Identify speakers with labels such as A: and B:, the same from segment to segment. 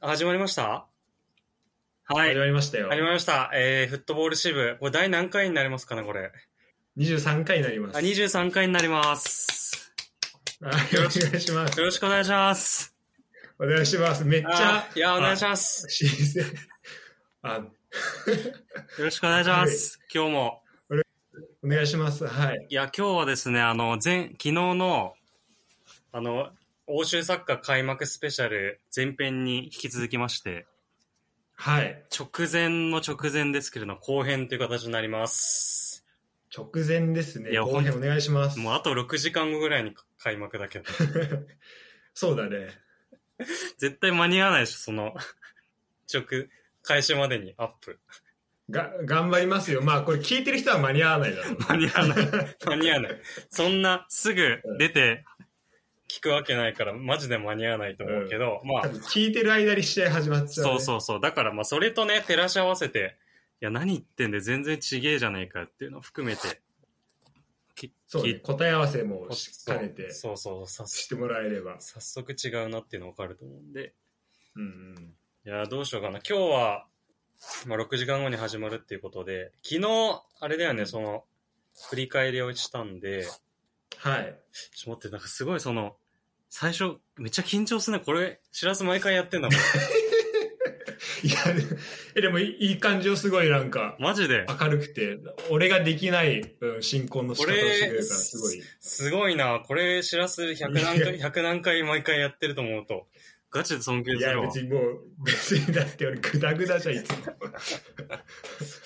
A: あ始まりましたはい。
B: 始まりました
A: 始
B: よ。
A: まりました。えー、フットボール支部。これ第何回になりますかね、これ。
B: 23回になりま
A: あ、
B: す。
A: 23回になります。
B: あよろしくお願いします
A: よ。ろしくお願いします。
B: お願いします。めっちゃ
A: あ、いや、お願いします。
B: 新鮮。あ、
A: よろしくお願いします。今日も。
B: お願いします。はい。
A: いや、今日はですね、あの、前、昨日の、あの、欧州サッカー開幕スペシャル前編に引き続きまして、
B: はい。
A: 直前の直前ですけれども、後編という形になります。
B: 直前ですね。
A: いや
B: 後編お願いします。
A: もうあと6時間後ぐらいに開幕だけど、
B: そうだね。
A: 絶対間に合わないでしょ、その、 直、開始までにアップ。
B: が、頑張りますよ。まあ、これ聞いてる人は間に合わないだろう。
A: 間に合わない。間に合わない。そんな、すぐ出て、聞くわけないから、マジで間に合わないと思うけど、まあ
B: 多、分聞いてる間に試合始まっちゃう、ね。
A: そうそうそう。だからまあそれとね、照らし合わせて、いや何言ってんで全然ちげえじゃねえかっていうのを含めて、き
B: そうね
A: き
B: 答え合わせもしっかりて
A: そうそうそうさ
B: してもらえれば。
A: 早速違うなっていうの分かると思うんで、
B: うんうん。
A: いやーどうしようかな。今日は、まあ6時間後に始まるっていうことで、昨日、あれだよね、その、振り返りをしたんで、
B: はい。
A: ちょっと待って、なんかすごいその、最初、めっちゃ緊張するね。これ、しらす毎回やってん だもん。
B: いや、えでもいいい感じをすごいなんか。
A: マジで。
B: 明るくて、俺ができない、うん、進行の仕方をしてくれるから、
A: 俺
B: すごい。
A: すごいな。これ、知らす100何回、100何回毎回やってると思うと、ガチで尊敬
B: い
A: す
B: や、
A: るわ
B: 別。にもう、別にだって俺、グダグダじゃん、いつも。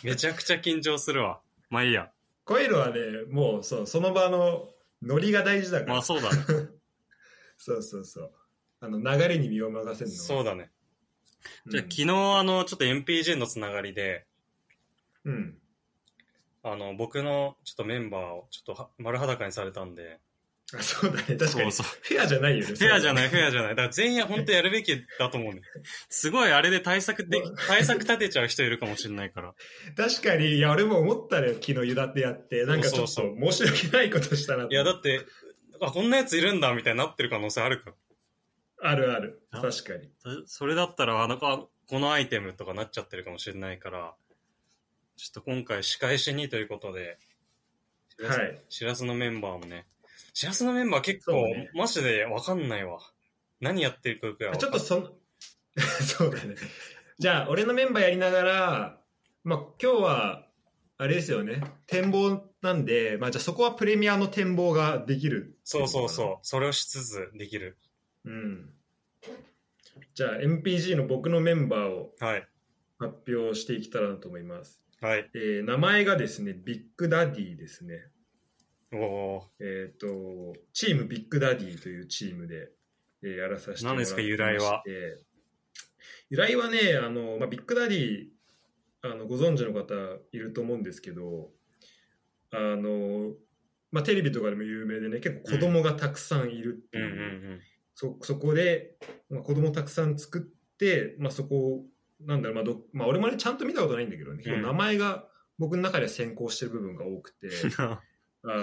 A: めちゃくちゃ緊張するわ。まあいいや。
B: こういうのはね、もう、そう、その場のノリが大事だから。
A: まあそうだ ね。
B: そうそうそう。あの、流れに身を任せるの。
A: そうだね。
B: うん
A: じゃあ昨日、あの、ちょっと MPG のつながりで、
B: うん。
A: あの、僕のちょっとメンバーをちょっとは丸裸にされたんで、
B: あそうだね、確か
A: そう
B: に。
A: そう。
B: フェアじゃないよね。。
A: フェアじゃないい、フェアじゃない。だから全員本当やるべきだと思うね。すごい、あれで対策でき、 対策立てちゃう人いるかもしれないから。
B: 確かに、いや、俺も思ったのよ、昨日、ゆだってやって。なんかちょっ
A: そ
B: と
A: う、
B: 申し訳ないことしたなと
A: いや、だって、あ、こんなやついるんだ、みたいになってる可能性あるから。
B: あるある。確かに。
A: そそれだったらあのあこのアイテムとかなっちゃってるかもしれないからちょっと今回仕返しにということでしらす
B: はい
A: しらすのメンバーもねしらすのメンバー結
B: そう
A: 構、
B: ね
A: マジで分かんないわ何やってるか
B: ちょっとその、 そうだね。じゃあ、俺のメンバーやりながら、まあ、今日は、あれですよね、展望なんで、まあ、じゃあそこはプレミアの展望ができる。
A: そうそうそうそれをしつつできる
B: うん。じゃあ、MPG の僕のメンバーを
A: はい
B: 発表していけたらなと思います。
A: はい
B: えー名前がですね、ビッグダディですね。
A: おお
B: えっ、と、チームビッグダディというチームで、えーやらさせてもらってまして
A: 何ですか由来は。
B: 由来はね、あの、まあ、ビッグダディ、あの、ご存知の方いると思うんですけど、あの、まあ、テレビとかでも有名でね、結構子供がたくさんいるって
A: うん
B: いうう、
A: んうん
B: そそこで、まあ、子供たくさん作って、まあ、そこをなんだろう、まあどまあ、俺もねちゃんと見たことないんだけどね、結構名前が僕の中では先行してる部分が多くて。あ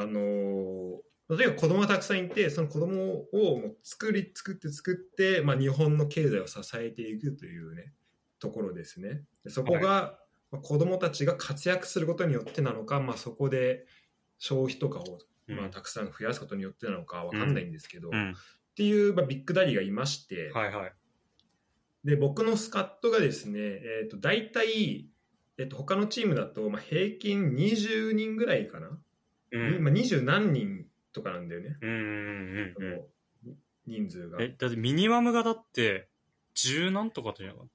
B: のー例えば子供がたくさんいてその子供をもう作り作って作って、まあ、日本の経済を支えていくというねところですねでそこが、まあ子供たちが活躍することによってなのか、まあ、そこで消費とかを、
A: うん
B: まあ、たくさん増やすことによってなのかわかんないんですけど、
A: う
B: っ
A: ん
B: ていう、まあ、ビッグダディがいまして、
A: はいはい
B: で僕のスカットがですね、えー、と大体、えー、と他のチームだと、まあ、平均20人ぐらいかな、
A: うん
B: まあ、20何人とかなんだよね
A: うんうんうんうん
B: 人数が
A: えだってミニマムがだって十何とかじゃなかっ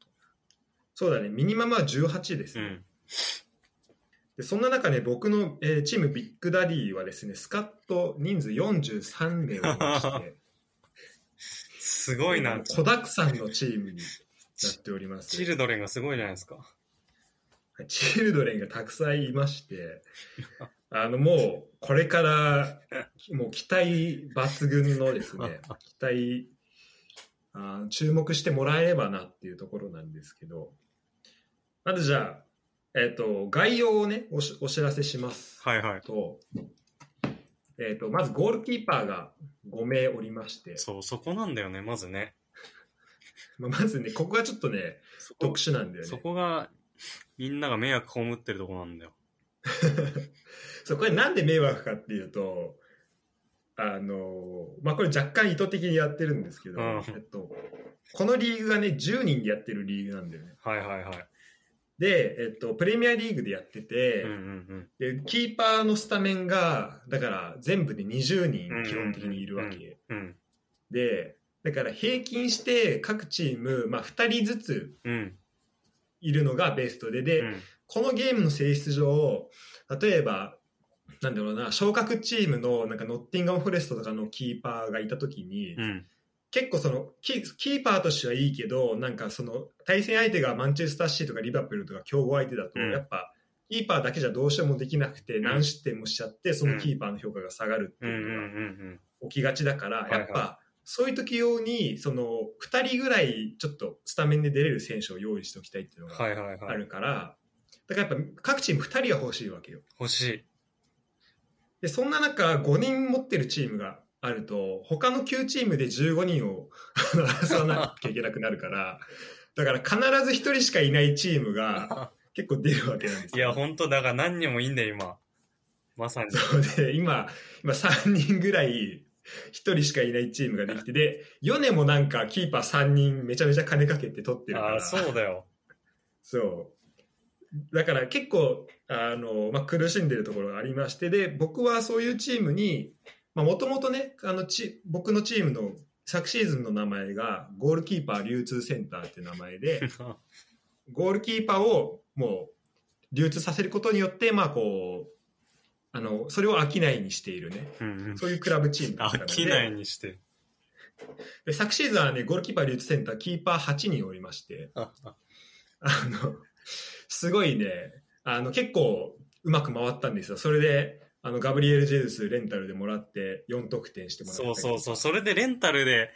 B: そうだねミニマムは18です
A: たう
B: ね、
A: ん
B: でそんな中ね僕の、えーチームビッグダディはですねスカッと人数43名をいまして
A: すごいな
B: 小だくさんのチームになっております
A: チルドレンがすごいじゃないですか。
B: はいチルドレンがたくさんいまして あのもうこれからもう期待抜群のですね期待あー注目してもらえればなっていうところなんですけどまずじゃあ、えっと概要をねおしお知らせします
A: はいはい。
B: と,、えっとまずゴールキーパーが5名おりまして
A: そう、そこなんだよね、まずね。
B: まあまずね、ここがちょっとね、
A: そこ
B: 特殊なんだよね。
A: そこが、みんなが迷惑被ってるとこなんだよ。
B: そうこれなんで迷惑かっていうとあのまあこれ若干意図的にやってるんですけど、
A: うん
B: えっと、このリーグがね10人でやってるリーグなんだよね
A: はいはいはい。
B: で、えっと、プレミアリーグでやってて、
A: うんうん
B: でキーパーのスタメンがだから全部で20人基本的にいるわけ、
A: うん。うん。
B: でだから平均して各チーム、まあ、2人ずつ
A: うん。
B: いるのがベストでで、
A: うん
B: このゲームの性質上例えばなんだろうな昇格チームのなんかノッティンガム・フォレストとかのキーパーがいた時に、
A: うん。
B: 結構そのキキーパーとしてはいいけどなんかその対戦相手がマンチェスターシティとかリバプールとか強豪相手だと、
A: うん
B: やっぱキーパーだけじゃどうしようもできなくて
A: ん
B: 何失点もしちゃってそのキーパーの評価が下がるって
A: うんうん
B: いうの
A: う
B: が
A: ん
B: 起きがちだから、
A: いはい
B: やっぱそういう時用にその2人ぐらいちょっとスタメンで出れる選手を用意しておきたいっていうの
A: うん。
B: が
A: はいはい
B: あ
A: はい。
B: るから、だからやっぱ各チーム2人は欲しいわけよ。
A: 欲しい。
B: で、そんな中、5人持ってるチームがあると、他の9チームで15人をあの争わなきゃいけなくなるから、 だから必ず1人しかいないチームが 結構出るわけなんです
A: いや、
B: よ。
A: ほんと、だから何人もいいんだよ、今。まさに。
B: そうで、今、今3人ぐらい、1人しかいないチームができて、で、ヨネもなんかキーパー3人めちゃめちゃ金かけて取ってるか
A: あ
B: ら。
A: あ、そうだよ。
B: そう。だから結構、あの、まあ、苦しんでるところがありまして、で、僕はそういうチームに、まあ、もともとね、あの、ち、僕のチームの昨シーズンの名前が、ゴールキーパー流通センターって名 前で、ゴールキーパーをもう流通させることによって、まあ、こう、あの、それを商いにしているね。
A: うんうん。
B: そういうクラブチームだったの
A: 飽
B: で。
A: きないにして。
B: で昨シーズンはね、ゴールキーパー流通センター、キーパー8人おりまして、あの、すごいね、あの、結構うまく回ったんですよ。それで、あの、ガブリエル・ジェズスレンタルでもらって4得点してもらった
A: そ
B: り
A: うそうそう。それでレンタルで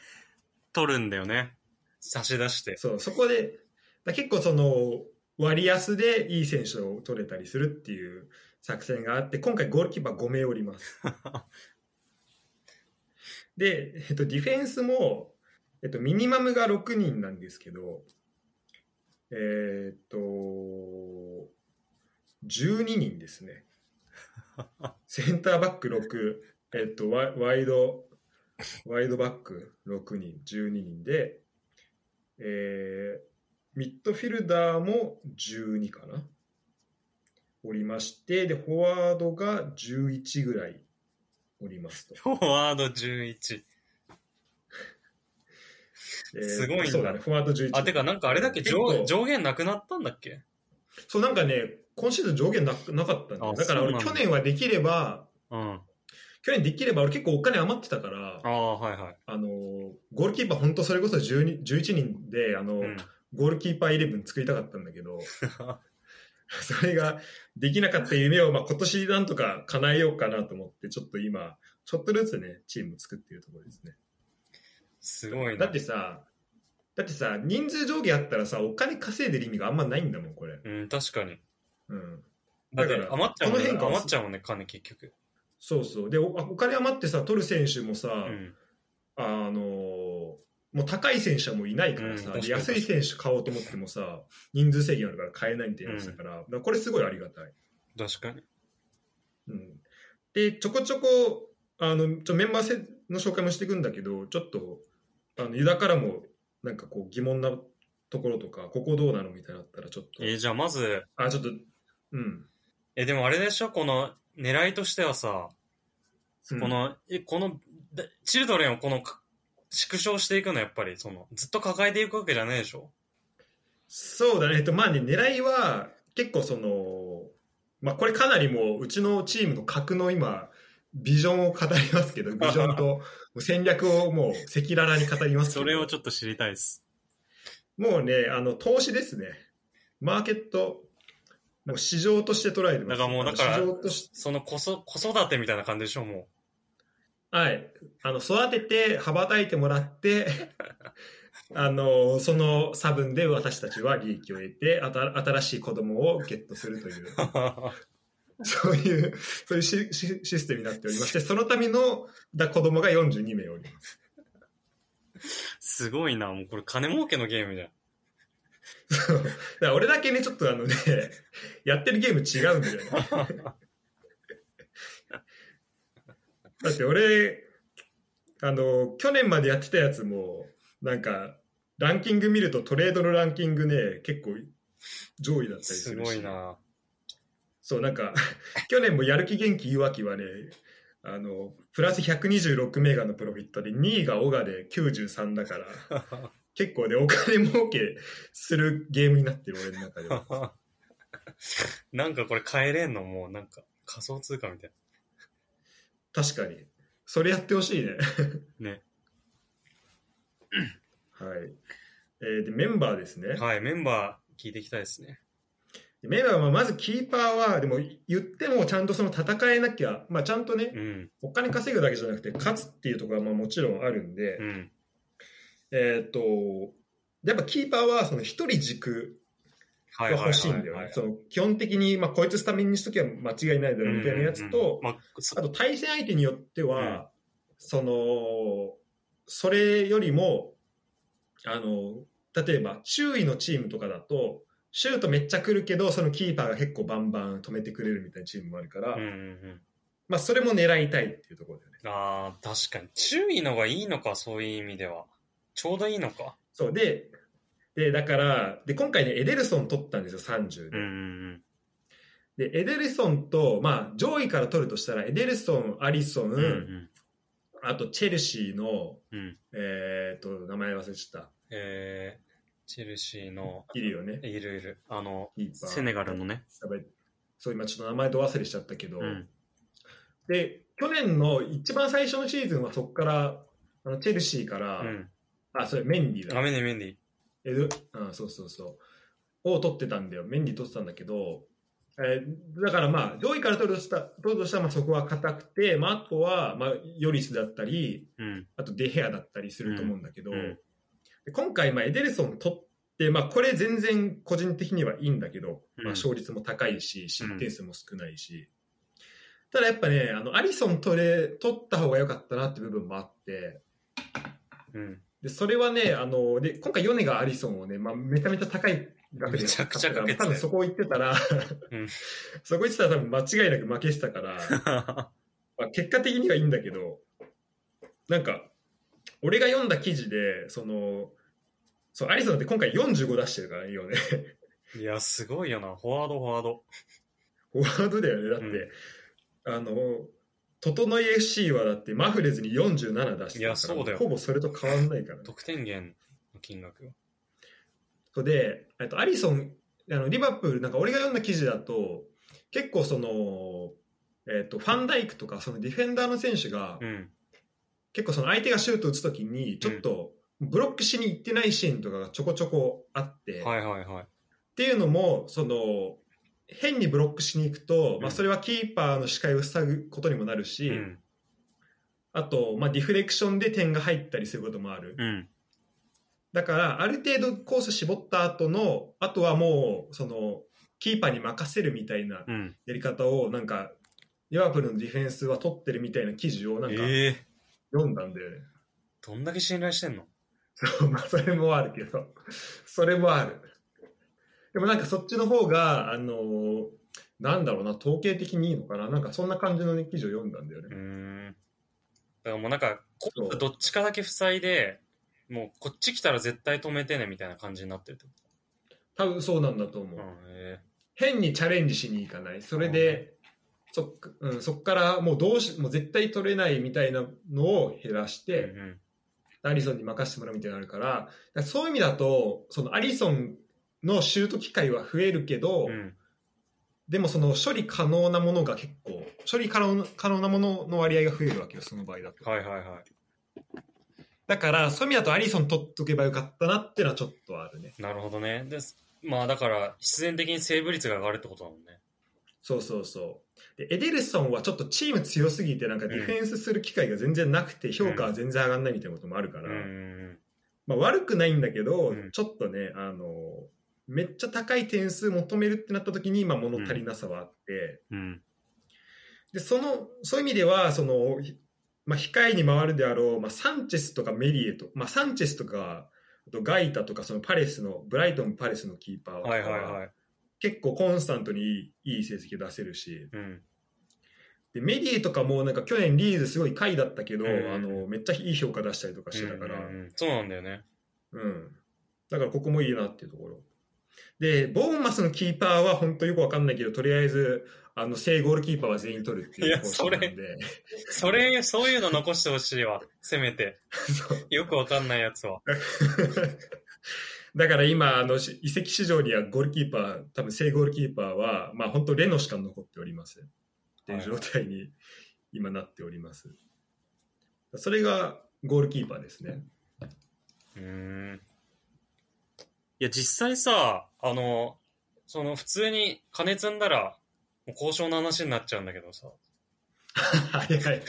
A: 取るんだよね。差し出して。
B: そう、そこで、だ結構その、割安でいい選手を取れたりするっていう作戦があって、今回ゴールキーパー5名おります。で、えっと、ディフェンスも、えっと、ミニマムが6人なんですけど、えーっと、12人ですね。センターバック6、えっと、ワイワイド、ワイドバック6人、12人で、えーミッドフィルダーも12かな。おりまして、で、フォワードが11ぐらいおりますと。
A: フォワード11。
B: えー
A: すごいんだ
B: そうだね、フォワード11。
A: あ、てかなんかあれだっけ
B: 結構
A: 上上限なくなったんだっけ
B: そう、なんかね、今シーズン上限ななかったんだよ
A: あ
B: だから俺、
A: そうな
B: 去
A: んだ
B: 年はできれば、
A: うん。
B: 去年できれば俺結構お金余ってたから、
A: ああ、はいはい。
B: あのー、ゴールキーパー本当それこそ12 11人で、あの
A: う
B: ー、
A: ん。
B: ゴールキーパーイレブン作りたかったんだけど、 それができなかった夢を、まあ、今年なんとか叶えようかなと思って、ちょっと今、ちょっとずつね、チーム作っているところですね。
A: すごいな。
B: だってさ、だってさ、人数上下あったらさ、お金稼いでる意味があんまないんだもん、これ。
A: うん、確かに。
B: うん。
A: だ
B: だ
A: か
B: から
A: ら余っちゃうもんね。
B: この変化は
A: 余っちゃうもんね、金結局。
B: そうそう。で、おお金余ってさ、取る選手もさ、
A: うん。
B: あのーもう高い選手はもういないから
A: うん
B: さ、
A: 確か
B: で
A: に
B: 安い選手買おうと思ってもさ、人数制限あるから買えないみたいなやつだから、だからこれすごいありがたい。
A: 確かに。
B: うん、でちょこちょこあのちょメンバーせの紹介もしていくんだけどちょっとあのユダからもなんかこう疑問なところとかここどうなのみたいなのあったらちょっと
A: えーじゃあまず、
B: あちょっとうん
A: え、でもあれでしょこの狙いとしてはさ、
B: うん
A: この、え、この、だチルドレンをこの、か縮小していくの、やっぱり、その、ずっと抱えていくわけじゃないでしょ
B: そうだねえっとまあね狙いは結構そのまあこれかなりもううちのチームの格の今ビジョンを語りますけどビジョン ともう戦略をもう赤裸々に語りますけど
A: それをちょっと知りたいです。
B: もうねあの投資ですねマーケットもう市場として捉えて
A: だ
B: ます
A: からもうだから
B: 市場とし
A: その子そ、子育てみたいな感じでしょも
B: はい。あの、育てて、羽ばたいてもらって、 あの、その差分で私たちは利益を得て、あた新しい子供をゲットするという、
A: う。
B: そういう、そういうシシシステムになっておりまして、そのためのだ子供が42名おります。
A: すごいな、もうこれ金儲けのゲームじゃん。
B: そうだから俺だけね、ちょっとあのね、やってるゲーム違うんだよね。だって俺、あの、去年までやってたやつも、なんか、ランキング見るとトレードのランキングね、結構上位だったりす
A: す
B: るし。
A: ごいな。
B: そう、なんか、 去年もやる気元気いわきはね、あの、プラス126メガのプロフィットで、2位がオガで93だから、結構ね、お金儲けするゲームになってる、俺の中で は。
A: なんかこれ変えれんのもうなんか仮想通貨みたい
B: 確かに。それやってほしいね。
A: な。ね。
B: はい。えーで、メンバーですね。
A: はい、メンバー聞いていきたいですね。
B: メンバーはまずキーパーは、でも言ってもちゃんとその戦えなきゃ、まあちゃんとね、
A: うん、
B: お金稼ぐだけじゃなくて、勝つっていうところはまあもちろんあるんで、
A: うん、
B: えーっと、やっぱキーパーはその一人軸
A: は
B: が欲しいんだよね。その基本的に、まあこいつスタメンにしときゃ間違いないだろうみたいなやつと、
A: うんうんうんまあ、そ
B: あと対戦相手によっては、
A: うん
B: そのそれよりもあの例えば中位のチームとかだとシュートめっちゃ来るけどそのキーパーが結構バンバン止めてくれるみたいなチームもあるから、
A: うんうんうん、
B: まあ、それも狙いたいっていうところだよね。
A: ああ、確かに。注意のがいいのか、そういう意味では。ちょうどいいのか。
B: そうででだからで今回ねエデルソン取ったんですよ30
A: う
B: で,、
A: ん、うん
B: でエデルソンと、まあ、上位から取るとしたらエデルソンアリソン、
A: うん、うん、
B: あとチェルシーの、
A: うん。うん、
B: えー、と名前忘れちゃっ
A: えー、チェルシーの、
B: たいるよね
A: いるいる。あの、
B: キーパー
A: セネガルのね。
B: やばいそう今ちょっと名前ど忘れしちゃったけど、
A: うん、
B: で去年の一番最初のシーズンはそこからあのチェルシーから、
A: うん。
B: あそれメンディー
A: あ、
B: だ
A: メンディ、メンディ。
B: えどうんそうそうそうを取ってたんだよメンディー取ってたんだけど、えーだからまあ上位から取るとした取るとしたらまあそこは硬くて、まあ、あとは、まあ、ヨリスだったり
A: うん、
B: あとデヘアだったりすると思うんだけど、
A: うんうん
B: で今回、まあ、エデルソン取って、まあ、これ全然個人的にはいいんだけど、
A: うん
B: まあ、勝率も高いし失点数も少ないし、ただやっぱねあのアリソン取れ取った方が良かったなって部分もあって
A: うん。
B: でそれはねあので今回ヨネがアリソンをね、まあ、めちゃめちゃ高い額で
A: めちゃくちゃかけてた
B: 多分そこ行ってたら、
A: うん
B: そこ行ってたら多分間違いなく負けてたから。まあ、結果的にはいいんだけどなんか俺が読んだ記事でそのそうアリソンって今回45出してるからね今ね
A: いや、すごいよな。フォワード、フォワード。
B: フォワードだよねだって、あの整い FC はだってマフレズに47出して
A: いやそうだよ
B: ほぼそれと変わんないから、ね、
A: 得点源の金額は。
B: そうでえっとアリソンあのリバプールなんか俺が読んだ記事だと結構その、えっとファンダイクとかそのディフェンダーの選手が、
A: うん。
B: 結構その相手がシュート打つときにちょっとブロックしに行ってないシーンとかがちょこちょこあって、っ
A: はいはいはい。
B: ていうのもその変にブロックしに行くと、
A: うん
B: まあ、それはキーパーの視界を塞ぐことにもなるし、
A: うん。
B: あと、まあ、ディフレクションで点が入ったりすることもある、
A: うん。
B: だからある程度コース絞った後のあとはもうそのキーパーに任せるみたいな
A: うん。
B: やり方をなんかリバプールのディフェンスは取ってるみたいな記事をなんか
A: ええ
B: 読んだんだよね。
A: どんだけ信頼してんの
B: そう まあ、それもあるけど、それもある。でもなんかそっちの方が、あのーなんだろうな、統計的にいいのかな、なんかそんな感じの、ね、記事を読んだんだよ
A: う
B: ね。
A: ん。だからもうなんか、こ
B: そう
A: どっちかだけ塞いで、もうこっち来たら絶対止めてねみたいな感じになってるってこ
B: 多分そうなんだと思う。
A: と。うん、え
B: 変にチャレンジしに行かない。それで、そっかうん、そっからもうどうし、もう絶対取れないみたいなのを減らし
A: え
B: て、
A: うん
B: アリソンに任せてもらうみたいなのあるから、だからそういう意味だと、そのアリソンのシュート機会は増えるけど、
A: うん。うん。
B: でもその処理可能なものが結構処理可能な可能なものの割合が増えるわけよその場合だと
A: はいはいは
B: だからそういう意味だとアリソン取っとけばよかったなっていうのはちょっとあるね
A: い。なるほどね。です。まあだから、必然的にセーブ率が上がるってことだもんね。
B: そうそうそうでエデルソンはちょっとチーム強すぎてなんかディフェンスする機会が全然なくて評価は全然上がんないみたいなこともあるから、
A: うん。
B: まあ、悪くないんだけど、
A: うん
B: ちょっとねあのめっちゃ高い点数求めるってなった時に今物足りなさはあって、
A: うん。
B: でそのそういう意味ではその、まあ、控えに回るであろう、まあ、サンチェスとかメリエと、まあ、サンチェスとか、あとガイタとか、そのパレスの、ブライトンパレスのキーパーとか
A: はいはいはい。
B: 結構コンスタントにいいいい成績を出せるし、
A: うん。
B: でメリエとかもなんか去年リーズすごい下位だったけど、
A: うん
B: あのめっちゃいい評価出したりとかしてたから、
A: うんうんうんそうなんだよね。
B: うん。だからここもいいなっていうところ。で、ボーンマスのキーパーは本当よくわかんないけど、とりあえず、あの、正ゴールキーパーは全員取るって
A: い
B: いう
A: や
B: 方針なんで。
A: それ、そういうの残してほしいわ。せめて。
B: そう
A: よくわかんないやつは。
B: だから今、あの、し移籍市場にはゴールキーパー、多分正ゴールキーパーは、まあ本当レノしか残っておりません。っていう状態に今なっております。それがゴールキーパーですね。
A: うーん。いや、実際さ、あの、その普通に金積んだら、もう交渉の話になっちゃうんだけどさ。
B: はいはい。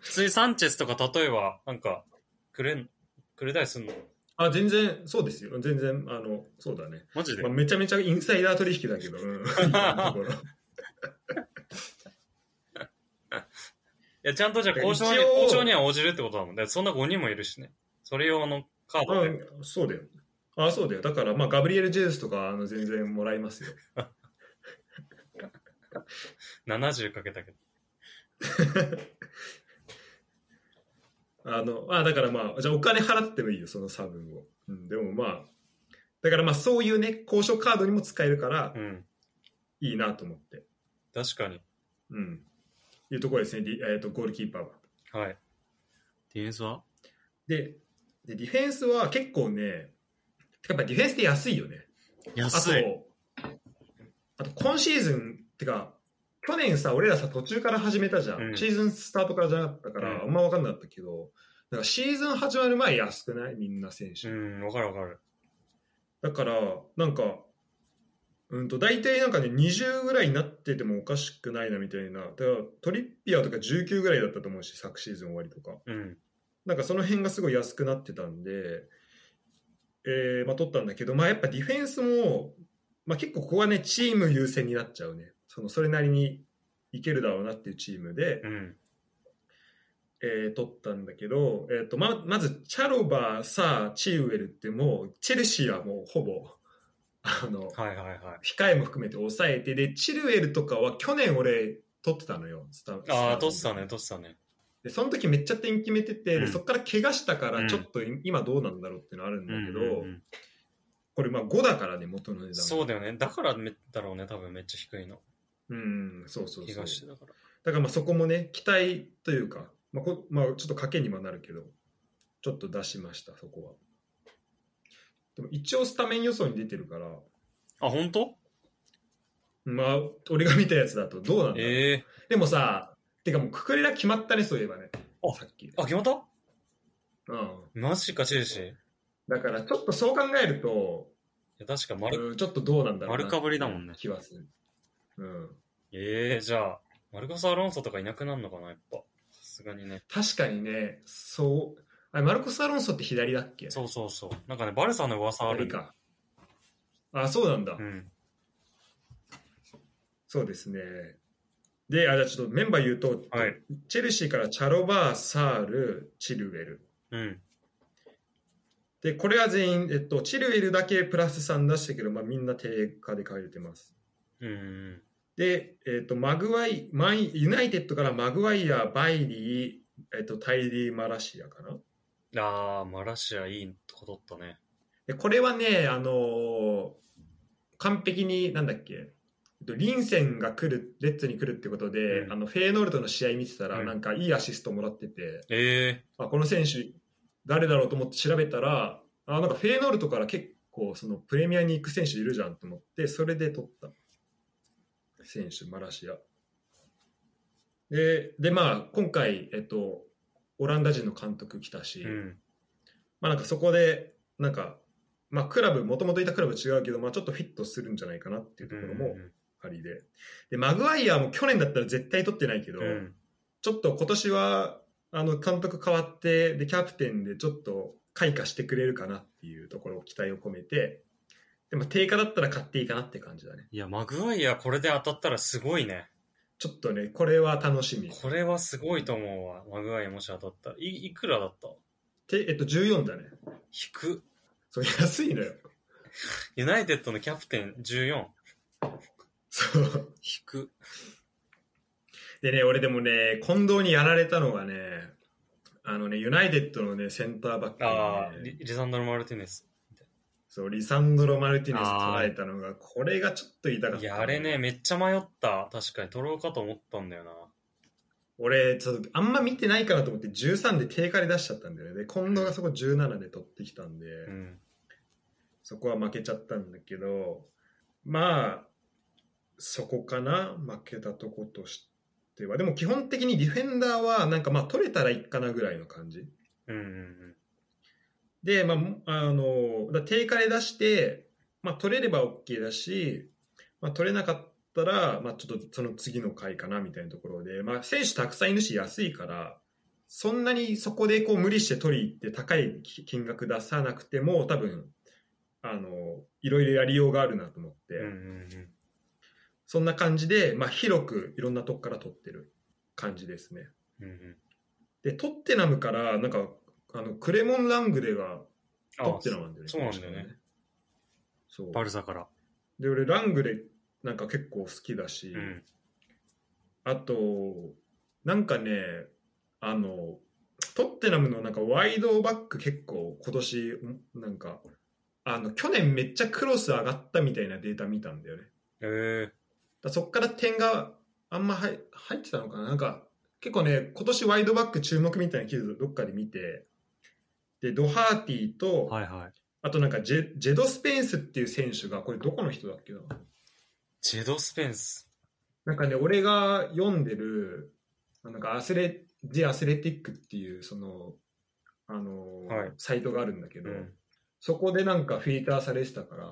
A: 普通にサンチェスとか例えば、なんか、くれん、くれたりすんの
B: あ、全然、そうですよ。全然、あの、そうだね。
A: マジで
B: まあ、めちゃめちゃインサイダー取引だけど、うん今のところ
A: いや、ちゃんとじゃあ交渉に、
B: 一応
A: 交渉には応じるってことだもんね。そんな5人もいるしね。それ用のカードで。
B: あそうだよ。あそうだよ。だから、まあ、ガブリエル・ジェズスとか、あの、全然もらいますよ。
A: 70かけたけど。
B: あの、あだからまあ、じゃあお金払ってもいいよ、その差分を。うん、でもまあ、だからまあ、そういうね、交渉カードにも使えるから
A: う、ん。
B: いいなと思って。
A: 確かに。
B: うん。いうところですね、ディえっ、と、ゴールキーパーは。
A: はい。ディフェンスは
B: で、でディフェンスは結構ね、やっぱディフェンスって安いよね。あと
A: 安い。、
B: あと今シーズンってか、去年さ、俺らさ、途中から始めたじゃん。
A: うん
B: シーズンスタートからじゃなかったから、
A: うん
B: あんま分かんなかったけど、なんかシーズン始まる前安くないみんな選手。
A: うん、わかるわかる。
B: だから、なんか、うんと、大体なんかね、20ぐらいになっててもおかしくないなみたいな。だから、トリッピアーとか19ぐらいだったと思うし、昨シーズン終わりとか。
A: うん。
B: なんかその辺がすごい安くなってたんで、えーまあ、取ったんだけど、まあ、やっぱディフェンスも、まあ、結構ここはね、チーム優先になっちゃうね。そのそれなりにいけるだろうなっていうチームで、
A: うん。
B: えー取ったんだけど、えー、とままずチャロバー、サー、チーウェルってもう、チェルシーはもうほぼ、あの、
A: はいはいはい。
B: 控えも含めて抑えて、で、チルエルとかは去年俺、取ってたのよ、スタスタ
A: ああ、
B: ート
A: 取ってたね、取ってたね。
B: でその時めっちゃ点決めてて、
A: う
B: で
A: ん
B: そこから怪我したか
A: うん
B: らちょっとい今どうなんだろうっていうのあるんだけど、
A: うんうんうん
B: これまあ5だからね元の値段
A: そうだよね。だからめだろうね、多分めっちゃ低いの。
B: うんそうそう
A: 気
B: そう
A: がしてだから。
B: だからまあそこもね期待というか、まあこまあ、ちょっと賭けにはなるけどちょっと出しましたそこはでも一応スタメン予想に出てるから
A: あ、本当
B: まあ俺が見たやつだとどうなんだろう、
A: ええ
B: でもさてかもうくくりら決まったねそういえばね
A: あ
B: さっき
A: あ、決まった
B: うん
A: マジか、チェルシー。い
B: だからちょっとそう考えると
A: や、確か丸、
B: うんちょっとどうなんだろうな
A: 丸かぶりだもんね
B: 気はする。うん。
A: ええじゃあ、マルコス・アロンソとかいなくなるのかな、やっぱ。さすがにね。
B: 確かにね、そう。あれ、マルコス・アロンソって左だっけ
A: そうそうそう。なんかね、バルサの噂ある
B: 左。か。あ、そうなんだ。
A: うん。
B: そうですね。で、あ、じゃあちょっとメンバー言うと、
A: はい
B: チェルシーからチャロバー、サール、チルウェル。
A: うん。
B: で、これは全員、えっと、チルウェルだけプラス3出したけど、まあ、みんな定価で買えてます。
A: うんうん。
B: で、えっと、マグワイ、マイ、ユナイテッドからマグワイア、バイリー、えっと、タイリー・マラシアかな
A: ああ、マラシアいいとこ取ったね。
B: でこれはね、あのー完璧になんだっけえっとリンセンが来るレッツに来るってことで、
A: うん
B: あのフェーノルトの試合見てたら、
A: うん
B: なんかいいアシストもらってて
A: え
B: あこの選手誰だろうと思って調べたらあなんかフェーノルトから結構そのプレミアに行く選手いるじゃんと思ってそれで取った選手マラシアででまあ今回、えっと、オランダ人の監督来たし、
A: えうん。
B: まあなんかそこで、なんか、まあクラブ、もともといたクラブ違うけど、まあちょっとフィットするんじゃないかなっていうところもありで。で、マグワイアも去年だったら絶対取ってないけど、
A: うんうん。
B: ちょっと今年は、あの、監督変わって、で、キャプテンでちょっと開花してくれるかなっていうところを期待を込めて、でも定価だったら買っていいかなって感じだね。
A: いや、マグワイアこれで当たったらすごいね。
B: ちょっとね、これは楽しみ。
A: これはすごいと思うわ。マグワイアもし当たったら。いいくらだった
B: てえっと、14だね。
A: 引く。
B: そう、安いのよ。
A: ユナイテッドのキャプテン14。引
B: そう。
A: く。
B: でね、俺でもね、近藤にやられたのがね、あのね、ユナイテッドのね、センターバック
A: ああ、
B: のね
A: リリザンドロ・マルティネス。
B: そう、リサンドロ・マルティネス捉えたのが、これがちょっと痛かった。
A: いや、あれね、。めっちゃ迷った。確かに、取ろうかと思ったんだよな。
B: 俺、ちょっと、あんま見てないかなと思って、13で定価で出しちゃったんだよね。で、近藤がそこ17で取ってきたんで、
A: うん。
B: そこは負けちゃったんだけど、まあ、そこかな、負けたとことしては。でも基本的にディフェンダーは、なんかまあ、取れたらいっかなぐらいの感じ。
A: うんうん
B: で、まあも、あの、だ定価で出して、まあ、取れれば OK だし、まあ、取れなかったら、まあ、ちょっとその次の回かなみたいなところで、まあ、選手たくさんいるし安いから、そんなにそこでこう無理して取りに行って高い金額出さなくても、多分、あの、いろいろやりようがあるなと思って、
A: うん。うんうんうん。
B: そんな感じで、まあ、広くいろんなとこから取ってる感じですね。
A: うんうん、
B: で、トッテナムから、なんか、あの、クレモン・ラングレが
A: あ
B: トッテナムなんだよね。
A: そうなんだよね
B: 確か。そう。
A: バルザから。
B: で、俺、ラングレなんか結構好きだし、
A: うん。
B: あと、なんかね、あの、トッテナムのなんかワイドバック結構今年、んなんか、あの、去年めっちゃクロス上がったみたいなデータ見たんだよね。
A: えー、
B: だそっから点があんま入入ってたのかななんか結構ね今年ワイドバック注目みたいな記事どっかで見てでドハーティーと、
A: はいはい。
B: あとなんかジェジェド・スペンスっていう選手がこれどこの人だっけな
A: ジェド・スペンス。
B: なんかね俺が読んでるなんかアスレジアスレティックっていうそのあの、
A: はい
B: サイトがあるんだけ
A: う
B: ど、
A: ん。
B: そこでなんかフィルターされてたから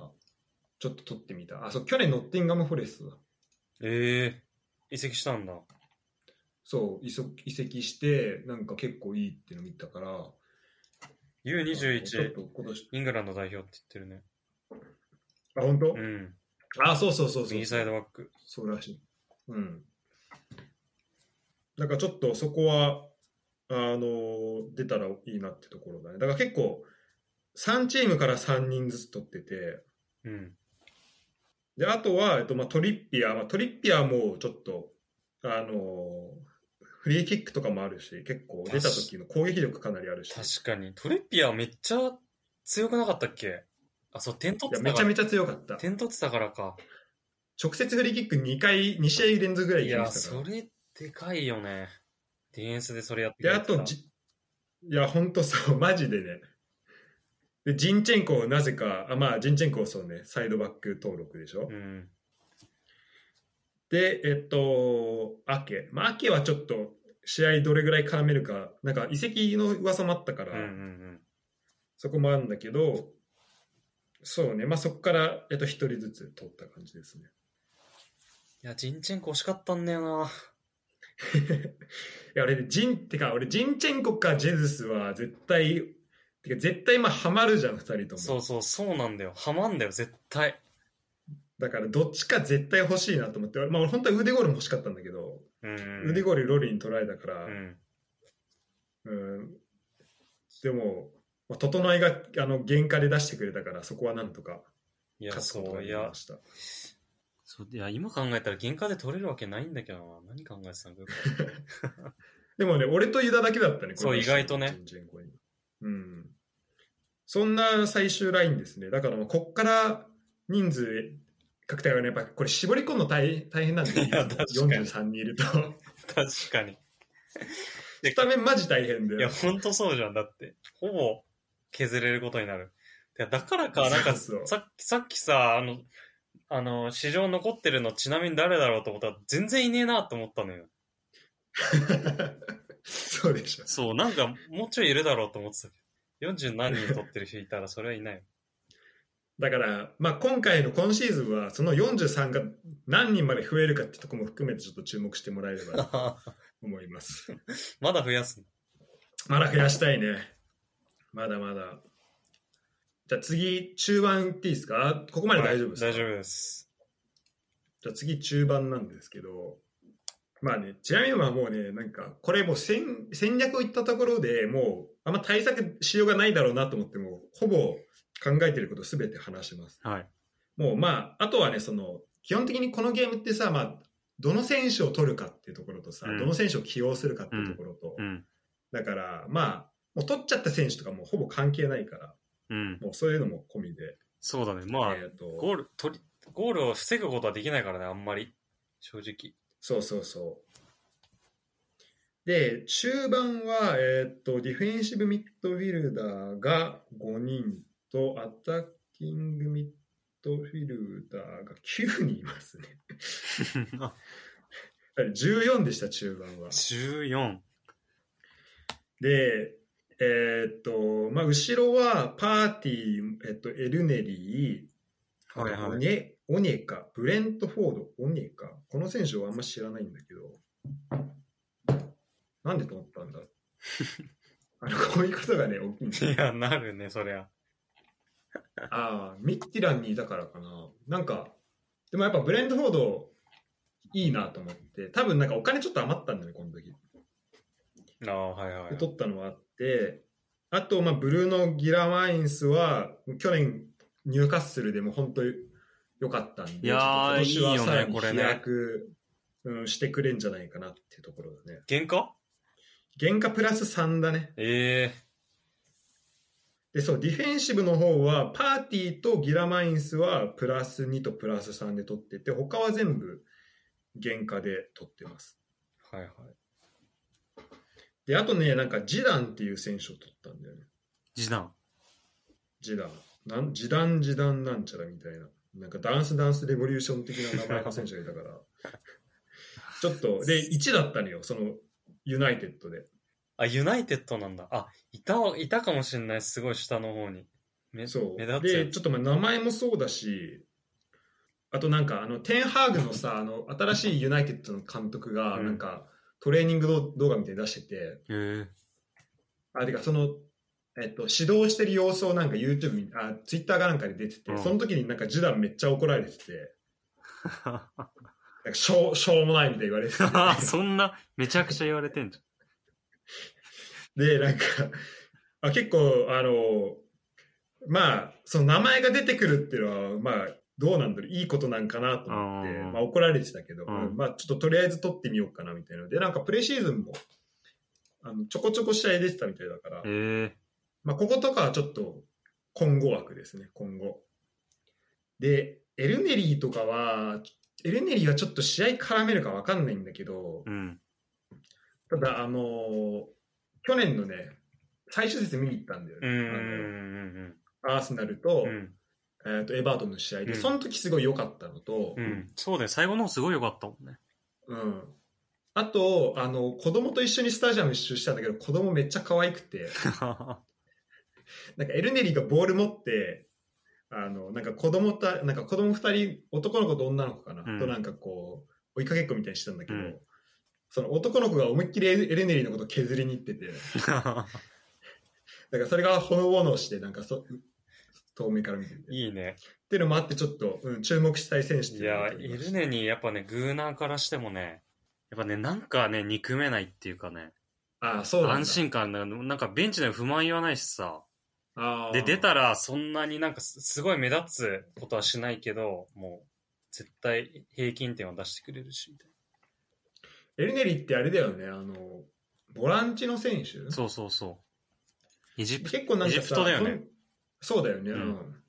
B: ちょっと撮ってみたあそう去年ノッティンガム・フォレストだ
A: えー、移籍したんだ。
B: そう移籍移籍してなんか結構いいっていうの見たから
A: U21、
B: ちょっと今年
A: イングランド代表って言ってるね。
B: あ本当、
A: うん。
B: あそうそうそうそう
A: 右サイドバック。
B: そうらしいうんなんかちょっとそこはあの出たらいいなってところだねだから結構3チームから3人ずつ取ってて
A: うん。
B: であとは、えっとまあ、トリッピアー、まあ、トリッピアーもちょっとあのフリーキックとかもあるし結構出た時の攻撃力かなりあるし
A: 確かに。トレピアめっちゃ強くなかったっけあ、そう、点取
B: い
A: って
B: や
A: た
B: め
A: か
B: ちゃ
A: ら。
B: めちゃ強かった
A: 点取ってたからか。
B: 直接フリーキック2回、2試合連続ぐら
A: い
B: い決め
A: や、
B: てたか
A: そ
B: ら。
A: れでかいよね。ディフェンスでそれやって
B: で、あと
A: じ、
B: じ、いや、ほんとそう、 マジでね。で、ジンチェンコをなぜか、あまあ、ジンチェンコはそうね、サイドバック登録でしょ。
A: うん。
B: で、えっと、アケ。まあ、アケはちょっと、試合どれぐらい絡めるか、なんか移籍の噂もあったか
A: う
B: ら、
A: んうんうん。
B: そこもあるんだけど、そうね、まあそこから、えっと、1人ずつ取った感じですね。
A: いや、ジンチェンコ惜しかったんだよな。
B: いや、俺ね、ジン、てか、俺、ジンチェンコかジェズスは絶対、てか、絶対、まあ、ハマるじゃん、二人とも。
A: そうそう、そうなんだよ。ハマんだよ、絶対。
B: だから、どっちか絶対欲しいなと思って、まあ、俺、本当は腕ゴールも欲しかったんだけど、
A: うん。
B: 腕ゴールロリに取られたか
A: う
B: ら、
A: ん。
B: うん、でも、まあ、整いが、あの、原価で出してくれたから、そこはなんとか
A: いや、
B: 勝つこと
A: そ
B: が
A: う、
B: で
A: い
B: き
A: や
B: ま、した。
A: そういや今考えたら原価で取れるわけないんだけどな。何考えてたんだよ。
B: でもね、俺とユダだけだったね、
A: そう
B: これ
A: 意外とね
B: ジンチェンコにうん。そんな最終ラインですね。だから、こっから人数確定はね、やっぱこれ絞り込むの大大変なんで、
A: いや確かに
B: 43人いると。
A: 確かに。 で
B: スタメンマジ大変で。
A: いや、ほんとそうじゃん。だって、ほぼ削れることになる。いやだからか、なんか、
B: そうそう
A: さっき、さっきさ、あの、あの、市場残ってるのちなみに誰だろうと思ったら、全然いねえなと思ったのよ。
B: そうでしょ。
A: そう、なんか、もうちょいいるだろうと思ってたけど、40何人取ってる人いたら、それはい ないよ。
B: だから、まあ、今回の今シーズンは、その43が何人まで増えるかってとこも含めて、ちょっと注目してもらえればと思い ます。
A: まだ増やすの。
B: まだ増やしたいね。まだまだ。じゃあ次、中盤いっていいですかここまで大丈夫ですか、
A: はい大丈夫です。
B: じゃあ次、中盤なんですけど、まあね、ちなみにまあもうね、なんか、これもう戦戦略を言ったところでもう、あんま対策しようがないだろうなと思っても、ほぼ考えてることすべて話します。
A: はい。
B: もうまあ、あとはね、その、基本的にこのゲームってさ、まあ、どの選手を取るかっていうところとさ、
A: うん
B: どの選手を起用するかっていうところと、
A: うん。
B: だから、まあ、もう取っちゃった選手とかもうほぼ関係ないから、
A: うん。
B: もうそういうのも込みで、
A: そうだね。まあ、
B: えーと
A: ゴール、取り、ゴールを防ぐことはできないからね、あんまり。正 直。
B: そうそうそう。で、中盤は、えーっと、ディフェンシブミッドフィルダーが5人と、アタッキングミッドフィルダーが9人いますね。あれ14でした、中盤は。
A: 14。
B: で、えーっと、まあ、後ろは、パーティー、えっと、エルネリー、
A: はいはい
B: オネ、オネカ、ブレントフォード、オネカ。この選手はあんま知らないんだけど、なんでと思っ たんだあの、こういうことがね、大きいんだ
A: いや、なるね、そりゃ。
B: ああ、ミッティランにいたからかな。なんか、でもやっぱブレンドフォード、いいなと思って、多分なんかお金ちょっと余ったんだよね、この時。
A: ああ、はいはい
B: で取ったのはあって、あと、まあ、ブルーノ・ギラマインスは、去年、ニューカッスルでも本当に良かったんで、
A: いやー
B: ちょっと今年はさら
A: いいよね
B: に
A: これ
B: 飛
A: ね
B: 躍、うん、してくれんじゃないかなっていうところだね。
A: 原価
B: 原価プラス3だね。
A: え
B: で、そう、ディフェンシブの方は、パーティーとギラマインスはプラス2とプラス3で取ってて、他は全部原価で取ってます。
A: えはいはい。
B: で、あとね、なんかジダンっていう選手を取ったんだよね。
A: 時短。
B: ジダン。なんジダンジダンなんちゃらみたいな。なんかダンスダンスレボリューション的な名前の選手がいたから。 ちょっと、で、1だったのよ、その、ユナイテッドで。
A: あ、ユナイテッドなんだ。あ、いたわ、いたかもしれない。すごい下の方に。め
B: そう。
A: 目立つ
B: で、ちょっとまあ名前もそうだし、あとなんか、あの、テンハーグのさ、あの、新しいユナイテッドの監督が、
A: うん
B: なんか、トレーニング動動画みたいに出してて、
A: え ー、
B: あ、てか、その、えっと、指導してる様子をなんか YouTube に、あ、Twitter かなんかで出てて、
A: うん
B: その時になんかジダンめっちゃ怒られてて、なんかしょう、しょうもないみたいに言わ れてて
A: そんな、めちゃくちゃ言われてんじ
B: で、なんか、あ結構、あの、まあ、その名前が出てくるっていうのは、まあ、どうなんだろう、いいことなんかなと思って、
A: うん
B: まあ、怒られてたけど、
A: うん
B: まあ、ちょっととりあえず撮ってみようかなみたいなので、なんかプレシーズンも、あのちょこちょこ試合出てたみたいだから
A: ゃん。、え
B: まあ、こことかはちょっと今後枠ですね、今後。で、エルネリーとかは、エルネリーはちょっと試合絡めるかわかんないんだけど、
A: ー、うん。
B: ただ、あのー去年のね、最終節見に行ったんだよ
A: う
B: ね。
A: んうん
B: あのアーセナルと,、
A: うんうん。うん。
B: えー、とエバートンの試合
A: う
B: で、
A: ん
B: その時すごい良かったのと、
A: うん。そうだよ。最後の方すごい良かったもんね。
B: うんあと、あの、子供と一緒にスタジアム一周したんだけど、子供めっちゃ可愛くて、 なんかエルネリーがボール持って、あの、なんか子供た、なんか子供二人、男の子と女の子かな、
A: うん
B: となんかこう、追いかけっこみたいにしてたんだけど、
A: うん
B: その男の子が思いっきりエルエルネリーのことを削りに行ってて、だからそれがほのぼのして、なんかそ、遠目から見てて。っ
A: いい ね。
B: ていうのもあって、ちょっと、うん、注目したい選手って
A: いう
B: の
A: や、
B: があり
A: い
B: ま
A: る
B: した
A: ねに、やっぱね、グーナーからしてもね、やっぱね、なんかね、憎めないっていうかね、
B: ああ、そうなんだ。
A: 安心感な、なんかベンチで不満言わないしさ、
B: ああ。
A: で、出たら、そんなになんかすすごい目立つことはしないけど、もう、絶対平均点を出してくれるし、みたい
B: エルネリってあれだよね、あの、ボランチの選手
A: な。そうそうそう。エジプト。
B: 結構なんかさ
A: エジプトだよね
B: とんそうだよね、
A: う
B: うんん。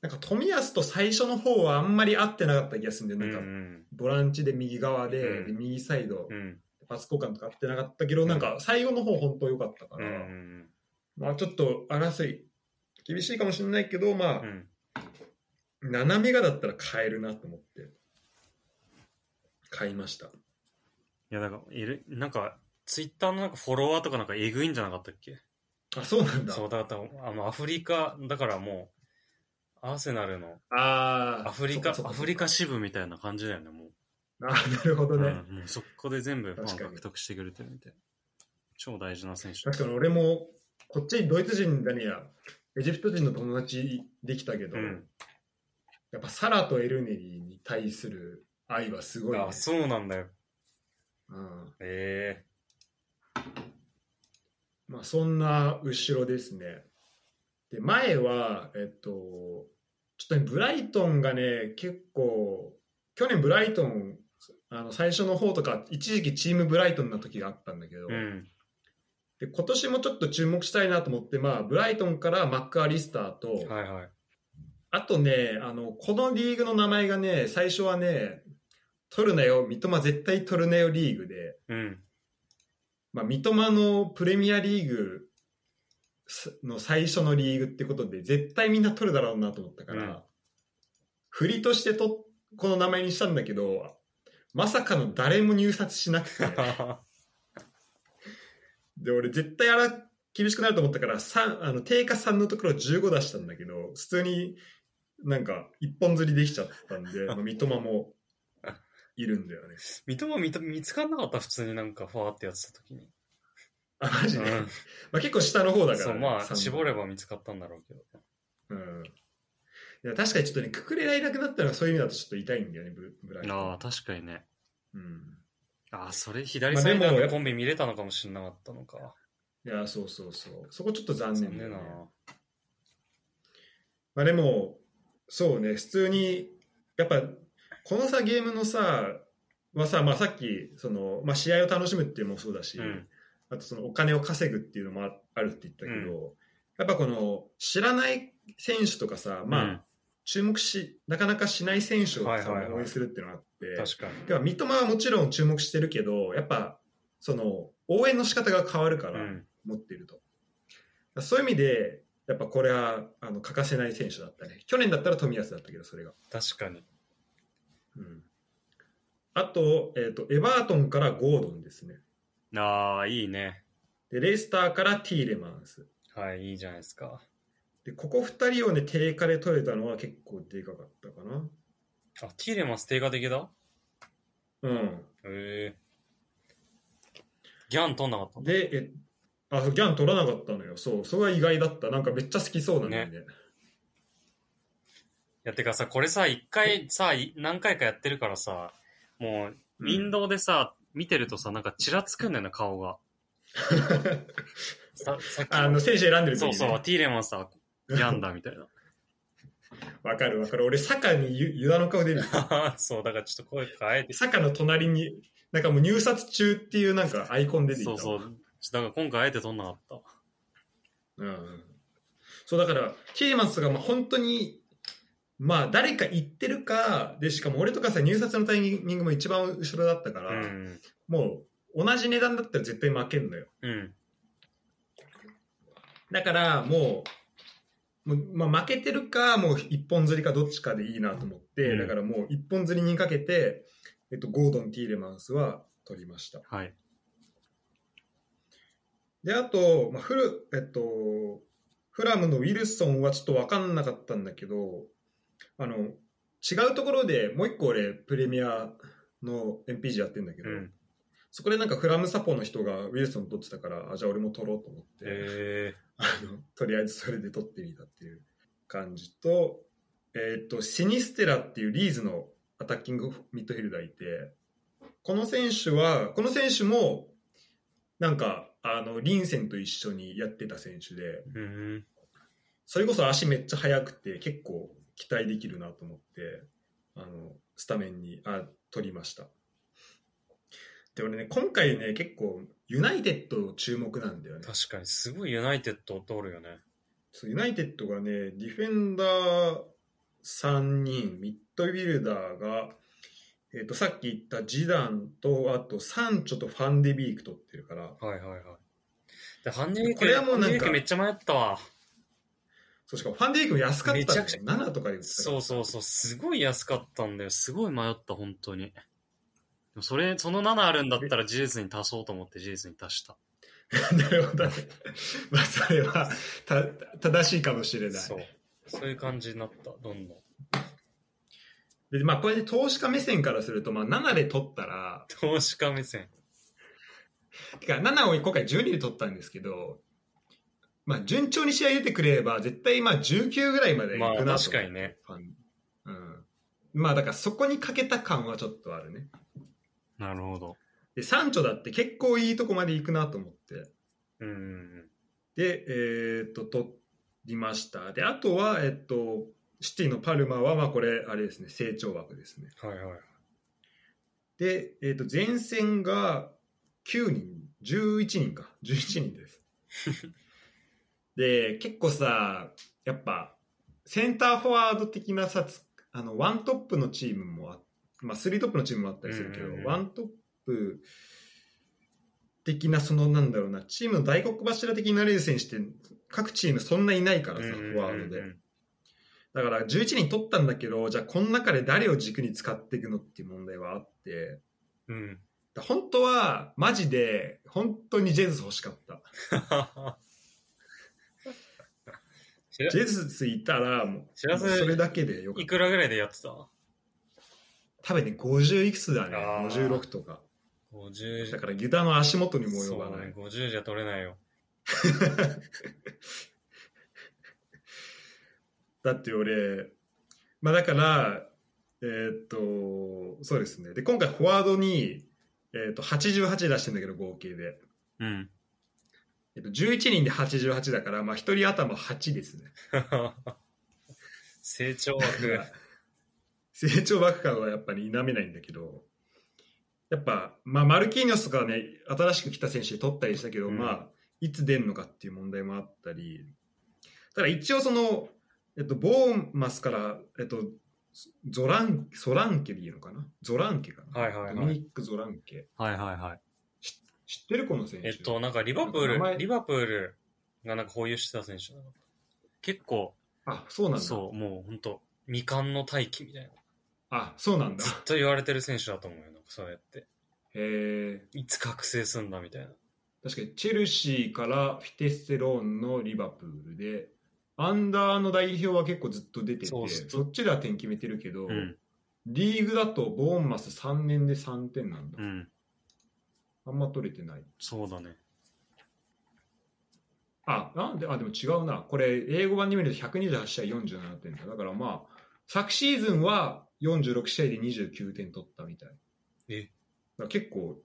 B: なんか冨安と最初の方はあんまり合ってなかった気がするん
A: う
B: だ
A: ん
B: よ、
A: う
B: なんか、
A: ん。
B: ボランチで右側で、
A: うん
B: で右サイド、
A: うん。
B: パス交換とか合ってなかったけど、なんか最後の方本当良かったか
A: う
B: ら、
A: ん。
B: まあちょっと争い、厳しいかもしれないけど、まあ、
A: うん。
B: 斜めがだったら買えるなと思って買いました
A: いや、なんか、いる、なんか、ツイッターのなんかフォロワーとかなんかえぐいんじゃなかったっけ
B: あそうなんだ
A: そう、だから、あの、アフリカ、だからもう、アーセナルの
B: ああ
A: アフリカ、ア
B: そっかそっか
A: フリカ支部みたいな感じだよね、もう。
B: あーなるほどね、
A: うんもうそこで全部ファン
B: 確かに
A: 獲得してくれてるみたいな。超大事な選手。
B: 確かに俺もこっちにドイツ人だねやエジプト人の友達できたけど、
A: うん
B: やっぱサラとエルネリに対する愛はすごい、ね
A: あ、そうなんだよ。
B: うん
A: え
B: まあ、そんな後ろですね。で前は、えっと、ちょっとねブライトンがね結構去年ブライトンあの最初の方とか一時期チームブライトンな時があったんだけど、
A: えうん。
B: で今年もちょっと注目したいなと思って、まあ、ブライトンからマックアリスターと、
A: はいはい。
B: あとねあのこのリーグの名前がね最初はね取るなよ三笘絶対取るなよリーグで。
A: うん。
B: まあ、三笘のプレミアリーグすの最初のリーグってことで絶対みんな取るだろうなと思ったから、
A: うん
B: 振りとしてとこの名前にしたんだけどまさかの誰も入札しなく てで俺絶対あら厳しくなると思ったからさあの定価3のところ15出したんだけど普通になんか一本釣りできちゃったん でまあ三笘もいるんだよね。
A: 三笘見た見つかんなかった普通になんかファーってやってた時に。
B: あマジで、
A: うん
B: まあ、結構下の方だからね、
A: そう、まあ、
B: 三の
A: 絞れば見つかったんだろうけど。
B: うんいや確かにちょっとね、くくれられなくなったのはそういう意味だとちょっと痛いんだよね、ブブライトン。
A: ああ、確かにね。
B: うん、
A: ああ、それ左
B: まあ
A: サイ
B: で
A: ド
B: も
A: のコンビ見れたのかもしれなかったのか。
B: いや、そうそうそう。そこちょっと残
A: 残
B: 念だ
A: 念
B: よね
A: だな。。
B: まあでも、そうね、普通に、やっぱ、このさ、ゲームのさ、はさ、まあさっき、その、まあ試合を楽しむっていうのもそうだし、
A: うん
B: あとそのお金を稼ぐっていうのもああるって言ったけど、やっぱこの、知らない選手とかさ、まあ、
A: うん
B: 注目し、なかなかしない選手をさ、
A: はいはいはい
B: 応援するっていうのがあって、
A: 確かに。
B: では三笘はもちろん注目してるけどやっぱその応援の仕方が変わるか
A: う
B: ら、
A: ん。
B: 持っているとだからそういう意味でやっぱこれはあの欠かせない選手だったね去年だったら冨安だったけどそれが、
A: 確かに。
B: うん、あと,、えー、とエバートンからゴードンですね
A: ああ、いいね。
B: でレイスターからティーレマンス
A: はい、いいじゃないですか。
B: でここ2人をね定価で取れたのは結構でかかったかな
A: あ、ティーレマス定価的だ
B: うん
A: へえ。ギャン取んなかったの
B: でえあそうギャン取らなかったのよそうそれは意外だったなんかめっちゃ好きそうなのにね
A: いや、てかさ、これさ、一回さ、い何回かやってるからさ、もう、ウィンドウでさ、見てるとさ、なんかちらつくんだよね、顔が。
B: うん
A: ささっき
B: あの選手選んでる時、
A: そ
B: ね、
A: うそう、ティーレマンさ、ギャンだ、みたいな。
B: わかるわかる俺サカにゆユダの顔 出る
A: そう、だからちょっと声変えて。
B: サカの隣になんかもう入札中っていうなんかアイコン出ていた
A: そうそう。だから今回あえて撮んなかった。
B: うんうん、そうだからティーマンスがまあ本当にまあ誰か言ってるかでしかも俺とかさ入札のタイミングも一番後ろだったか
A: う
B: ら、
A: ん。
B: もう同じ値段だったら絶対負けんのよ
A: うん。
B: だからもうもう、まあ、負けてるかもう一本釣りかどっちかでいいなと思って、
A: うん
B: だからもう一本釣りにかけて、えっと、ゴードン・ティーレマンスは取りました
A: はい。
B: であと、まあ、フルえっとフラムのウィルソンはちょっと分かんなかったんだけどあの違うところでもう一個俺プレミアの MPG やってんだけ
A: う
B: ど、
A: ん。
B: そこでなんかフラムサポの人がウィルソン取ってたからあじゃあ俺も取ろうと思って、
A: え
B: あのとりあえずそれで取ってみたっていう感じと,、えっとシニステラっていうリーズのアタッキングミッドフィルダーいてこの選手はこの選手もなんかあのリンセンと一緒にやってた選手で
A: ー。うん。
B: それこそ足めっちゃ速くて結構期待できるなと思ってあのスタメンにあ取りました。で俺ね今回ね結構ユナイテッド注目なんだよね。
A: 確かに、すごいユナイテッド通るよね。
B: そうユナイテッドがね、ディフェンダー3人、ミッドビルダーが、えっとさっき言ったジダンと、あとサンチョとファンデビーク取ってるから、
A: はいはいはい。で、ハンディーク、
B: これはもうなんか
A: ハンディークめっちゃ迷ったわ。
B: そうしかもファンデビークも安かったん
A: め
B: だ
A: ち
B: よ
A: ゃくちゃ
B: 7とかで売ってたか
A: そ
B: ら
A: うそうそう、すごい安かったんだよ。すごい迷った、本当に。でもそれ、その7あるんだったら事実に足そうと思って事実に足した。
B: なるほどね。まあ、それはた正しいかもしれない。
A: そう。そういう感じになった、どんどん。
B: で、まあ、これで投資家目線からすると、まあ、7で取ったら、
A: 投資家目線。
B: てか7を今回12で取ったんですけど、まあ、順調に試合出てくれれば絶対まあ19ぐらいまでいくなと思う
A: まあ確かにね
B: ファンうん、まあだからそこにかけた感はちょっとあるね
A: なるほど。
B: で、サンチョだって結構いいとこまで行くなと思って。
A: うん。
B: で、えーっと、取りました。で、あとは、えっと、シティのパルマは、まあこれ、あれですね、成長枠ですね。
A: はいはい。
B: で、えーっと、前線が9人、11人か、11 人です。で、結構さ、やっぱ、センターフォワード的なさ、つあの、ワントップのチームもあ、まあ、スリートップのチームもあったりするけど、
A: うんうんうん
B: ワントップ的な、その、なんだろうな、チームの大黒柱的になれる選手って、各チームそんないないからさ、フォワードで。だから11人取ったんだけど、じゃあこの中で誰を軸に使っていくのっていう問題はあって、
A: うんうんうん。
B: だ本当は、マジで、本当にジェズス欲しかった。
A: 知ら
B: ジェズスいたら、も
A: 知
B: う、も
A: ら
B: う
A: ず
B: それだけでよかっ
A: い
B: た。
A: くらぐらいでやってた
B: 多分ね、50いくつだね。
A: あー
B: 56とか。
A: ?50 じ
B: だ
A: ゃ
B: か、ら、ギュダの足元に模様
A: そう
B: が
A: だ
B: ない。
A: ね、50じゃ取れないよ。
B: だって俺、まあだから、えーっと、そうですね。で、今回フォワードに、えーっと、88出してんだけど、合計で。
A: うん。
B: えっと、11人で88だから、まあ、1人頭8ですね。
A: 成長 枠。
B: 成長ばっかはやっぱり否めないんだけど、やっぱ、まあ、マルキーニョスとかね、新しく来た選手で取ったりしたけど、
A: うん
B: まあ、いつ出んのかっていう問題もあったり、ただ一応その、えっと、ボーンマスから、えっと、ゾラン、ソランケでいいのかなゾランケかな
A: はいはいはい
B: ドミニック・ゾランケ。
A: はいはいはい。
B: 知ってるこの選手。
A: えっと、なんかリバプ
B: 名
A: ール、
B: 前
A: リバプールがなんか保有してた選手なの結構、
B: あ、そうなんだ。
A: そう、もう本当未完の大器みたいな。
B: あ、そうなん だ
A: ず。っと言われてる選手だと思うよ、なんかそうやって。
B: へえ。
A: いつ覚醒すんだみたいな。
B: 確かにチェルシーからフィテステローンのリバプールでアンダーの代表は結構ずっと出てて
A: そ
B: そう
A: ずっと
B: っちでは点決めてるけど、
A: うん。
B: リーグだとボーンマス3年で3点なん
A: う
B: だ、
A: ん。
B: あんま取れてない
A: そうだね。
B: あなんであでも違うなこれ英語版で見ると128試合47点だだからまあ昨シーズンは46試合で29点取ったみたい
A: え
B: だから結構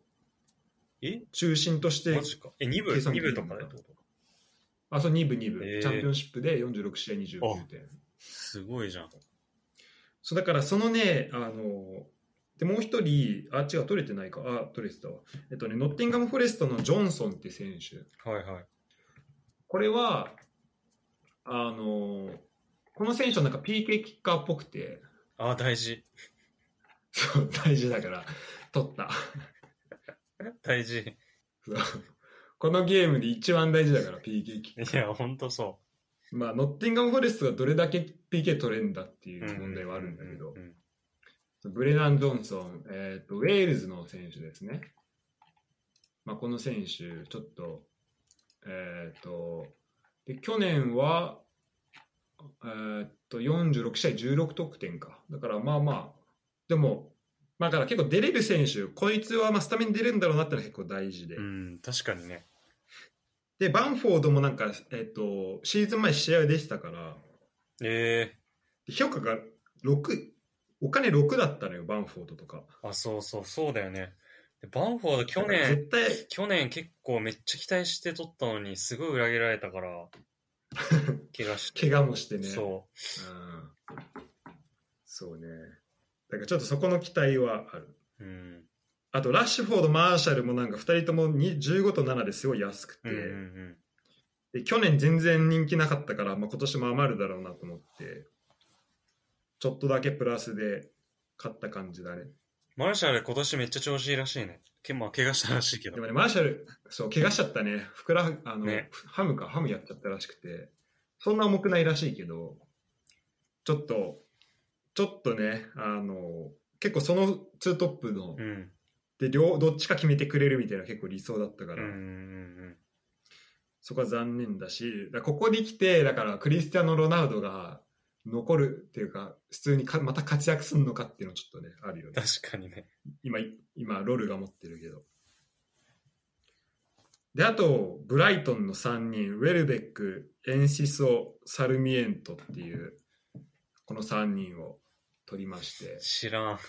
A: え
B: 中心として
A: マジか。え、2部
B: 計算
A: ?2
B: できる
A: 部
B: んだ
A: とかでってこと
B: あそう2部2部、
A: えー
B: チャンピオンシップで46試合29
A: あ
B: 点
A: すごいじゃん。
B: そうだからそのね、あのでもう一人、あ違う、取れてないか、あ取れてたわ、えっとね、ノッティンガム・フォレストのジョンソンって選手、
A: はいはい。
B: これは、あのこの選手はなんか PK キッカーっぽくて、
A: あ、大事。
B: そう大事だから、取った、
A: 大事。
B: そうこのゲームで一番大事だから、PK キッカー。
A: いや、ほんとそ
B: まあ、ノッティンガム・フォレストがどれだけ PK 取れるんだって
A: う。
B: いう問題はあるんだけ
A: う
B: ど
A: う、ん
B: ブレナン・ジョンソン、えーと、ウェールズの選手ですね。まあ、この選手、ちょっと、えー、とで去年は、えー、と46試合16得点か。だからまあまあ、でも、まあ、だから結構出れる選手、こいつはまあスタメン出れるんだろうなってのは結構大事で。
A: うんうん、確かにね。
B: で、バンフォードもなんか、えー、とシーズン前試合でしたから、
A: え
B: で評価が6、お金6だったのよ、バンフォードとか。
A: ー、あ、そうそう、そうだよね。でバンフォード去
B: だから
A: 年、
B: 絶対
A: 去年結構めっちゃ期待して取ったのに、すごい裏切られた から、怪我して。
B: 怪我もしてね。
A: そ
B: うんそうね。だからちょっとそこの期待はある。
A: う。うん。
B: あと、ラッシュフォード、マーシャルもなんか2人ともに15と7ですごい安くて、
A: うんうんうん。
B: で去年全然人気なかったから、まあ、今年も余るだろうなと思って、ちょっとだけプラスで買った感じだね。
A: マルシャル今年めっちゃ調子いいらしいね。けまあ、怪我したらしいけ
B: で
A: ど
B: も。ね、マーシャル、そう、怪我しちゃったね。ふくらはあの、
A: ね
B: ハムか、ハムやっちゃったらしくて、そんな重くないらしいけど、ちょっと、ちょっとね、あの、結構そのツートップの、
A: うん。
B: で両どっちか決めてくれるみたいな結構理想だったか
A: うんう
B: ら、
A: んうん
B: そこは残念だしだからここに来てだからクリスティアーノ・ロナウドが残るっていうか普通にかまた活躍するのかっていうのちょっとねあるよ
A: うん。
B: ね
A: 確かにね。
B: 今今ロルが持ってるけどであとブライトンの3人ウェルベックエンシソサルミエントっていうこの3人を取りまして
A: 知らん。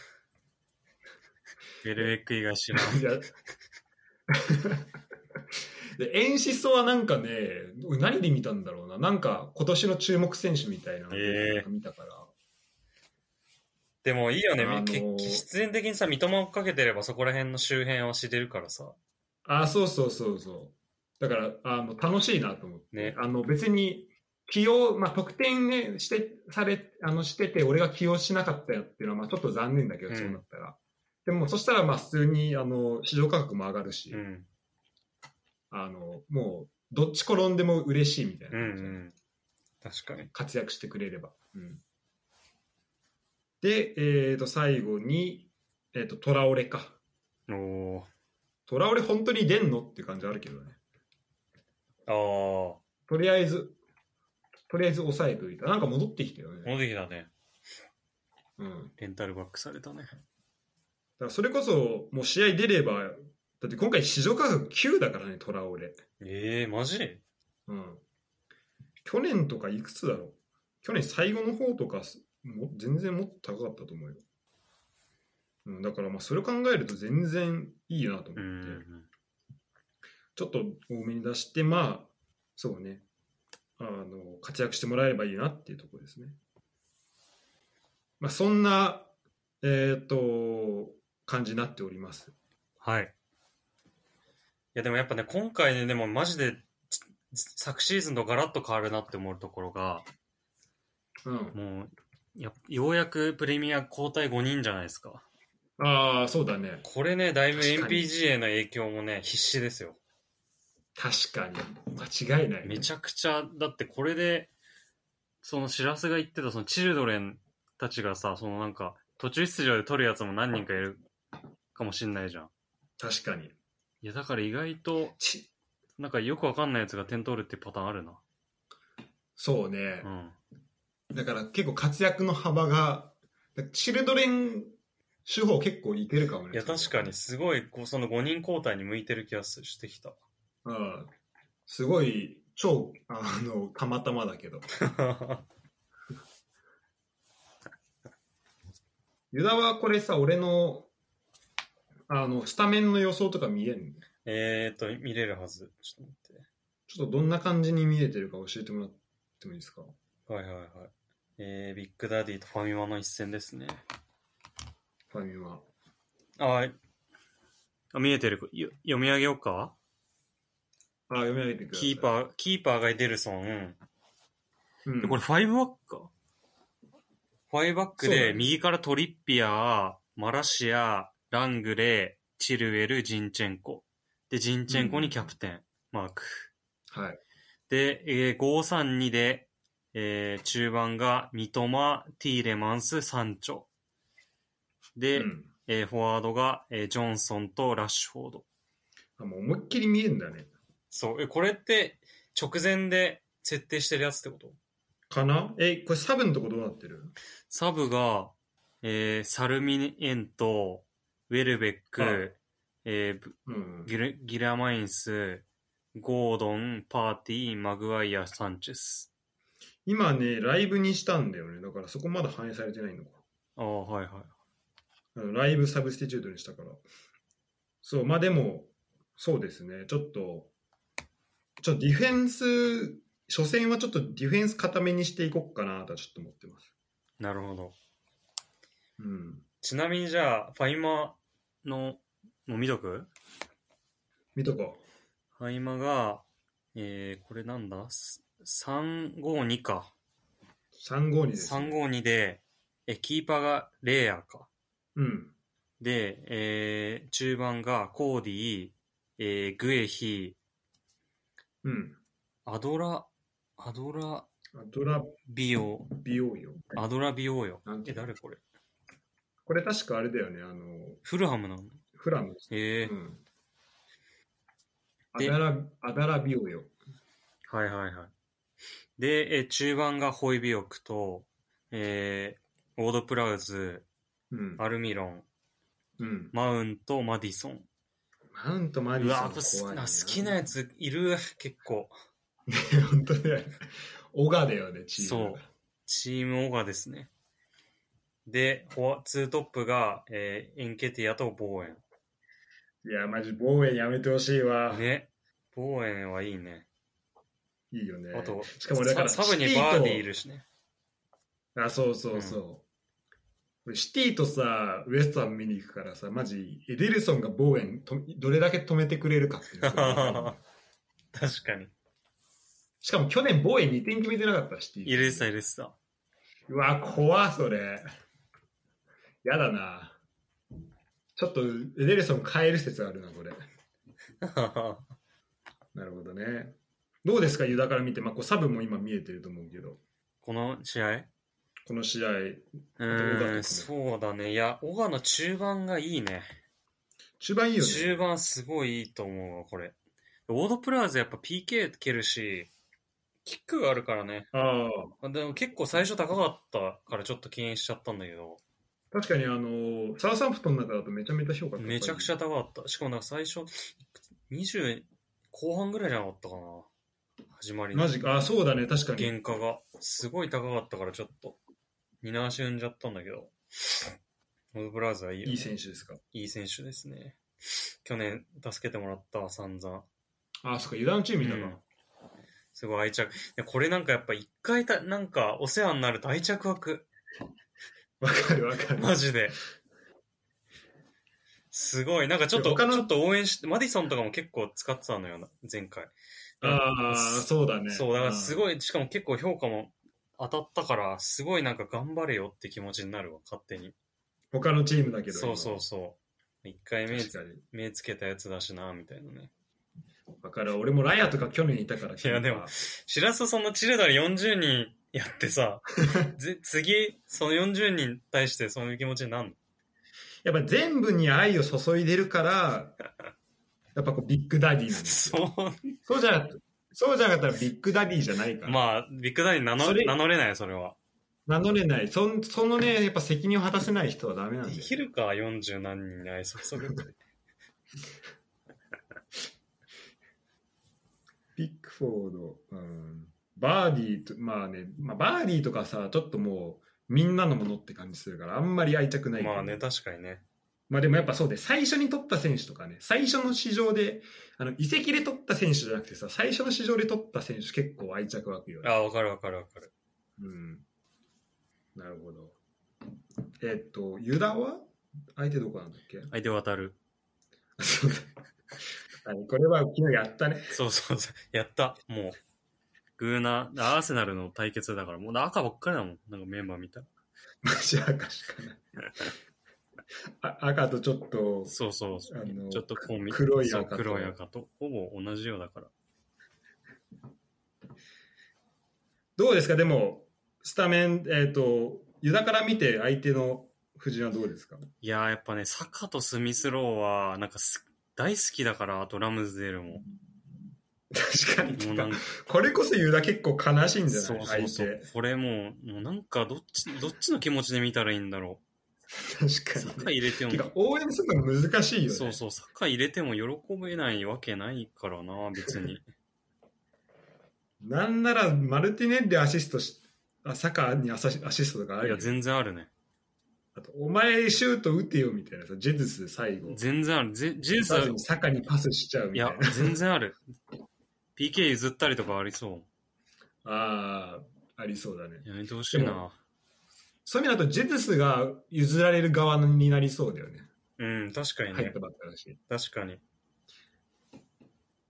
A: ベルベック以外知らん。
B: いやで遠視層はなんかね何で見たんだろうななんか今年の注目選手みたいなの
A: ええ
B: なんか見たから、
A: でもいいよね、
B: あのー
A: け必然的にさ、三笘をかけてればそこら辺の周辺を知れるからさ。
B: あそうそうそうそうだからあの楽しいなと思って、
A: ね
B: あの別に起用、まあ、得点、ね、してされあのしてて俺が起用しなかったよっていうのは、まあ、ちょっと残念だけど、
A: うん
B: そうなったらでもそしたらまあ普通にあの市場価格も上がるし、
A: うん。
B: あのもうどっち転んでも嬉しいみたいな
A: うんう
B: 感
A: ん。
B: じ、
A: 確かに。
B: 活躍してくれれば。うんで、えー、と最後に、えー、とトラオレか。
A: お
B: トラオレ本当に出んのっていう感じあるけどね。
A: ー。ああ。
B: とりあえず、とりあえず抑えておいた。なんか戻ってきたよね。
A: 戻ってきたね。
B: うん、だ
A: レンタルバックされたね。
B: からそれこそ、もう試合出れば、だって今回市場価格9だからね、トラオレ。
A: ええマジ
B: うん。去年とかいくつだろう去年最後の方とかす、も全然もっと高かったと思うよ。うん、だからまあそれを考えると全然いいなと思って。
A: うん。
B: ちょっと多めに出して、まあ、そうね、あの活躍してもらえればいいなっていうところですね。まあ、そんな、えっ、と、感じになっております。
A: はい。いや、でもやっぱね、今回ね、でもマジで、つ昨シーズンとガラッと変わるなって思うところが、
B: うん。
A: もう、やようやくプレミア交代5人じゃないですか。
B: ああ、そうだね。
A: これね、だいぶ
B: 確かに
A: NPGA の影響もね、必死ですよ。
B: 確かに。間違いない。
A: めちゃくちゃ、だってこれで、その知らせが言ってた、そのチルドレンたちがさ、そのなんか、途中出場で取るやつも何人かいるかもしんないじゃん。
B: 確かに。
A: いや、だから意外と、
B: ち
A: なんかよくわかんないやつが点取るってパターンあるな。
B: そうね
A: う。ん。
B: だから結構活躍の幅が、だからチルドレン手法結構いけるかもね。
A: いや、確かにすごい、こう、その5人交代に向いてる気がすしてきた。
B: うん。すごい、超、あの、たまたまだけど。ユダはこれさ、俺の、あの、スタメンの予想とか見えん
A: えーと、見れるはず。ちょっと待っ
B: ちょっとどんな感じに見えてるか教えてもらってもいいですか
A: て。はいはいはい。えー、ビッグダディとファミマの一戦ですね。
B: ファミマ。
A: あーあ、見えてる。よ読み上げようか
B: あ、読み上げてください。
A: キーパー、キーパーが出るソン。
B: ー。うん、
A: これ、ファイブバックかファイブバック
B: そうだ
A: で、
B: ね
A: 右からトリッピアー、マラシア、ラングレー、チルウェル、ジンチェンコ。で、ジンチェンコにキャプテン、マーク。
B: はい。
A: で、えー、532で、えー、中盤が三笘、ティーレマンス、サンチョ。で、
B: うん
A: えーフォワードが、えージョンソンとラッシュフォード。
B: あ、もう思いっきり見えんだね。
A: そう、え、これって直前で設定してるやつってこと
B: かなえ、これサブのとこどうなってる
A: サブが、えーサルミエント、ウェルベッ
B: はい
A: ク、えーブ
B: うん。
A: ギルギラマインス、ゴードン、パーティー、マグワイア、サンチェス。
B: 今ね、ライブにしたんだよね。だからそこまだ反映されてないのか。
A: ああ、はいはい。
B: あのライブサブスティチュートにしたから。そう、まあでも、そうですね、ちょっと、ちょっとディフェンス、初戦はちょっとディフェンス固めにしていこうかなとはちょっと思ってます。
A: なるほど。
B: うん。
A: ちなみにじゃあ、ファイマの、もう見とく
B: 見とこ
A: ファイマが、えー、これなんだす ?352 か。
B: う。352です、
A: 352で、え、キーパーがレイヤーか。
B: うん。
A: で、えー、中盤がコーディ、えー、グエヒ、
B: うん。
A: アドラ、アドラ
B: アドラ
A: ビオ、
B: ビオよ。
A: アドラビオよ
B: なん。て
A: え、誰これ
B: これ確かあれだよね、あの、
A: フルハムなの
B: フラムです、
A: えー
B: うん。ア
A: で
B: ダラ、アダラビオよ。
A: はいはいはい。で、えー中盤がホイビオクと、えー、オードプラウズ、
B: うん。
A: アルミロン、
B: うん。
A: マウント、マディソン。
B: マウントマデ
A: う
B: ィ
A: わ、
B: ソン怖い、
A: 好きなや。ついる、結構。
B: 本当だよね。オガだよね、チームが。
A: そうチームオガですね。で、フォアツートップが、えーエンケティアとボーエ
B: いや、マジ、ボーエンやめてほしいわ
A: ン。。ね。ボーエンはいいね。
B: いいよね。
A: あと、
B: しかもだから
A: ササブに
B: シティ
A: バ
B: と
A: ーディいるしね。
B: あ、そうそうそう。シティとさ、ウエストハム見に行くからさ、マジ、エデルソンがボーエンと、どれだけ止めてくれるかっ ていう
A: 確かに。
B: しかも去年、ボーエン2点決めてなかった、シティ。
A: 入れてた入れてた。
B: うわ、怖それ。やだな。ちょっと、エデルソン変える説あるな、これ。なるほどね。どうですか、ユダから見て。まあ、こうサブも今見えてると思うけど、
A: この試合
B: この試合、
A: う
B: 小川
A: ー
B: と
A: ん、
B: か
A: そうだね。いや、小川の中盤がいいね。
B: 中盤いいよね。
A: 中盤すごいいいと思うわ、これ。オードプラーズやっぱ PK 蹴るし、キックがあるからね。
B: ああ。
A: でも結構最初高かったからちょっと敬遠しちゃったんだけど、
B: 確かにあのサウサンプトンの中だとめちゃめちゃ評価高い
A: めちゃくちゃ高かった。しかもなんか最初、20後半ぐらいじゃなかったかな。始まりの
B: マジかあそうだね確かに
A: 原価が。すごい高かったからちょっと、二なし踏んじゃったんだけど。オードプラーズはいいよね
B: いい選手ですか
A: いい選手ですね。去年助けてもらったわ散々。
B: あそっか油断チームいたな、
A: うんすごい愛着。いやこれなんかやっぱ一回た、なんかお世話になると愛着湧く。
B: わかるわかる
A: マジで。すごい。なんかちょっと、
B: 他の
A: ちょっと応援して、マディソンとかも結構使ってたのよな、前回。
B: ああそうだね
A: そう、だからす
B: い
A: ごい、しかも結構評価も当たったから、すごいなんか頑張れよって気持ちになるわ、勝手に。
B: 他のチームだけど
A: そうそうそう。一回目
B: 確かに
A: 目つけたやつだしな、みたいなね。
B: わかる俺もライアとか去年いたからい
A: いやでもしらすそのチルドレ40人やって さ、ぜ次、その40人に対してそういう気持ちになんの
B: やっぱ全部に愛を注いでるからやっぱこうビッグダディなんです
A: そう。
B: そうじゃなくそうじゃなかったらビッグダディじゃないから、
A: まあ、ビッグダディ名乗
B: それ
A: 名乗れないよ、それは。
B: 名乗れないそんそのねやっぱ責任を果たせない人はダメなんで
A: できるか、40何人に愛想そぐって。
B: ピックフォード、うん、バーディーと、まあね、まあ、バーディーとかさ、ちょっともう、みんなのものって感じするから、あんまり愛着ないけど
A: まあね、確かにね。
B: まあでもやっぱそうで、最初に取った選手とかね、最初の市場で、あの、移籍で取った選手じゃなくてさ、最初の市場で取った選手結構愛着湧くよね。
A: あわかるわかるわかる。
B: うん。なるほど。えっと、ユダは相手どこなんだっけ
A: 相手渡る。
B: そうだはいこれは昨日やったね。
A: そうそうそう。やった、もう。グーナー、アーセナルの対決だから、もう赤ばっかりだもん。なんかメンバー見たら。
B: マジ赤しかない。あ赤とちょっと、
A: そうそうそう
B: あの
A: ちょっとこう見
B: 黒い赤
A: そう
B: と
A: 黒い赤と。ほぼ同じようだから。
B: どうですか、でも、スタメン、えっ、と、ユダから見て相手の布陣はどうですか
A: いやーやっぱね、サカとスミスローは、なんかす大好きだから、あとラムズデールも。
B: 確かに
A: もうなんか、
B: これこそユダ結構悲しいんじゃ
A: そう
B: な
A: そ
B: いう
A: そう
B: 相。
A: これもう、もうなんかどっち、どっちの気持ちで見たらいいんだろ
B: 手。
A: う。
B: 確
A: サ
B: かに、
A: カ入れても
B: て、か、応援するの難しいよね。
A: そうそう、サカ入れても喜べないわけないからな、別に。
B: なんなら、マルティネッリアシストし、あサッカーにアサシアシストとかあ
A: い
B: る
A: や、
B: よ
A: 全然あるね。
B: あと、お前シュート打てよみたいなさ、ジェズス最後。
A: 全然ある。ぜジェイス
B: サ
A: は、
B: にサッカーにパスしちゃう
A: い
B: みたい
A: や
B: な。、
A: 全然ある。PK 譲ったりとかありそ
B: ああ、ありそうだね。
A: う。やめてほしい
B: で
A: な
B: も。そういう意味だと、ジェズスが譲られる側になりそうだよね。
A: うん、確かに
B: 入っ
A: ね
B: た。ばっかだし。
A: 確かに。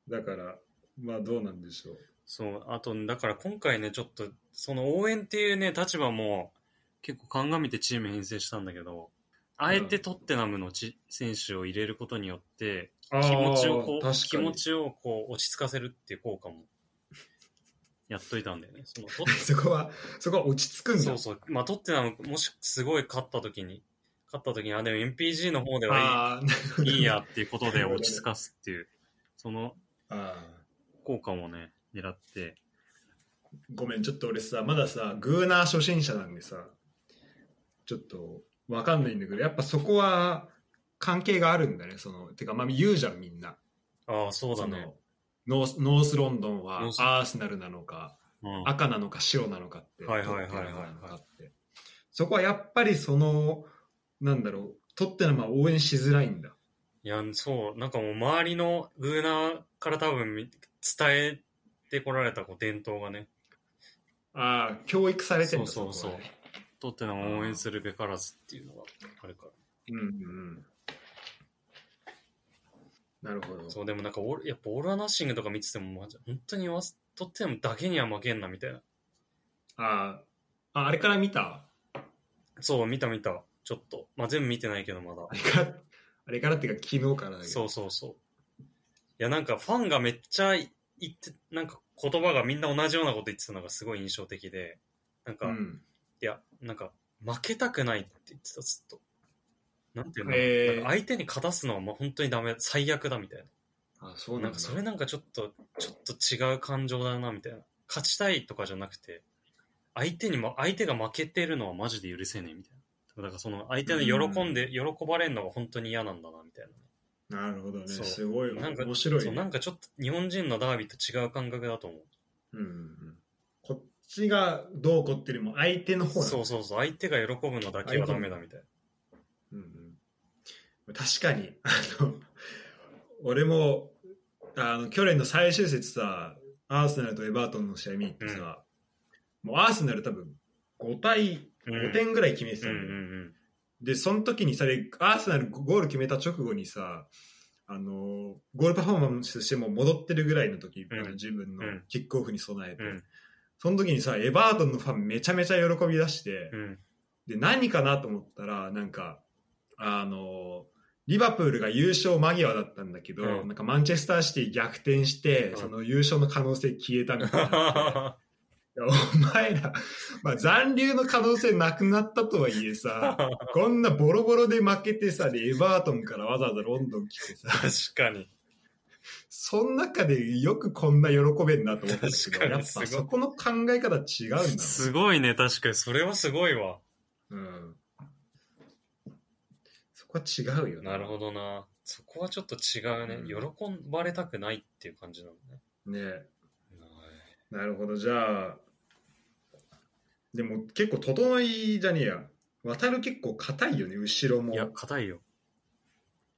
B: だから、まあどうなんでしょう。
A: そう、あと、だから今回ね、ちょっと、その応援っていうね、立場も結構鑑みてチーム編成したんだけど、あえてトッテナムのち選手を入れることによって、
B: あ
A: 気持ちをこう、
B: 確
A: 気
B: かに
A: 持。ちをこう、落ち着かせるっていう効果も、やっといたんだよね。そのト
B: そこは、そこは落ち着くんだ。
A: そうそう。まあ、トッテナム、もしすごい勝った時に、勝った時に、あ、でも MPG の方では
B: ああ、なるほ
A: い
B: ど
A: いいいやっていうことで落ち着かすっていう、その
B: あ
A: 効果もね、狙って、
B: ーごめん、ちょっと俺さ、まださ、グーナー初心者なんでさ、ちょっとわかんないんだけど、やっぱそこは関係があるんだね。その、てか、まあ言うじゃん、みんな。
A: ああ、そうだね。
B: そのノースノースロンドンは
A: ノース
B: アーセナルなのか、
A: うん
B: 赤なのか白なのかって、
A: はいはいはいはいはい
B: どっちなのかってそこはやっぱりその、なんだろう、トッテナムは応援しづらいんだ。
A: いや、そう、なんかもう周りのグーナーから多分み伝えてこられたこう伝統がね、
B: ああ、教育されてるんだ
A: そうそうそう
B: こはね
A: トッテナムを応援するべからずっていうのがあるから。
B: うんうん。なるほど。
A: そう、でもなんかオール、やっぱオールアナッシングとか見てても、まじ本当にわすトッテナムだけには負けんなみたいな。
B: ああ、ああれから見た
A: そう、見た見た。ちょっと。まあ、全部見てないけど、まだ
B: あ。れから、あれからっていうか昨日からだけど。
A: そうそうそう。いや、なんかファンがめっちゃ言って、なんか言葉がみんな同じようなこと言ってたのがすごい印象的で、なんか、い
B: ん。
A: や、なんか、負けたくないって言ってた、ずっと。なんていうの、
B: へー
A: なんか相手に勝たすのはもう本当にダメ、最悪だみたい
B: あそう
A: な。な
B: な
A: んん
B: だ。
A: かそれなんかちょっと、ちょっと違う感情だな、みたいな。勝ちたいとかじゃなくて、相手にも、相手が負けてるのはマジで許せねえ、みたいな。だからその相手の喜んで、喜ばれるのが本当に嫌なんだな、みたいな。
B: なるほどね。
A: そう
B: すごい。
A: なんか
B: 面白い、
A: そう
B: ね。
A: なんかちょっと日本人のダービーと違う感覚だと思う。
B: うんうんうん。こっちがどうこうっていうよりも相手の方なんだ
A: そうそうそう、相手が喜ぶのだけはダメだみたいな。
B: うんうん、確かにあの俺もあの去年の最終節さアーセナルとエバートンの試合見に行ってさ、もうアーセナル多分5対
A: うん
B: 5点ぐらい決めてた
A: う
B: の
A: ん
B: よ、
A: うん
B: でその時にさでアーセナルゴール決めた直後にさあのゴールパフォーマンスとしても戻ってるぐらいの時、
A: うん
B: あの自分の
A: うん
B: キックオフに備えて、
A: うん
B: その時にさエバートンのファンめちゃめちゃ喜び出して、
A: うんうん。
B: で何かなと思ったらなんかあのリバプールが優勝間際だったんだけど、
A: うん
B: なんかマンチェスターシティ逆転して、
A: うん
B: その優勝の可能性消えたみた いな。
A: あ
B: いやお前ら、まあ、残留の可能性なくなったとはいえ さ、こんなボロボロで負けてさ、で、エバートンからわざわざロンドン来てさ、
A: 確かに。
B: その中でよくこんな喜べんなと思ったんだけ
A: 確
B: ど、
A: かに
B: やっ
A: すご
B: ぱ
A: い
B: そこの考え方違うんだろうね
A: すごいね、確かに。それはすごいわ。
B: うん。そこは違うよ
A: なるほどな。そこはちょっと違うね。
B: うん
A: 喜ばれたくないっていう感じなのね。
B: ねなるほどじゃあでも結構整いじゃねえや渡る結構硬いよね後ろも
A: いや、硬いよ。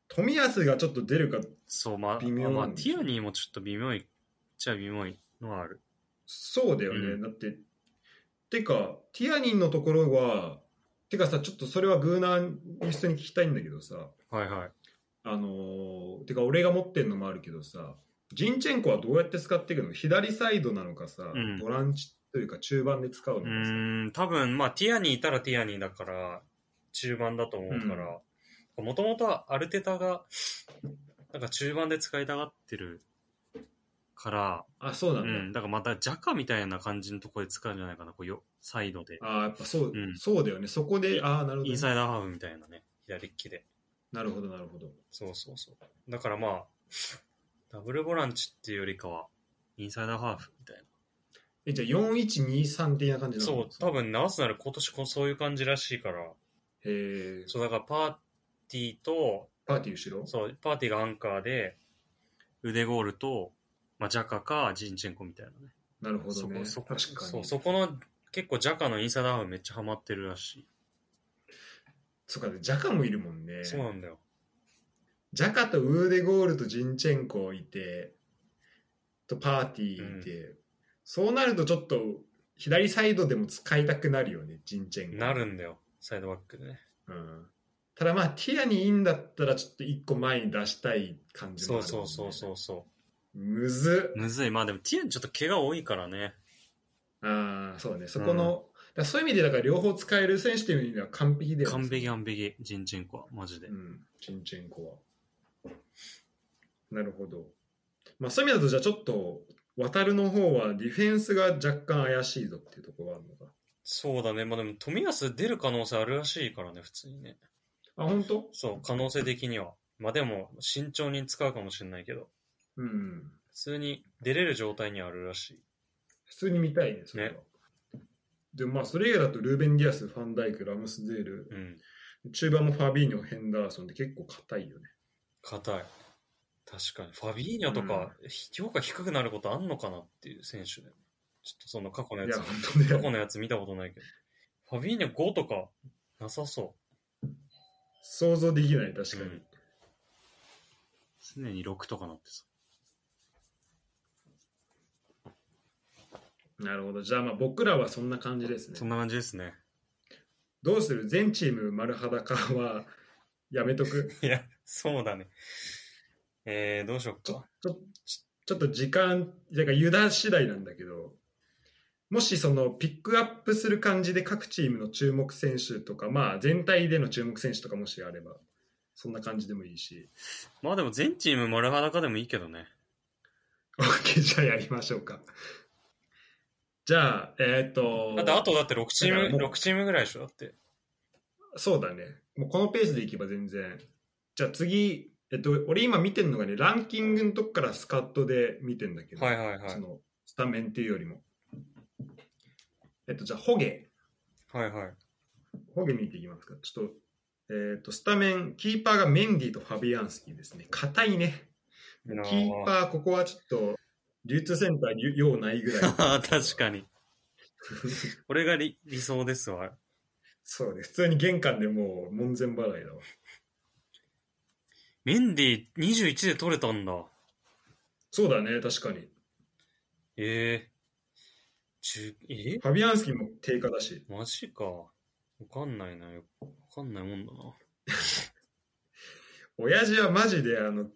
B: 冨安がちょっと出るか
A: そう、まあ、
B: 微妙
A: まあ、ティアニーもちょっと微妙いっちゃ微妙いのはある。
B: そうだよね、
A: うん
B: だっててかティアニンのところはてかさちょっとそれはグーナーに普通に聞きたいんだけどさ
A: はいはい。
B: あのーてか俺が持ってんのもあるけどさジンチェンコはどうやって使っていくの左サイドなのかさ、
A: うん
B: ボランチというか中盤で使うの
A: う
B: かさ、
A: ーん、多分、まあ、ティアニーいたらティアニーだから、中盤だと思うから、もともとはアルテタが、なんか中盤で使いたがってるから、
B: あそうな
A: うん
B: だ、
A: ん、だからまたジャカみたいな感じのところで使うんじゃないかな、こうよ、サイドで、
B: ああ、やっぱそう、
A: うん
B: そうだよね。そこで、ああ、なる
A: イ
B: ほど
A: ン
B: ね、
A: サイダーハーフみたいなね、左利きで。
B: なるほど、なるほど。
A: そうそうそう。だからまあ、ダブルボランチっていうよりかは、インサイダーハーフみたいな。
B: え、じゃあ、4123的な感じな
A: そ
B: の
A: う、多。分ね、アーセナル今年こそういう感じらしいから、
B: へえ、
A: そう、だからパーティーと、
B: パーティー後ろ
A: そう、パーティーがアンカーで、腕ゴールと、まあ、ジャカかジンチェンコみたいなね。
B: なるほどね。
A: そこ、そ
B: 確
A: こ、
B: かに。
A: そう、
B: そ
A: そこの、結構ジャカのインサイダーハーフめっちゃハマってるらし
B: うか、ジャカもいるもん
A: い。
B: ね。
A: そうなんだよ。
B: ジャカとウーデゴールとジンチェンコいて、とパーティーいて、そうなるとちょっと、左サイドでも使いたくなるよね、ジンチェンコ。
A: なるんだよ。サイドバックでね。
B: うん。ただまあ、ティアにいいんだったら、ちょっと一個前に出したい感じも
A: そ
B: あ
A: う
B: るもん
A: そ
B: ね
A: うそうそうそ
B: むずっ
A: う。むずい。まあでも、ティアンちょっと怪我多いからね。
B: ああ、そうね。そこの、だからそういう意味で、だから両方使える選手という意味では完璧だよね。
A: 完璧完璧。ジンチェンコは、マジで
B: う。ん、チンチェンコは。なるほど。まあ、そういう意味だと、じゃあちょっと、渡るの方はディフェンスが若干怪しいぞっていうところがあるのか。
A: そうだね。まあでも、冨安出る可能性あるらしいからね、普通にね。
B: あ、本当？
A: そう、可能性的には。まあでも、慎重に使うかもしれないけど、
B: うん。
A: 普通に出れる状態にはあるらしい。
B: 普通に見たいね、それは。で、まあ、それ以外だと、ルーベン・ディアス、ファンダイク、ラムスデー
A: う
B: ル、
A: ん。
B: 中盤もファビーニョ、ヘンダーソンって結構硬いよね。
A: 硬い。確かに。ファビーニャとか、評価低くなることあんのかなっていう選手で。ちょっとその過去の
B: い
A: や
B: や、
A: つ、
B: 本当
A: 過
B: ね
A: 去。のやつ見たことないけど。ファビーニャ5とかなさそ
B: 想像できない、確か
A: う
B: に。
A: ん常に6とかなってさ
B: なるほど。じゃあ、まあ僕らはそんな感じですね
A: そ。んな感じですね
B: どうする全チーム丸裸はやめとく。
A: いやそうだねえー、どうしよっ
B: ちょ
A: か
B: ちょちょっと時間、だから油断次第なんだけど、もしそのピックアップする感じで各チームの注目選手とか、まあ全体での注目選手とかもしあれば、そんな感じでもいいし、
A: まあでも全チーム丸裸でもいいけどね
B: OK、じゃあやりましょうか。じゃあ、えっ、と、
A: だってあとだって6チ
B: だか
A: ー
B: らも
A: ム
B: う
A: 六チームぐらいでしょだって
B: そうだね。もうこのペースでいけば全然。じゃあ次、えっと、俺今見てるのがね、ランキングのとこからスカットで見てんだけど、
A: はいはいはい
B: そのスタメンっていうよりも。えっと、じゃあ、ホゲ。
A: はいはい
B: ホゲ見ていきますか。ちょっと、えっと、スタメン、キーパーがメンディとファビアンスキーですね。硬いね。キ
A: なあ。
B: ーパー、ここはちょっと、流通センターに用ないぐらい
A: 確か に
B: に。
A: これが理理想ですわ
B: そうね。普通に玄関でもう門前払いだわ。
A: メンディー21で取れたんだ
B: そうだね、確かに。
A: ええー、10え
B: ファビアンスキーも低下だし。
A: マジか。わかんないな。よわかんないもんだな。
B: 親父はマジであの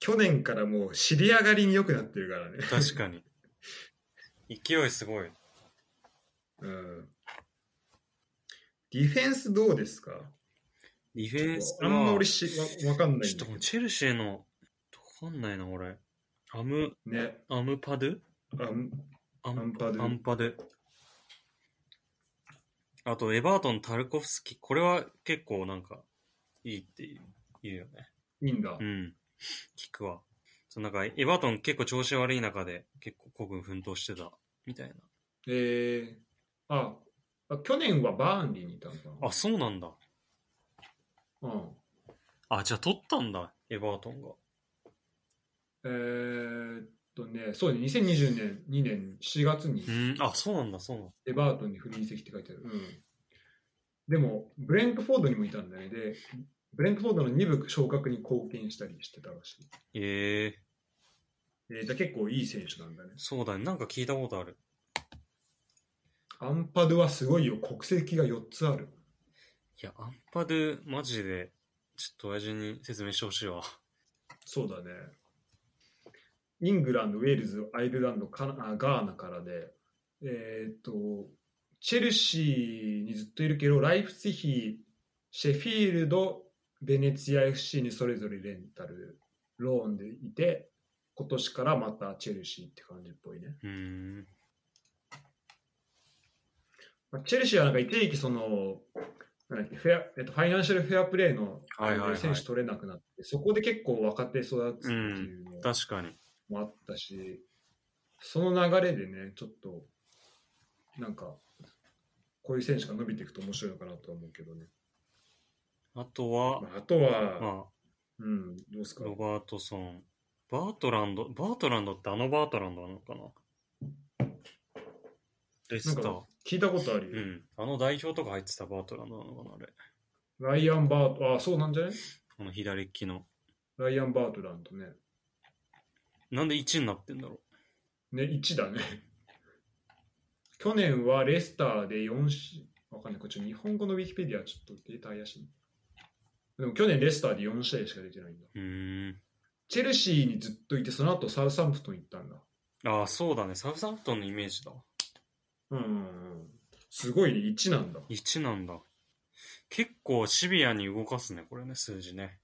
B: 去年からもう知り上がりに良くなってるからね、
A: 確かに。勢いすごい。
B: うん、ディフェンスどうですか
A: ディフェンス
B: あ
A: は
B: んま俺しわわかんない
A: ち
B: ん
A: ょ
B: だ
A: っ
B: け
A: とチェルシーの、わかんないな、俺。アム、
B: どね
A: アムパドゥ
B: アン
A: ア
B: アン
A: ム
B: パド
A: ア
B: ゥ
A: ンパドゥ。あと、エバートン、タルコフスキ。これは結構なんか、いいっていう言うよね。
B: いいんだ、
A: うん。聞くわ。そのなんか、エバートン結構調子悪い中で、結構孤軍奮闘してた、みたい
B: えー、ああ去年はバーンリーにいたのか
A: な。あ、そうなんだ。
B: なうん
A: あ、じゃあ取ったんだ、エバートンが。
B: えー、っとねそうね2020年2年4月に
A: うん、あ、そうなんだ、そうなんだ。
B: エバートンにフリー移籍って書いてある。うん。でも、ブレントフォードにもいたんだね。で、ブレントフォードの2部昇格に貢献したりしてたらしい。
A: ええ
B: えーじゃあ結構いい選手なんだね。
A: そうだね、なんか聞いたことある。
B: アンパドゥはすごいよ。国籍が4つある。
A: いや、アンパドゥ、マジで、ちょっと親父に説明してほしいわ。
B: そうだね。イングランド、ウェールズ、アイルランド、カナあガーナからで、えーっと、チェルシーにずっといるけど、ライフツィヒ、シェフィールド、ベネツィア FC にそれぞれレンタル、ローンでいて、今年からまたチェルシーって感じっぽいね。
A: うーん。
B: まあチェルシーはなんか一時期その、なんだっけフェアえっと、ファイナンシャルフェアプレーの
A: はいはいはい
B: 選手取れなくなって、そこで結構若手育つっていうのを
A: 確かに。
B: もあったし、その流れでね、ちょっと、なんか、こういう選手が伸びていくと面白いのかなとは思うけどね。
A: あとは、
B: まあ、あとは、
A: ま
B: うん、どうです
A: あ、
B: か
A: ロバートソン。バートランド、バートランドってあのバートランドなのかなレ
B: な
A: ス
B: ん
A: ター
B: か。、聞いたことあ
A: う
B: るよ。
A: ん。あの代表とか入ってたバートランドなのかなあれ。
B: ライアン・バート、あ、そうなんじゃね
A: この左利きの。
B: ライアン・バートランドね。
A: なんで1になってんだろ
B: ね、1だね。 去年はレスターで4試わかんない。これちょっと日本語のウィキペディアちょっとデータ怪しい。でも去年レスターで4試合しか出てないんだ。
A: う。うーん。
B: チェルシーにずっといて、その後サウサンプトン行ったんだ。
A: ああ、そうだね。サウサンプトンのイメージだ。
B: うんうんうんすごいね、1なんだ。
A: 1なんだ。結構シビアに動かすね、これね、数字ね。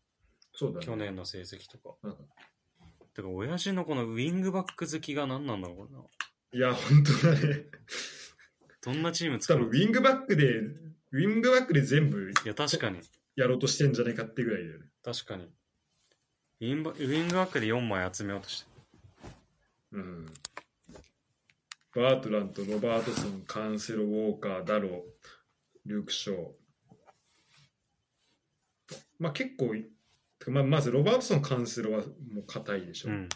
B: そうだね。
A: 去年の成績とか。
B: うん
A: てか、親父のこのウィングバック好きが何なんだろうこれな。
B: いや、本当だね。
A: どんなチーム
B: 多
A: 作
B: 分
A: る
B: ウィングバックで、ウィングバックで全部
A: いや、確かに。
B: やろうとしてんじゃねえかってぐらいだよね。
A: 確かに。ウィンバウィングバックで4枚集めようとして。
B: うん。バートランとロバートソン、カンセロ、ウォーカー、ダロー、リューク・ショー。まあ結構い、てかまあ、まずロバートソン、カンセロはもう硬いでしょ。
A: うん。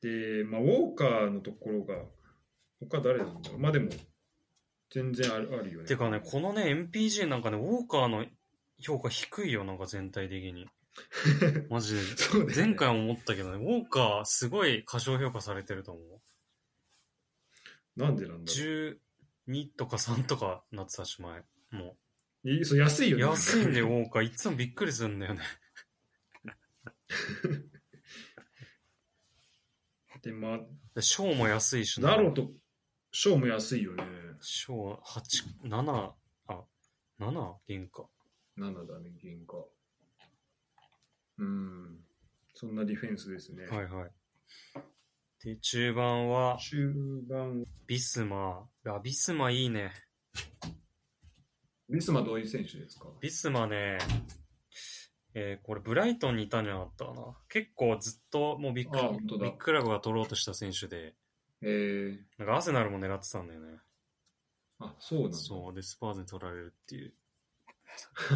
B: で、まあ、ウォーカーのところが、他誰なんだろう。まあでも、全然あるあるよね。
A: てかね、このね、MPG なんかね、ウォーカーの評価低いよ、なんか全体的 に。マジで。
B: そうだよね
A: 前回も思ったけどね、ウォーカーすごい過小評価されてると思う。
B: なんでなんだろ
A: 12とか3とかなってたし前。も。
B: ういそう。安いうよね。
A: 安いんだよ、ウォーカー。いつもびっくりするんだよね。
B: で、まあ、
A: でショーも安いしな
B: ダロとショーも安いよね。
A: ショー8、7、あ、7原価。
B: 7だね、原価。うん。そんなディフェンスですね。
A: はいはい。で、中盤は、
B: 中盤、
A: ビスマ。あ、ビスマいいね。
B: ビスマどういう選手ですか
A: ビスマね、えーこれブライトンにいたんじゃなかったかな。結構ずっともうビッグ
B: あ本当だ
A: ビッグクラブが取ろうとした選手で、
B: えー、
A: なんかアーセナルも狙ってたんだよね。
B: あ、そうなんだ。
A: そう、で、スパーズに取られるって いう。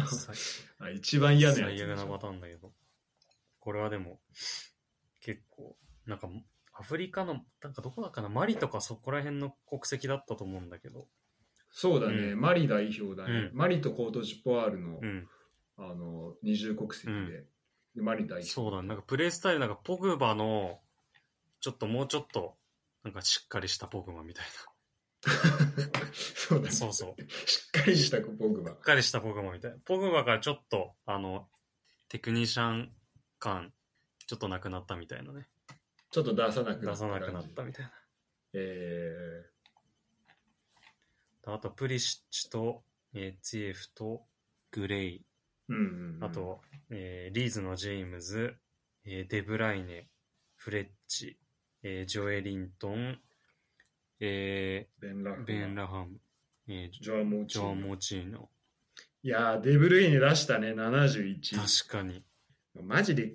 A: 最
B: あ一番嫌なやつで
A: 最
B: しょ。
A: 悪なパターンだけど。これはでも、結構、なんか、アフリカの、なんかどこだかな、マリとかそこら辺の国籍だったと思うんだけど。
B: そうだね、
A: う
B: マリ代表だね、
A: うん
B: マリとコートジポワールの,、
A: うん。
B: あの二重国籍で,、
A: うん
B: でマリ代 表。
A: そうだね。なんかプレイスタイル、なんかポグバの、ちょっともうちょっと、なんかしっかりしたポグバみたい
B: そうだ
A: な。
B: ね。
A: そうそう。し
B: しっかりしたポグバ。
A: っかりしたポグバみたいな。ポグバからちょっと、あの、テクニシャン感、ちょっとなくなったみたいなね。
B: ちょっと出さなくな
A: 出
B: った
A: さ
B: 感
A: な
B: じ。
A: くなったみたいな。
B: え
A: あと、プリシッチと、えーツィエフと、グレイ。
B: ー、うん、うん。
A: あ、と、えーリーズのジェームズ、えーデブライネ、フレッチ、えージョエリントン、え
B: ベンラ
A: ー
B: フ
A: ベン・ラハム、えージ
B: ジョアモー
A: ョ
B: チ
A: ジョア・モーチーノ。
B: いやー、デブルイネ出したね、71。
A: 確かに。
B: マジで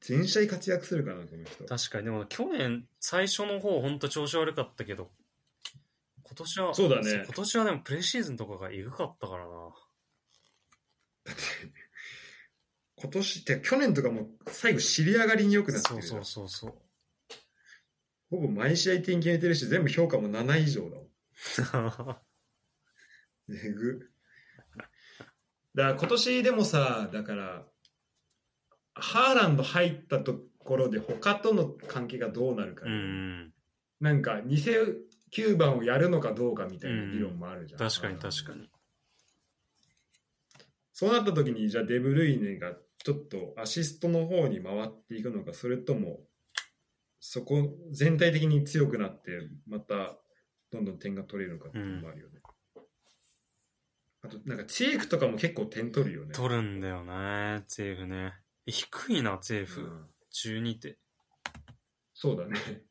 B: 全試合活躍するかな、この人。
A: 確かに。でも、去年、最初の方、ほんと調子悪かったけど、今年は、
B: そうだね
A: 今年はでも、プレシーズンとかがエグかったからな。
B: 今年って、去年とかもう最後、尻上がりに良くなって
A: そう
B: る
A: そうそうそう。
B: ほぼ毎試合点決めてるし、全部評価も7以上だもん。えぐ。だから今年でもさ、だから、ハーランド入ったところで他との関係がどうなるか、
A: うん。
B: なんか偽9番をやるのかどうかみたいな議論もあるじゃん。
A: 確かに確か
B: に。
A: に。
B: そうなった時に、じゃあデブルイネがちょっとアシストの方に回っていくのか、それとも、そこ全体的に強くなって、またどんどん点が取れるのかっていうのもあるよね。あと、なんかチークとかも結構点取るよね。
A: 取るんだよね、ツェーフね。え低いな、ツェーフ。
B: うん
A: 12点。
B: そうだね。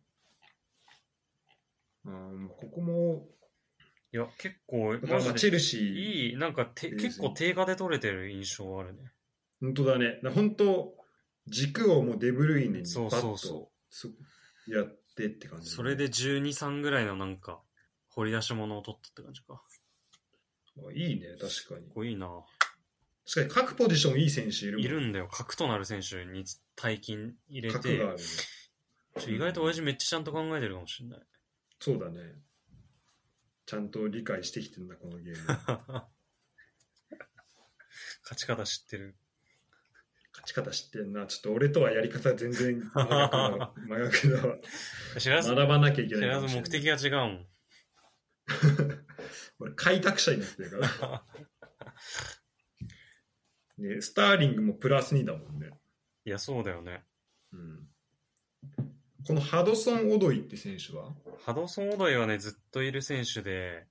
B: うん、ここも、
A: いや、結構、
B: だからまあ
A: マ
B: チェ
A: ジ
B: ル
A: で
B: シー、
A: いい、なんかて、
B: いいですね
A: 結構低下で取れてる印象はあるね。
B: 本当だね。だから本当、軸をもうデブルイネに
A: そう
B: バッ
A: そう
B: と
A: そ
B: そやってって感
A: う。
B: じ、
A: それで12、3ぐらいのなんか、掘り出し物を取ったって感じか。
B: あ。いいね、確かに
A: 結。構いいな。
B: 確かに各ポジションいい選手いるもん
A: いるんだよ、核となる選手に大金入れ
B: 角
A: て
B: があ、るね。
A: ちょ意外と親父めっちゃちゃんと考えてるかもしれない。
B: そうだね。ちゃんと理解してきてんだ、このゲーム。 勝
A: 勝ち方知ってる。
B: ち方知ってんな。ちょっと俺とはやり方全然真逆だ真 逆だわ。
A: 知らず、
B: 学ばなきゃいけ
A: 知
B: ないからもし
A: ず
B: れ
A: 目
B: ない。
A: 的が違うもん。
B: 俺開拓者になってるから。 ね、スターリングもプラス2だもんね。
A: いや、そうだよね。
B: うん、このハドソン・オドイって選手は
A: ハドソン・オドイはね、ずっといる選手で、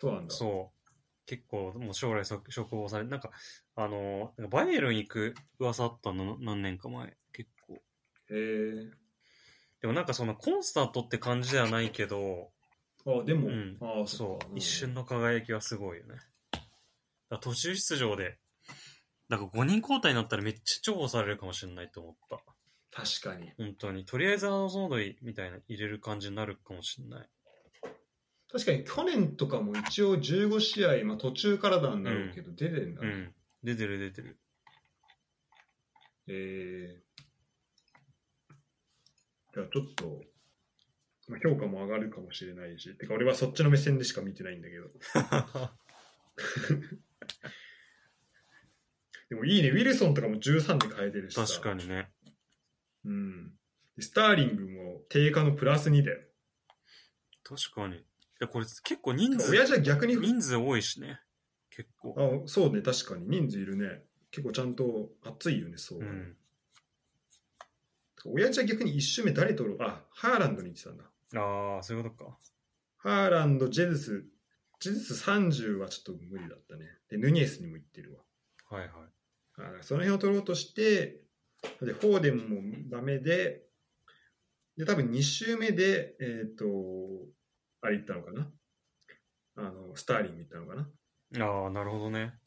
B: そうなんだ。
A: そう。結構、もう将来そ職をされ、なんか、あのー、なんかバイエルン行く噂あったの、何年か前。結構。
B: へえ
A: でもなんかそのコンスタントって感じではないけど、
B: あ、でも、
A: うん
B: あっ
A: そ
B: か
A: う、一瞬の輝きはすごいよね。だから途中出場で、なんか5人交代になったらめっちゃ重宝されるかもしれないと思った。
B: 確かに。
A: 本当に。とりあえずハドソン・オドイみたいな入れる感じになるかもしれない。
B: 確かに去年とかも一応15試合、まあ、途中からなんだろうけど、出てんだ
A: う
B: ね。
A: ん。出てる出てる。
B: えー、じゃあちょっと、まあ、評価も上がるかもしれないし、てか俺はそっちの目線でしか見てないんだけど。でもいいね、ウィルソンとかも13で変えて るしさ。
A: 確かにね。
B: うん。でスターリングも定価のプラス2だよ。
A: 確かに。いや、これ結構人数、
B: 親父は逆に、
A: 人数多いしね。結構。
B: あそうね、確かに人数いるね。結構ちゃんと熱いよね、そう。
A: うん。
B: 親父は逆に1周目誰取ろうあ、ハーランドに行ってたんだ。
A: ああ、そういうことか。
B: ハーランド、ジェズス、ジェズス30はちょっと無理だったね。で、ヌニエスにも行ってるわ。
A: はいはい。
B: あその辺を取ろうとして、で、フォーデンもダメで、で、多分2周目で、えっ、と、あれ行ったのかなあの、スターリング行ったのかな、
A: ああ、なるほどね。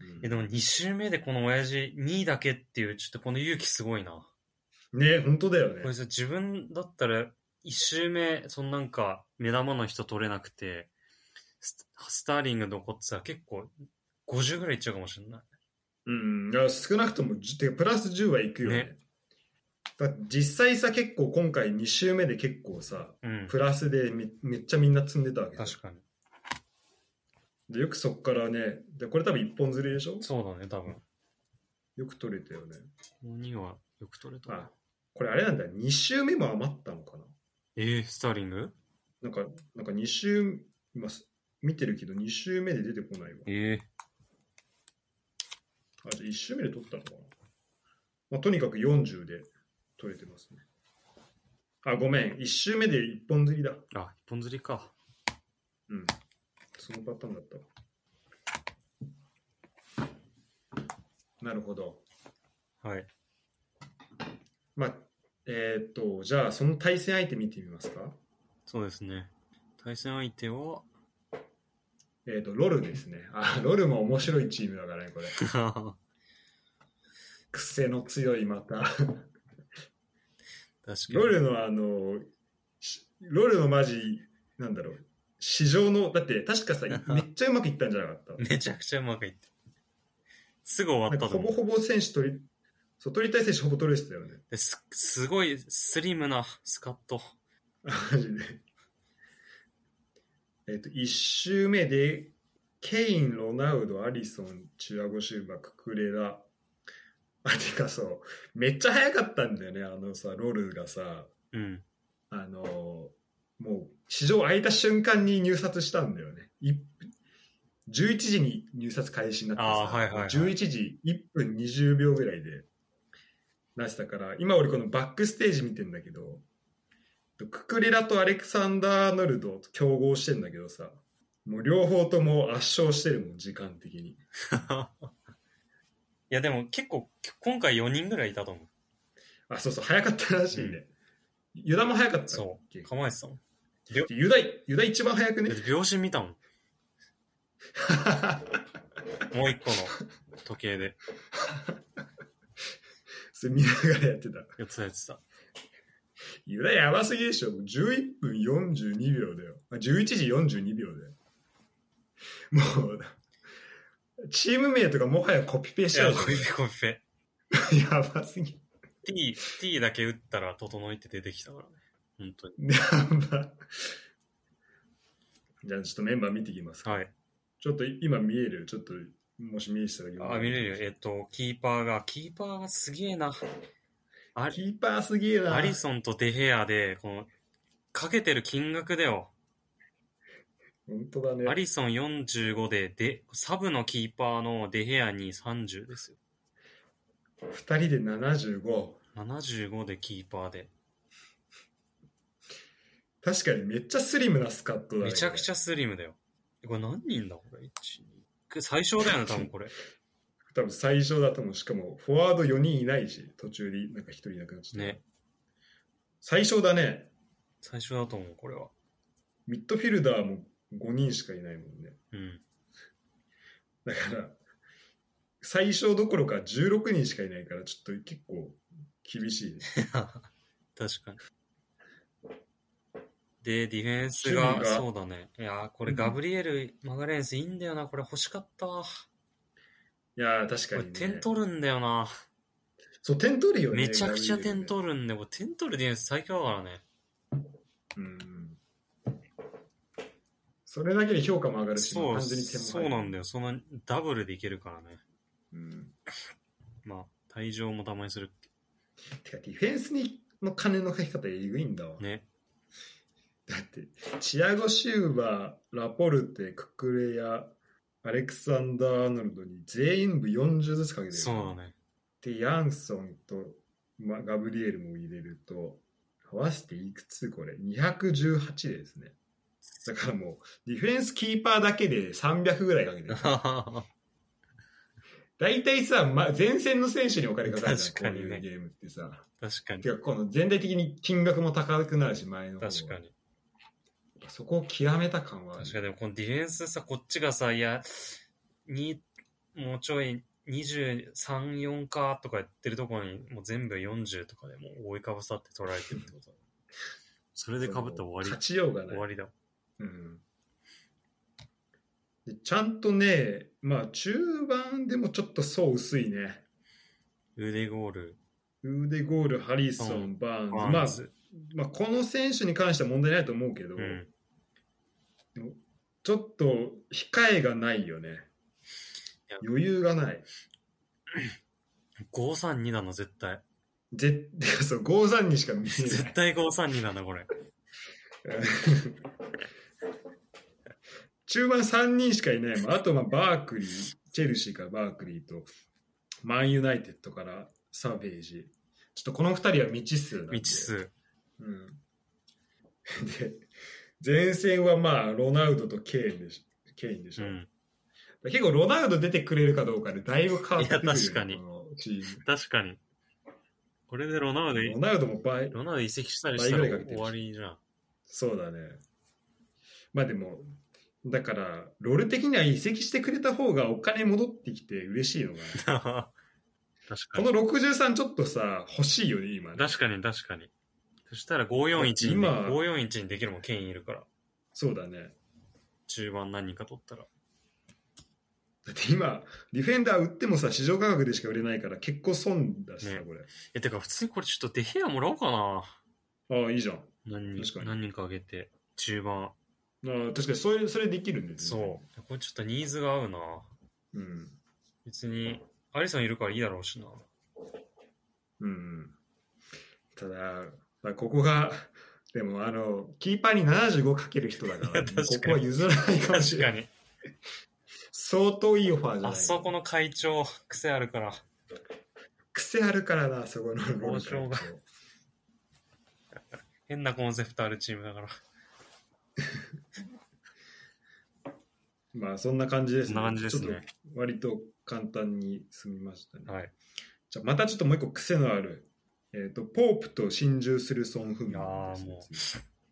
B: うん
A: え、でも2周目でこの親父2位だけっていう、ちょっとこの勇気すごいな。
B: ね、本当だよね
A: これ。さ、自分だったら1周目、そのなんか目玉の人取れなくて、ススターリング残ってたら結構50ぐらいいっちゃうかもしれない。
B: うん、いや少なくとも10てかプラス10は行くよね。
A: ね
B: だって実際さ、結構今回2周目で結構さ、
A: うん。
B: プラスでめめっちゃみんな積んでたわけじゃん
A: 確かに。
B: でよくそっからね、でこれ多分一本釣りでしょ
A: そうだね、多分。
B: よく取れたよね。
A: この2はよく取れた
B: あ
A: な。、
B: これあれなんだ、2周目も余ったのかな
A: えー、スターリング
B: なんか、なんか2週、今す見てるけど、2週目で出てこないわ。
A: え
B: あ、じゃ1週目で取ったのかな。まあ、とにかく40で取れてますね。あ、ごめん。1週目で一本釣りだ。
A: ー、あ、一本釣りか。
B: うん。そのパターンだったわ。なるほど。
A: はい。
B: まあ、えーっと、じゃあ、その対戦相手見てみますか。
A: そうですね。対戦相手は、
B: えーっと、ロルですね。あ、ロルも面白いチームだからね、これ。
A: 確
B: 癖の強い、また。
A: かに。
B: ロルのあの、しロルのマジ、なんだろう、市場の、だって確かさ、めっちゃうまくいったんじゃなかった
A: めちゃくちゃうまくいって。すぐ終わ
B: な
A: っ
B: んか
A: たと
B: ほ
A: 思
B: ぼ
A: う。
B: ほぼ選手取り、そう、取りたい選手ほぼ取れてたよね。
A: ですすごいスリムなスカット。
B: マジで。えっと、1周目で、ケイン、ロナウド、アリソン、チュアゴ・シューバー、ククレラ。あ、てかそう、めっちゃ早かったんだよね、あのさ、ロルがさ、
A: うん。
B: あのーもう市場開いた瞬間に入札したんだよね。い11時に入札開始になって
A: あーはいはいはい
B: 11時1分20秒ぐらいでなってたから、今俺このバックステージ見てんだけど、ククレラとアレクサンダー・アーノルドと競合してんだけどさ、もう両方とも圧勝してるもん、時間的に。
A: いやでも結構今回4人ぐらいいたと思う。
B: あ、そうそう、早かったらしいね。ユダも早かったっ
A: そ
B: け
A: う。構えてたもん。
B: ユダ、ユダ一番早くね
A: だっ。て秒針見たもん。もう一個の時計で。
B: それ見ながらやってた。
A: やつやつた。
B: ユダやばすぎでしょ。11分42秒だよ。あ11時42秒だよ。もう、チーム名とかもはやコピペし
A: い
B: ちゃ
A: や、
B: う
A: コピペコピペ。
B: じゃん。やばすぎ。
A: T、T だけ打ったら整いって出てきたからね。本当に。
B: やば。じゃあちょっとメンバー見ていきますか。
A: はい。
B: ちょっと今見えるちょっと、もし見えてたら
A: あ、見れるよ。えっと、キーパーが、キーパーがすげえな。あ
B: キーパーすげえな。
A: アリソンとデヘアで、この、かけてる金額だよ。
B: 本当だね。
A: アリソン45で、で、サブのキーパーのデヘアに30ですよ。
B: 二人で75。
A: 75でキーパーで。
B: 確かにめっちゃスリムなスカットだね。
A: めちゃくち
B: ゃ。
A: ゃスリムだよ。これ何人だこれ。1、2。最小 だよね、多分これ。
B: 多分最初だと思う。しかも、フォワード4人いないし、途中でなんか1人いなくなっちゃった。
A: ね。
B: 最小だね。
A: 最小だと思う、これは。
B: ミッドフィルダーも5人しかいないもんね。
A: うん。
B: だから、最小どころか16人しかいないから、ちょっと結構厳しい ね。
A: 確かに。で、ディフェンスが、
B: 守備が
A: そうだね。いやーこれ
B: うん
A: ガブリエル、マガレンスいいんだよな。これ欲しかったわ。
B: いやー、確
A: こ
B: か
A: れ
B: に、ね。
A: 点取るんだよな。
B: そう、点取るよね。
A: めちゃくちゃ点
B: る。
A: 取るんで、これ点取るディフェンス最強だからね。
B: うん。それだけで評価も上がるし、
A: そ
B: ま
A: う
B: あ単純に点も入
A: そう
B: る
A: なんだよ。そのダブルでいけるからね。
B: うん。
A: まあ、退場もたまにする。
B: てか、ディフェンスにの金のかけ方えぐいんだわ。
A: ね。
B: だって、チアゴ・シューバー、ラポルテ、ククレア、アレクサンダー・アーノルドに全員部40ずつかけてる。
A: そうだ ね。
B: で、ヤンソンと、ま、ガブリエルも入れると、合わせていくつこれ ?218 ですね。だからもう、ディフェンスキーパーだけで300ぐらいか けてる。大体さ、ま、前線の選手にお金かかるじ
A: 確か
B: ゃん、こう
A: に
B: い
A: ね
B: うゲームってさ。
A: 確かに
B: て。か、この全体的に金額も高くなるし、前の方は。
A: 確かに。
B: そこを極めた感はある。
A: 確かに、でもこのディフェンスさ、こっちがさ、いや、に、もうちょい、23、4かとか言ってるところに、もう全部40とかでもう覆いかぶさって取られてるってことだ。それで被ったら終わり。
B: 勝ちようがない
A: 終。わりだ。
B: うんでちゃんとね、まあ中盤でもちょっと層薄いね。
A: 腕ゴール。
B: ウーデゴール、ハリソン、
A: うん
B: バーンズ、
A: バーンズ
B: まあ、まあこの選手に関しては問題ないと思うけど、
A: うん。
B: ちょっと控えがないよね
A: いや。
B: 余裕がない。
A: 532なの、絶対。
B: ぜ そう5-3にしか見えな
A: 絶
B: い。
A: 対532なんだ、これ。
B: 中盤3人しかいないもん。あとまあバークリー、チェルシーからバークリーと、マンユナイテッドからサーベージ。ちょっとこの2人は未知数なんで。
A: 未知数。
B: うん。 で、前線はまあ、ロナウドとケインでしケインでし
A: う
B: ょ。
A: ん。
B: 結構ロナウド出てくれるかどうかでだいぶ変わってくるよ
A: いや確かに
B: このチー
A: 確かに。これでロナウド、
B: ム。ロナウドも倍、
A: ロナウド移籍したりしたら
B: 倍ぐらいかけて
A: 終
B: る
A: わりじゃん。
B: そうだね。まあでも、だから、ロール的には移籍してくれた方がお金戻ってきて嬉しいのが、
A: 確 か
B: こ
A: に。
B: の63ちょっとさ、欲しいよね、今ね。
A: 確かに、確かに。そしたら541に、
B: 今
A: 541にできるもん、ケインいるから。
B: そうだね。
A: 中盤何人か取ったら。
B: だって今、ディフェンダー売ってもさ、市場価格でしか売れないから結構損だしさ、
A: ね
B: これ。
A: え、てか普通にこれちょっとデヘアもらおうかな。
B: ああ、いいじゃん。
A: 何人
B: 確
A: か、
B: かに
A: 何人かあげて。中盤。
B: あー確かにそれそれできるんですね
A: そう。これちょっとニーズが合うな。
B: う。うん。
A: 別に、アリソンいるからいいだろうしな。
B: うんうん。ただ、まあ、ここが、でもあの、キーパーに75かける人だから、
A: いや確かに
B: ここは譲らないかもし
A: 確
B: れな
A: か
B: い。
A: に。
B: 相当いいオファーじゃない。
A: あそこの会長、癖あるから。
B: 癖あるからな、そこのロン
A: 交渉が変なコンセプトあるチームだから。
B: まあ、そんな感じです
A: そんな感じです
B: ちょっ
A: ね。
B: と割と簡単に済みましたね。
A: はい。
B: じゃあまたちょっともう一個癖のある、えっ、と、ポープと心中するソン・フンミンですね
A: いやーもう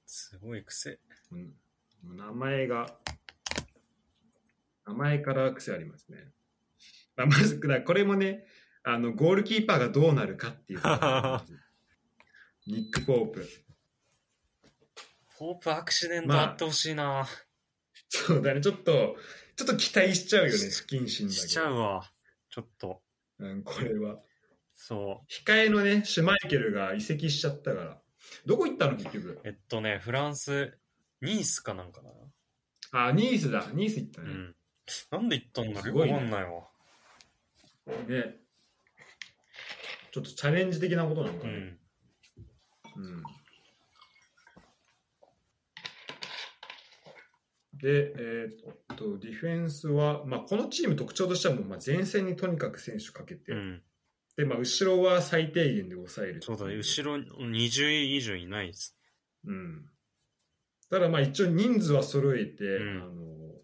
A: すごい癖。
B: うん、名前が、名前から癖ありますね。まあ、まず、だからこれもね、あの、ゴールキーパーがどうなるかっていう。 ニック・ポープ。
A: ポープアクシデントあってほしいな、
B: そうだね、ちょっと、ちょっと期待しちゃうよね、不謹慎だけ
A: し
B: ど。
A: ちゃうわ。ちょっと。
B: うん、これは。
A: そ
B: 控えのね、シュマイケルが移籍しちゃったから。どこ行ったの結局。
A: う。えっとね、フランス、ニースかなんかだな。
B: あ、ニースだ。ニース行った
A: う
B: ね。
A: ん。なんで行ったんだ
B: す
A: ろ
B: ご
A: う、
B: いね
A: わかんないわ。
B: ね。ちょっとチャレンジ的なことなの
A: う
B: かね。
A: ん。
B: うんで、えーっと、ディフェンスは、まあ、このチーム特徴としてはもう、まあ、前線にとにかく選手かけて、
A: うん。
B: で、まあ、後ろは最低限で抑える。
A: そうだね、後ろ20位以上いないです。
B: うん。ただ、まあ、一応人数は揃えて、
A: うん
B: あの、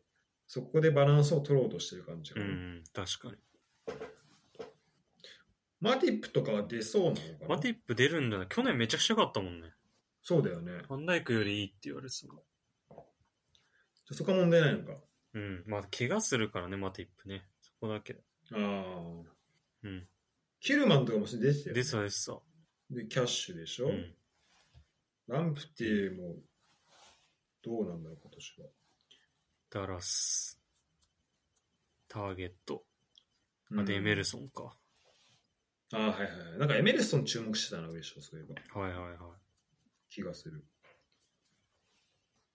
B: そこでバランスを取ろうとしてる感じ
A: う
B: かな、
A: ん、確かに。
B: マティップとかは出そうなのかな
A: マティップ出るんだな。去年めちゃくちゃ良かったもんね。
B: そうだよね。
A: ファンダイクよりいいって言われてたもん
B: じゃそこは問題ないのか。
A: うん。まあ、怪我するからね、マティップね。そこだけ。
B: ああ。
A: うん。
B: ヒルマンとかも出てたよ、ね。
A: でさ、でさ。
B: で、キャッシュでしょ、
A: うん。
B: ランプティもどうなんだろう、今年は。
A: ダラス、ターゲット、あとエメルソンか。
B: ああ、はいはいはい。なんかエメルソン注目してたな、上昇、そういえば。
A: はいはいはい。
B: 気がする。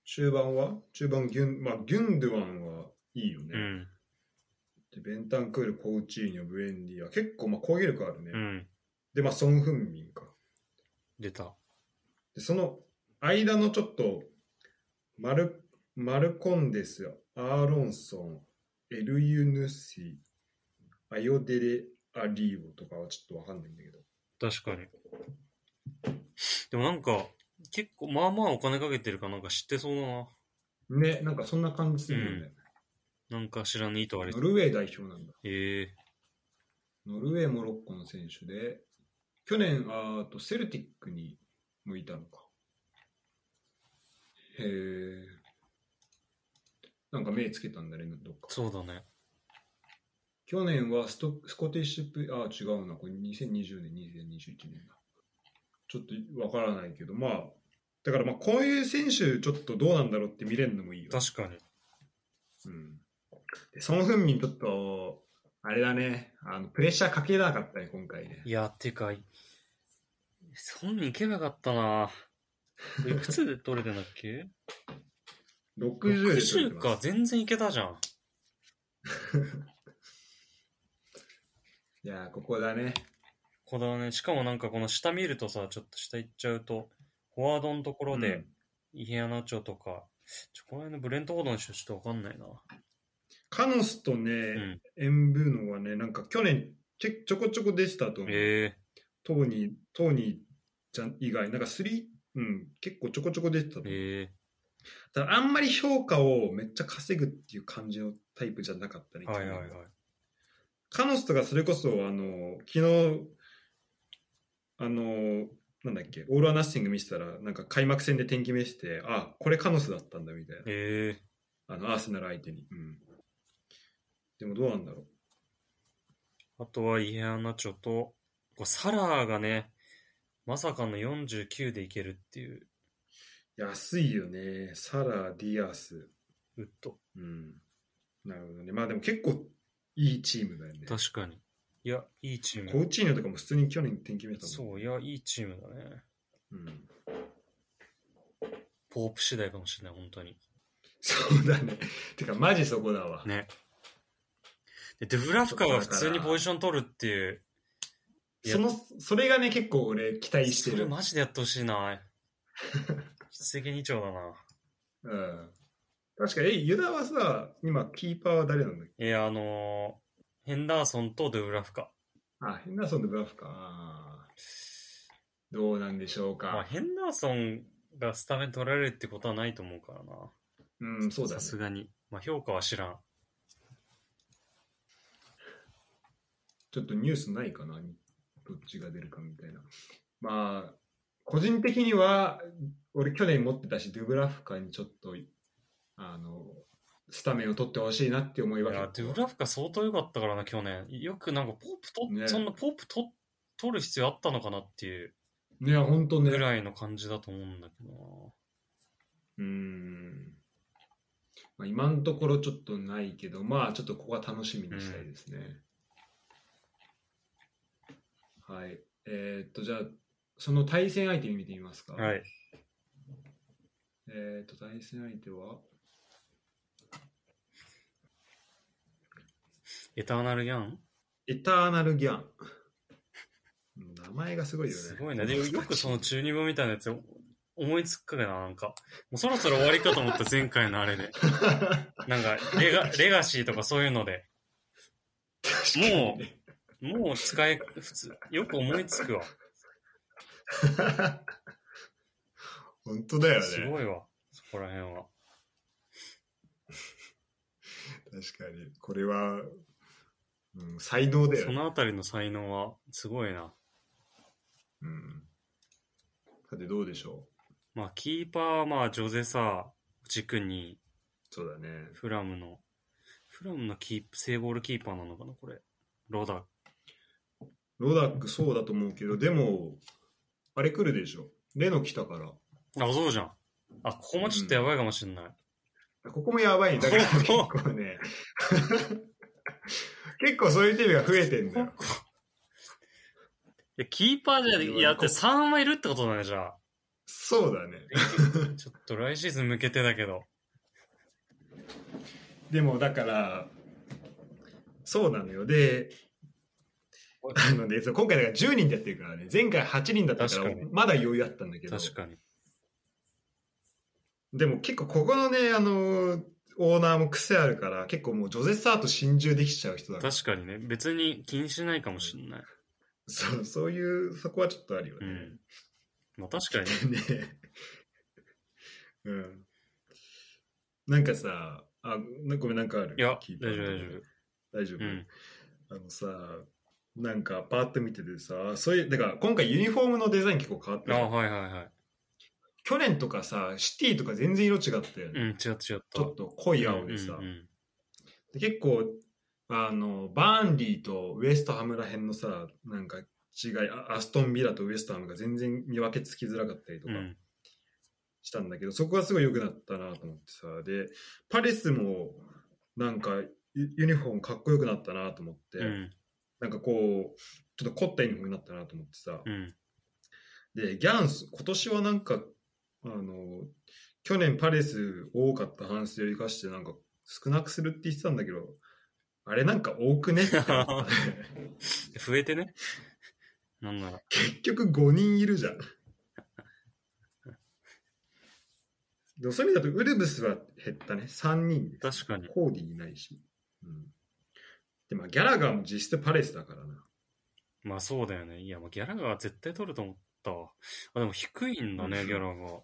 B: 中盤は中盤ギュン、まあ、ギュンドゥワンはいいよね。
A: うん。
B: でベンタンクール、コウチーニョ、ブエンディア、結構まあ攻撃力あるね。
A: うん。
B: で、まあ、ソン・フンミンか。
A: 出た。
B: で、その間のちょっと、マル、マルコンデス、アーロンソン、エルユヌシ、アヨデレ・アリーオとかはちょっとわかんないんだけど。
A: 確かに。でもなんか、結構、まあまあお金かけてるかなんか知ってそうだな。
B: ね、なんかそんな感じするよね。
A: なんか知らぬ意図あれ
B: ノ。ルウェー代表なんだ。
A: へえ
B: ノルウェー、モロッコの選手で、去年、あーとセルティックに向いたのか。へえ。なんか目つけたんだね、どっか。
A: そうだね。
B: 去年はストスコティッシュプあ違うな、これ2020年、2021年だ。ちょっとわからないけど、まあ、だからまあこういう選手、ちょっとどうなんだろうって見れるのもいいよ。
A: 確かに。
B: うん、でソン・フンミン、ちょっと、あれだね、あのプレッシャーかけなかったね、今回ね。
A: いや、てか、そんに行けばよかったな。いくつで取れてんだっ け
B: 60で取れて
A: 60
B: ます
A: か、全然いけたじゃん。
B: いやー、ここだね。
A: こだわね。しかもなんかこの下見るとさ、ちょっと下行っちゃうと、フォワードのところで、
B: うん
A: イヘアナチョとか、ちょこの辺のブレントフォードの人ちょっとわかんないな。
B: カノスとね、
A: うん。
B: エンブーノはね、なんか去年、ちょちょこちょこ出てたと思う。
A: え
B: トーニー、トーニーちゃん以外、なんかスリー、うん、結構ちょこちょこ出てたと
A: え
B: 思う。
A: ええ
B: ただあんまり評価をめっちゃ稼ぐっていう感じのタイプじゃなかったね。
A: はいはいはい。
B: カノスとかそれこそ、あの、昨日、あの、なんだっけ、オールアナッシング見せたら、なんか開幕戦で天気目して、あ、これカノスだったんだみたいな。
A: ええ
B: あの、アーセナル相手に。うん。でもどうなんだろう。
A: あとはイヘアナチョと、こうサラーがね、まさかの49でいけるっていう、
B: 安いよね。サラ、ディアス。
A: ウッド。
B: うん。なるほどね。まあでも結構いいチームだよね。
A: 確かに。いや、いいチー
B: コ
A: ム。
B: ーチーニョとかも普通に去年天気見えたもん。
A: そう、いや、いいチームだね。
B: うん。
A: ポープ次第かもしれない、本当に。
B: そうだね。てか、マジそこだわ。
A: ね。で、デブラフカが普通にポジション取るっていう、いや
B: その、それがね、結構俺期待して
A: それ
B: る。
A: マジでやってほしい な。出席二丁だな。
B: うん。確か、え、ユダはさ、今、キーパーは誰なんだっけ
A: えー、あのーヘンダーソンとデブラフカ。
B: あ、ヘンダーソンとブラフか。あーどうなんでしょうか。
A: まあ、ヘンダーソンがスタメン取られるってことはないと思うからな。
B: うん、そうだ
A: さ
B: ね。
A: すがに。まあ、評価は知らん。
B: ちょっとニュースないかな、どっちが出るかみたいな。まあ、個人的には、俺去年持ってたし、ドゥブラフカにちょっと、あの、スタメンを取ってほしいなって思い
A: い
B: は
A: や、デ
B: 結構
A: ブラフカ相当良かったからな、去年。よくなんかポープ取っ、
B: ね
A: そんなポープ取取る必要あったのかなっていう
B: ね、本当ね。
A: ぐらいの感じだと思うんだけどな。
B: うーん。まあ、今のところちょっとないけど、まあちょっとここは楽しみにしたいですね。はい。えーっと、じゃあ、その対戦相手見てみますか。
A: はい。
B: えーっと、対戦相手は、
A: エターナルギャン
B: エターナルギャン。うん名前がすごいよね。
A: すごいな。でもよくその中二病みたいなやつ思いつくかな、なんか。もうそろそろ終わりかと思った、前回のあれ で。なんかレガ、レガシーとかそういうので。もう、もう使え、普通、よく思いつくわ。
B: 本当だよ
A: す
B: ね。
A: ごいわ、そこら辺は。
B: 確かに。これは、うん、才能だよ
A: そ
B: ね。
A: のあたりの才能は、すごいな。
B: うん。さて、どうでしょう
A: まあ、キーパーは、まあ、ジョゼさ、軸に、
B: そうだね。
A: フラムの、フラムのキープ、セーボールキーパーなのかな、これ。ロダック
B: ロダックそうだと思うけど、でも、あれ来るでしょ。レノ来たから。
A: あ、そうじゃん。あ、ここもちょっとやばいかもしんない。
B: ここもやばいんだから、結
A: こ
B: 構ね。 結構そういうチームが増えてんだよ。
A: いや、キーパーじゃね、いや、だって3はいるってことだね、じゃあ。
B: そうだね。
A: ちょっと来シーズン向けてだけど。
B: でもだから、そうなのよ。で、あのね、そう今回だから10人でやってるからね、前回8人だったから
A: 確かに、
B: まだ余裕あったんだけど、
A: 確かに。
B: でも結構ここのね、あの、オーナーも癖あるから、結構もうジョゼスアート心中できちゃう人だから、
A: 確かにね。別に気にしないかもしんない。
B: そうそういう、そこはちょっとあるよ
A: う
B: ね。
A: ん。まあ確かにね。
B: ねうん。なんかさ、あ、なごめん、なんかある
A: いや
B: 聞い、た
A: 大丈夫大丈
B: 大丈夫
A: 夫。うん。
B: あのさ、なんかパーって見ててさ、そういう、だから今回ユニフォームのデザイン結構変わった
A: あ
B: じゃん
A: はいはいはい。
B: 去年とかさ、シティとか全然色違ったよね。
A: うん、違った違った。ちょ
B: ちょっと濃い青でさ、で結構、あの、バーンリーとウエストハムらへんのさ、なんか違い、あアストンビラとウエストハムが全然見分けつきづらかったりと
A: う
B: か、
A: ん。
B: したんだけど、そこがすごい良くなったなと思ってさ、で、パレスもなんかユユニフォームかっこよくなったなと思って、
A: うん。
B: なんかこう、ちょっと凝ったユニフォームになったなと思ってさ、
A: うん。
B: で、ギャンス、今年はなんか、あの、去年パレス多かった反省を生かしてなんか少なくするって言ってたんだけど、あれなんか多く ねってなったね
A: 増えてね。なんなら。
B: 結局5人いるじゃん。でもそういう意味だとウルブスは減ったね。3人で。
A: 確かに。
B: コーディいないし。うん。で、まあ、ギャラガーも実質パレスだからな。
A: まあそうだよね。いや、まあギャラが絶対取ると思ったわ。あ、でも低いんだ
B: う
A: ね、
B: ん
A: ギャラが。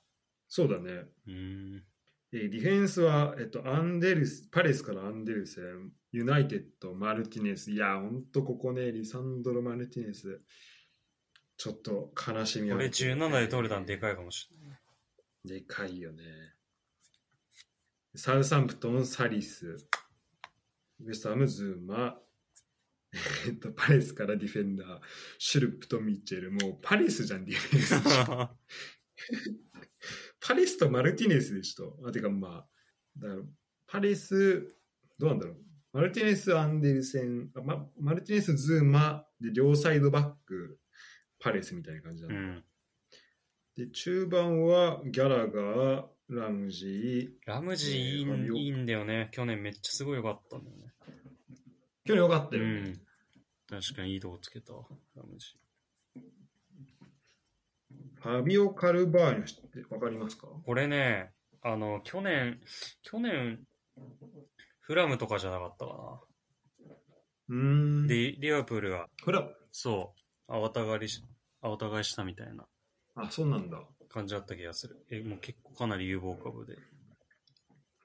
B: そうだね。
A: うーん。
B: でディフェンスは、えっと、アンデルス、パレスからアンデルセン、ユナイテッド、マルティネス。いや、ほんとここね、リサンドロ・マルティネス。ちょっと悲しみ
A: こ
B: あ
A: れ
B: るけどね
A: 17で取れたんでかいかもしれない。
B: でかいよね。サウサンプトン、サリス、ウェストハム、ズーマ、えっと、パレスからディフェンダー、シュルプとミッチェル、もうパレスじゃん、ディフェンス。 パレスとマルティネスでしょ。あてか、まあ、だからパレス、どうなんだろう。マルティネス、アンデルセン、あま、マルティネス、ズーマ、で、両サイドバック、パレスみたいな感じだ
A: う
B: な、
A: ん。
B: で、中盤は、ギャラガー、ラムジー、
A: ラムジーいい,、
B: えー
A: いいんだよね。去年めっちゃすごい良かったんだよね。
B: 去年よかった
A: う
B: よね。
A: ん。確かにいいとこつけたわ。ラムジ
B: ファビオ・カルバーニョ知ってわかりますか
A: ー。これね、あの、去年、去年、フラムとかじゃなかったか
B: うーん。
A: な。で、リアプールが、
B: これは、
A: そう、慌たがりし、慌たがいしたみたいな
B: あ、そうなんだ。
A: 感じだった気がする。え、もう結構かなり有望株で。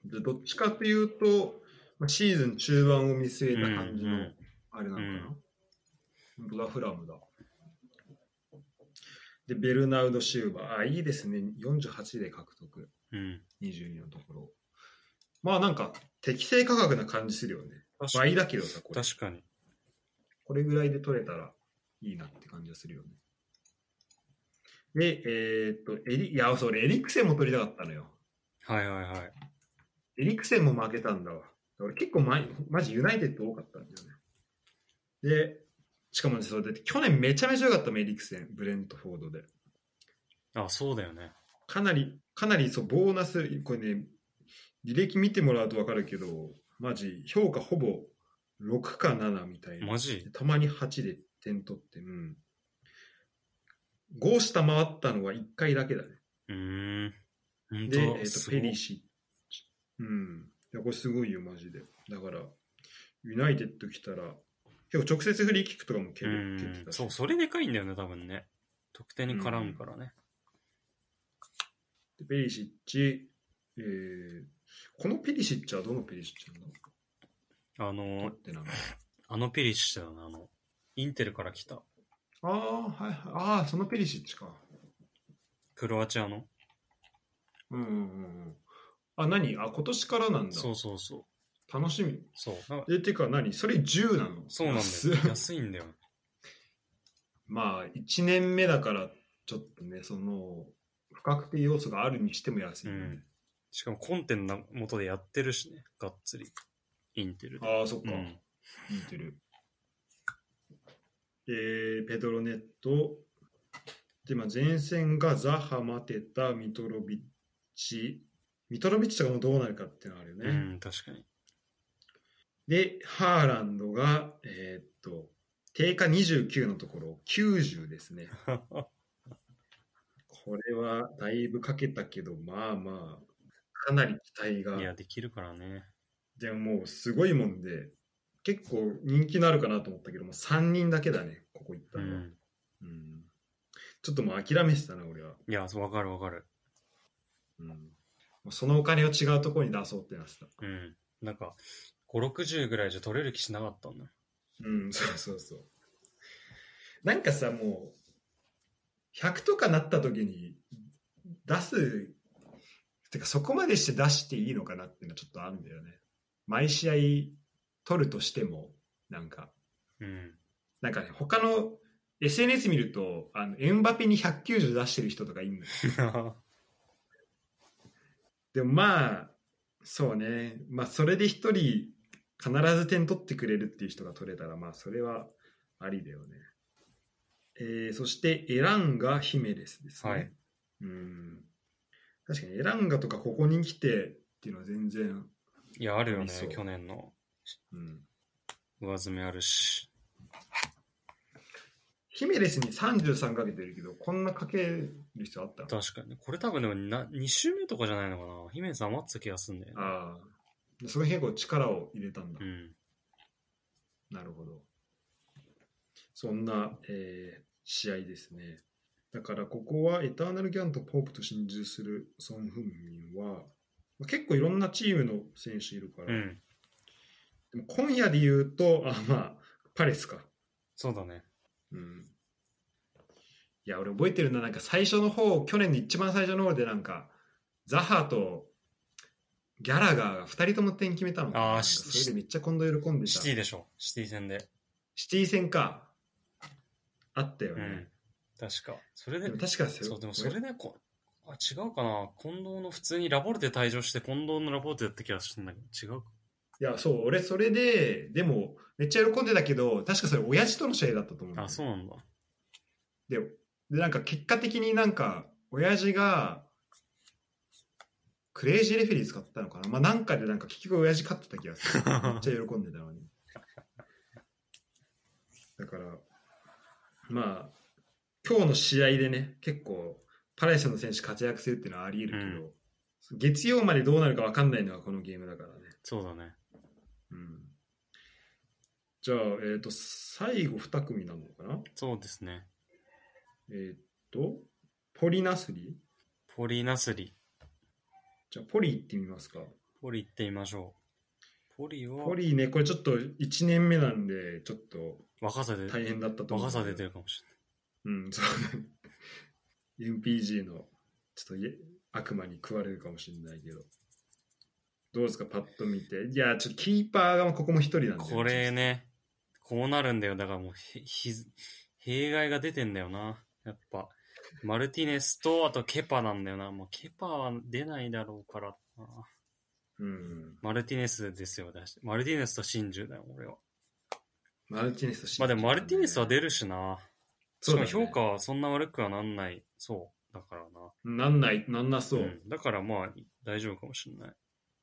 B: でどっちかというと、まあ、シーズン中盤を見据えた感じ
A: う
B: の
A: ん、
B: あれなのかな。
A: うん
B: 本当だ、フラムだ。で、ベルナウド・シウバー。あ、いいですね。48で獲得。
A: うん。うん
B: 22のところ。まあなんか、適正価格な感じするよね。
A: 確か
B: 倍
A: に。
B: だけどさ、これ。
A: 確かに。
B: これぐらいで取れたらいいなって感じがするよね。で、えーっと、エリ、いや、それエリクセンも取りたかったのよ。
A: はいはいはい。
B: エリクセンも負けたんだわ。俺結構ま、マジユナイテッド多かったんだよね。で、しかもね、それで、去年めちゃめちゃ良かったもんエリクセン、ブレントフォードで。
A: あ、そうだよね。
B: かなり、かなり、そう、ボーナス、これね、履歴見てもらうとわかるけど、マジ、評価ほぼ6か7みたいな。
A: マジ
B: たまに8で点取って、うん。5下回ったのは1回だけだね。
A: うーん。ほん
B: で、えっ、と、
A: す
B: ペ
A: ごい
B: リシッチ。うん。いや、これすごいよ、マジで。だから、ユナイテッド来たら、結構直接フリーキックとかも蹴
A: う
B: る蹴って
A: ん
B: たし
A: そう、それでかいんだよね、多分ね。得点に絡むからね。
B: でペリシッチ、えー、このペリシッチはどのペリシッチなの
A: あの
B: 取っ、てなの
A: あのペリシッチだな、あの、インテルから来た、
B: ああ、はいはい。ああ、そのペリシッチか。
A: クロアチアの。
B: うんうんうんうん。あ、何あ、今年からなんだ。
A: そうそうそう。
B: 楽しみ。
A: そう。なんか
B: え、てか何それ10なの
A: そうなんだ
B: 安っ
A: よ。安いんだよ。
B: まあ、1年目だから、ちょっとね、その、不確定要素があるにしても安いよね、
A: しかもコンテンの元でやってるしね、がっつり。インテルで。
B: ああ、そっ
A: う
B: か、似
A: ん。
B: てる。えー、ペドロネット、で、まあ、前線がザハ、マテタ、ミトロビッチ、ミトロビッチとかもどうなるかっていうのはあるよね。
A: うん、確 かに。
B: で、ハーランドが、えーっと、定価29のところ、90ですね。これはだいぶかけたけど、まあまあ、かなり期待が
A: い。や、できるからね。
B: でももうすごいもんで、結構人気のあるかなと思ったけど、もう3人だけだね、ここ行った
A: う
B: のは。
A: ん。
B: うんちょっともう諦めてたな、俺は。
A: いや、そうわかるわかる。
B: うん、もうそのお金を違うところに出そうってなってた。
A: うん。なんか、5、60ぐらいじゃ取れる気しなかったんだ。
B: うん、そうそうそう。なんかさ、もう、100とかなった時に出す、てかそこまでして出していいのかなっていうのはちょっとあるんだよね。毎試合取るとしても、なんか、
A: うん。
B: なんかね、他の SNS 見ると、あの、エンバペに190出してる人とかいるのよ。でもまあ、そうね。まあ、それで一人、必ず点取ってくれるっていう人が取れたら、まあ、それはありだよね。えーそして、エランガ・ヒメレスですね。
A: はい
B: うん。確かに、エランガとかここに来てっていうのは全然、
A: いや、あるよね
B: ありそう、
A: 去年の。
B: うん。
A: 上積みあるし。
B: ヒメレスに33かけてるけど、こんなかける必要あったの
A: 確かに。これ多分でもな2周目とかじゃないのかな。姫さん余ってた気がすんだよね。
B: ああ。その辺結構力を入れたんだ
A: う。ん。
B: なるほど。そんな、えー試合ですね。だからここはエターナルギャンとポープと心中するソン・フンミンは、まあ、結構いろんなチームの選手いるから、
A: うん。
B: でも今夜で言うと、あ、まあ、パレスか。
A: そうだね。
B: うん。いや、俺覚えてるな、なんか最初の方、去年の一番最初の方でなんか、ザハとギャラガーが2人とも点決めたのかな
A: あー
B: なんか
A: し
B: それでめっちゃ今度喜んでた。
A: シティでしょ。シティ戦で。
B: シティ戦か。あったよ
A: う
B: ね。
A: ん。確か。それ
B: で
A: で
B: も、確かですよ。
A: そう、でもそれでこ、あ、違うかな。近藤の普通にラボルテ退場して、近藤のラボルテだった気がしたんだけど、違うか。
B: いや、そう、俺それで、でも、めっちゃ喜んでたけど、確かそれ親父との試合だったと思う。
A: あ、そうなんだ。
B: で、で、なんか結果的になんか、親父が、クレイジーレフェリー使ったのかなまあなんかでなんか結局親父勝ってた気がする。めっちゃ喜んでたのに。だから、まあ、今日の試合でね、結構、パレスの選手活躍するっていうのはあり得るけど、月曜までどうなるか分かんないのがこのゲームだからね。
A: そうだね。
B: うんじゃあ、えっ、と、最後2組なのかな
A: そうですね。
B: えっ、と、ポリナスリ
A: ポリナスリ。
B: じゃあ、ポリ行ってみますか。
A: ポリ行ってみましょう。ポリは
B: ポ、リね、これちょっと1年目なんで、ちょっと
A: 若さで、
B: 大変だったと思う。
A: 若さ出てるかもし
B: うん、そう。MPG の、ちょっといえ悪魔に食われるかもしれないけど。どうですか、パッと見て。いや、ちょっとキーパーがここも1人な
A: れ
B: ん
A: な
B: で。
A: い。これ。ね、こうなるんだよ。だからもう、ひ、ひ、弊害が出てんだよな。やっぱ。マルティネスと、あとケパなんだよな。もうケパは出ないだろうからな。
B: うん。
A: マルティネスですよ、出して。マルティネスと真珠だよ、俺は。
B: マルティネスとシンジ
A: まあでもマルティネスは出るしな。し
B: そう
A: か
B: だ
A: も
B: ね
A: 評価はそんな悪くはなんない。そう。だからな。
B: なんない、なんなそう。
A: んだからまあ大丈夫かもしれない。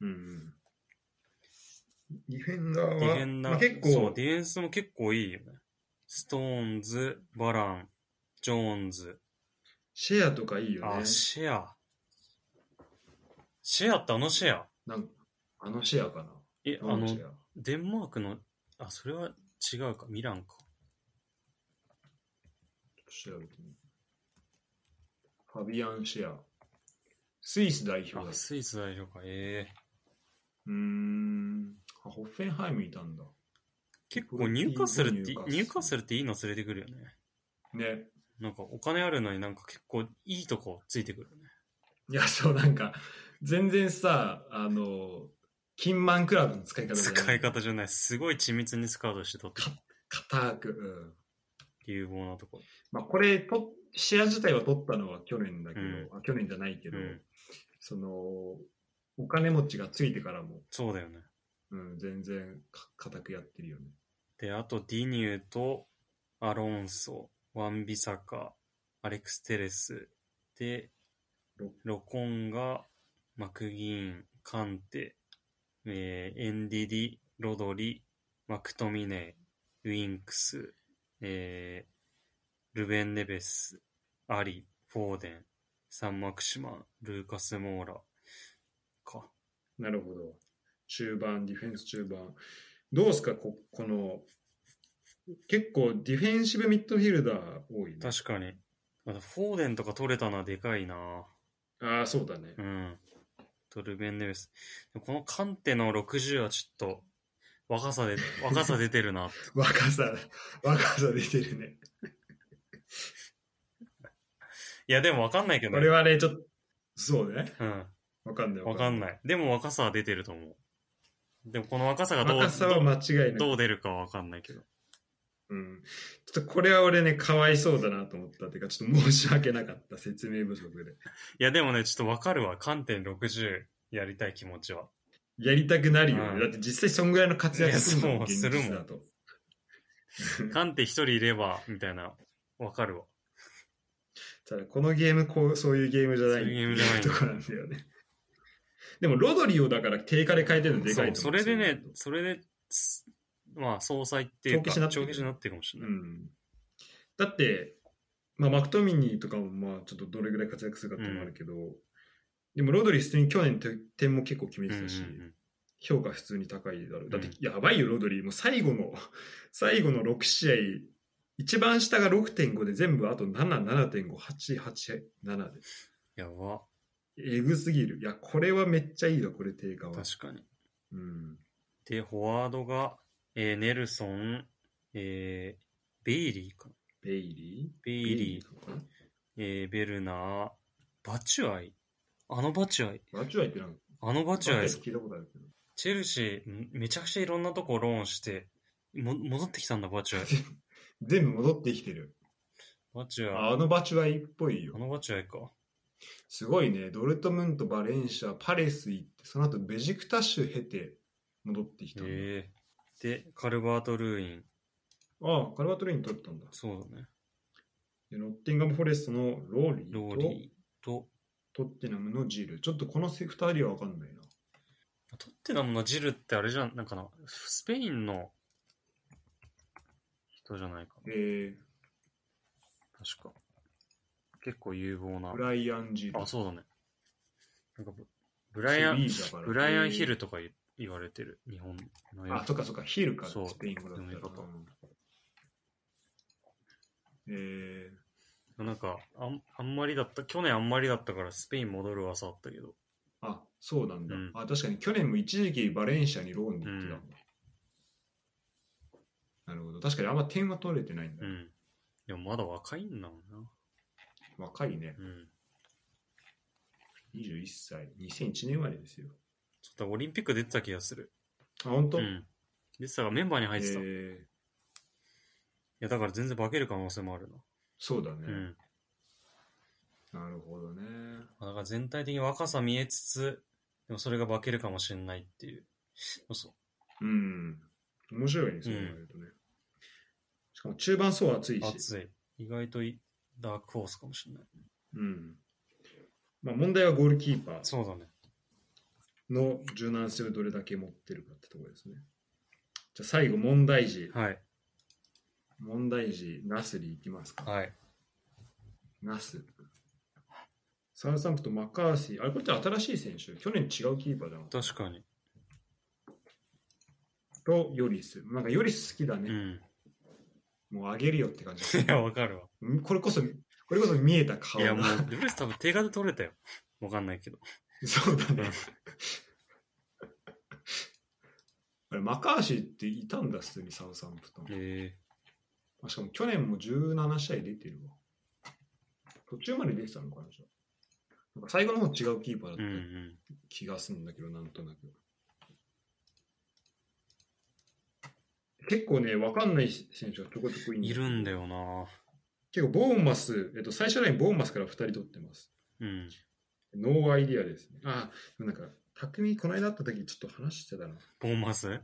B: うんディフェンダーは、
A: ディフェンダー、
B: まあ、結
A: そう
B: 構、
A: ディフェンスも結構いいよね。ストーンズ、バラン、ジョーンズ。
B: シェアとかいいよ
A: あ、
B: ね。
A: シェア。シェアってあのシェア
B: なんかあのシェアかな。
A: え、
B: ど
A: あの
B: シ、ェア
A: デンマークの、あ、それは違うか、ミランか。
B: 調べてみるファビアン・シェア。スイス代表だ。
A: あ、
B: う
A: スイス代表か、ええ
B: ーん。あホッフェンハイムいたんだ。
A: 結構入荷するって、
B: ニューカッス
A: 入荷す
B: ル
A: るっていいの連れてくるよね。
B: ね。
A: なんかお金あるのになんか結構いいとこついてくるよね。
B: いや、そう、なんか、全然さ、あの、金満クラブの使い方じゃない
A: 使い方じゃない。すごい緻密にスカウトして取ってくる
B: 硬く。うん。
A: 有望なところ。
B: まあ、これと、シェア自体は取ったのは去年だけど、
A: うん
B: あ去年じゃないけど、
A: うん
B: その、お金持ちがついてからも、
A: そうだよね。
B: うん、全然か固くやってるよね。
A: で、あとディニューとアロンソ、ワンビサカ、アレックス・テレス。で
B: ロ、
A: ロコンが、マクギーン、カンテ、えーエンディディ、ロドリ、マクトミネイ、ウィンクス、えールベン・ネベス、アリ、フォーデン、サン・マクシマン、ルーカス・モーラ、か。
B: なるほど。中盤、ディフェンス中盤。どうですか、ここの、結構ディフェンシブミッドフィルダー多いね、
A: 確かに。まだフォーデンとか取れたのはでかいな
B: ああ、そうだね
A: う。ん。とルベン・ネベス。でもこのカンテの60はちょっと、若さ で、若さ出てるなって。
B: 若さ、若さ出てるね。
A: いや、でもわかんないけど
B: これ。はね、ちょっと、そうね。
A: うん。
B: わかんない。。
A: わかんないい。でも若さは出てると思う。でもこの若さがどう
B: 若さは間違いない。
A: どう出るかはわかんないけど。
B: うん。ちょっとこれは俺ね、かわいそうだなと思ったっていうか、ちょっと申し訳なかった、説明不足で。
A: いや、でもね、ちょっとわかるわ。観点60やりたい気持ち は。
B: やりたくなるよね。
A: うん
B: だって実際そんぐらいの活躍する
A: い
B: もん、
A: やそうするもん
B: 現実だと。
A: 観点一人いれば、みたいな、わかるわ。
B: ただこのゲームこう、そういうゲームじゃない
A: そういうゲームじゃない
B: ってうとこなんだよね。でも、ロドリオだから定価で変えてるので
A: そ、
B: かいうと
A: そ
B: 思
A: れ
B: う
A: でね、それで、つまあ、総裁っていうか、
B: 帳消しになってる
A: 帳消しになってるかもしれ
B: う
A: ない。
B: ん。だって、まあ、マクトミニーとかも、まあ、ちょっとどれぐらい活躍するかっていうのもあるけど、でも、ロドリー普通に去年て点も結構決めてたし、
A: うんうんうん
B: 評価普通に高いだろう。だって
A: うん、
B: やばいよ、ロドリー。もう最後の、 最後の6試合、一番下が6.5で全部あと7、7.5、8、8、7で。
A: やば。
B: えぐすぎる。いや、これはめっちゃいいわ、これ、定価は。
A: 確かに。
B: うん。
A: で、フォワードが、えーネルソン、えーベイリーか。
B: ベイリ
A: ベ
B: ー
A: イリ
B: ベ
A: ー、
B: イリーなのかな
A: えーベルナー、バチュアイ。あのバチュアイ。
B: バチュアイってなんか、
A: あのバチュアイ。
B: 聞いたことあるけど。
A: チェルシー、んめちゃくちゃいろんなとこローンして、も戻ってきたんだ、バチュアイ。
B: 全部戻ってきてる。
A: バチュアイ。
B: あのバチュアイっぽい
A: あ
B: よ。
A: のバチュアイか。
B: すごいね。ドルトムント、バレンシア、パレス行って、その後ベジクタッシュ経て戻ってきたんだ。
A: へえで、カルバート・ルーイン。
B: ああ、カルバトレイン取ったんだ。
A: そうだね。
B: で、ノッティンガム・フォレストのローリ
A: ロー
B: ーと
A: リーと、
B: トッテナムのジル。ちょっとこの2人はわかんないな。
A: トッテナムのジルってあれじゃん、なんかな、スペインの人じゃないかな。
B: え
A: 確か。結構有望な
B: ー、ブ。ライアン・ジル。
A: あ、そうだね。なんかブ、ブ
B: セ
A: ライアン、
B: ビージャから
A: ブライアン・ヒ
B: えー
A: ルとか言言われてる、日本の
B: あ、そっかそっか、ヒルか、
A: そう
B: スペイン語だったら
A: 読み方
B: うんえ
A: なんかあん、あんまりだった、去年あんまりだったからスペイン戻る噂あったけど。
B: ー、あ、そうなんだ、
A: うん
B: あ、確かに去年も一時期バレンシアにローンで行ってたもん、なるほど。確かにあんま点は取れてないんだ。
A: うん。でもまだ若いんだもんな。
B: 若いね。
A: うん。
B: 21歳。2001年生まれですよ。
A: ちょっとオリンピック出てた気がする。
B: あ、本当、
A: うん。出てたからメンバーに
B: え
A: 入ってた。い
B: ー、
A: や、だから全然化ける可能性もある
B: そうだね、
A: な。うん。
B: なるほどね。
A: だから全体的に若さ見えつつ、でもそれが化けるかもしれないっていう。そうそう。
B: うん。面白いね、そうなるとね。しかも中盤層熱いし。
A: 熱い。意外といダークホースかもしれない。
B: うん。まあ問題はゴールキーパー。
A: そうだね。
B: の柔軟性をどれだけ持ってるかってところですね。じゃあ最後、問題児。
A: はい。
B: 問題児、ナスに行きますか。
A: はい。
B: ナス。サウサンプトン、マカーシー。あれ、これって新しい選手。去年違うキーパーだなかった。
A: 確かに。
B: と、ヨリス。なんかヨリス好きだ
A: う
B: ね。
A: ん。
B: もうあげるよっ て感じ。
A: いや、わかるわ。
B: うんこれこそ、これこそ見えた顔
A: いや、
B: の
A: もう、ルブレス多分手で取れたよ。わかんないけど。
B: そうだ
A: うん
B: ね。 あれ、マカーシーっていたんだ、普通にサウサンプトン。
A: え
B: あしかも去年も17試合出てるわ。途中まで出てたのかな、じゃあなんか最後の方違うキーパーだ
A: え
B: っ
A: うんう
B: た
A: ん。
B: 気がするんだけど、なんとなく。結構ね、わかんない選手がちょこちょこい
A: いるんだ
B: よ。
A: よな
B: 結構、ボーンマス、えっと、最初ラインボーンマスから2人取ってます。
A: うん。
B: ノーアイディアですね。あ、でもなんか、匠、この間会った時ちょっと話してたな。
A: ボーマス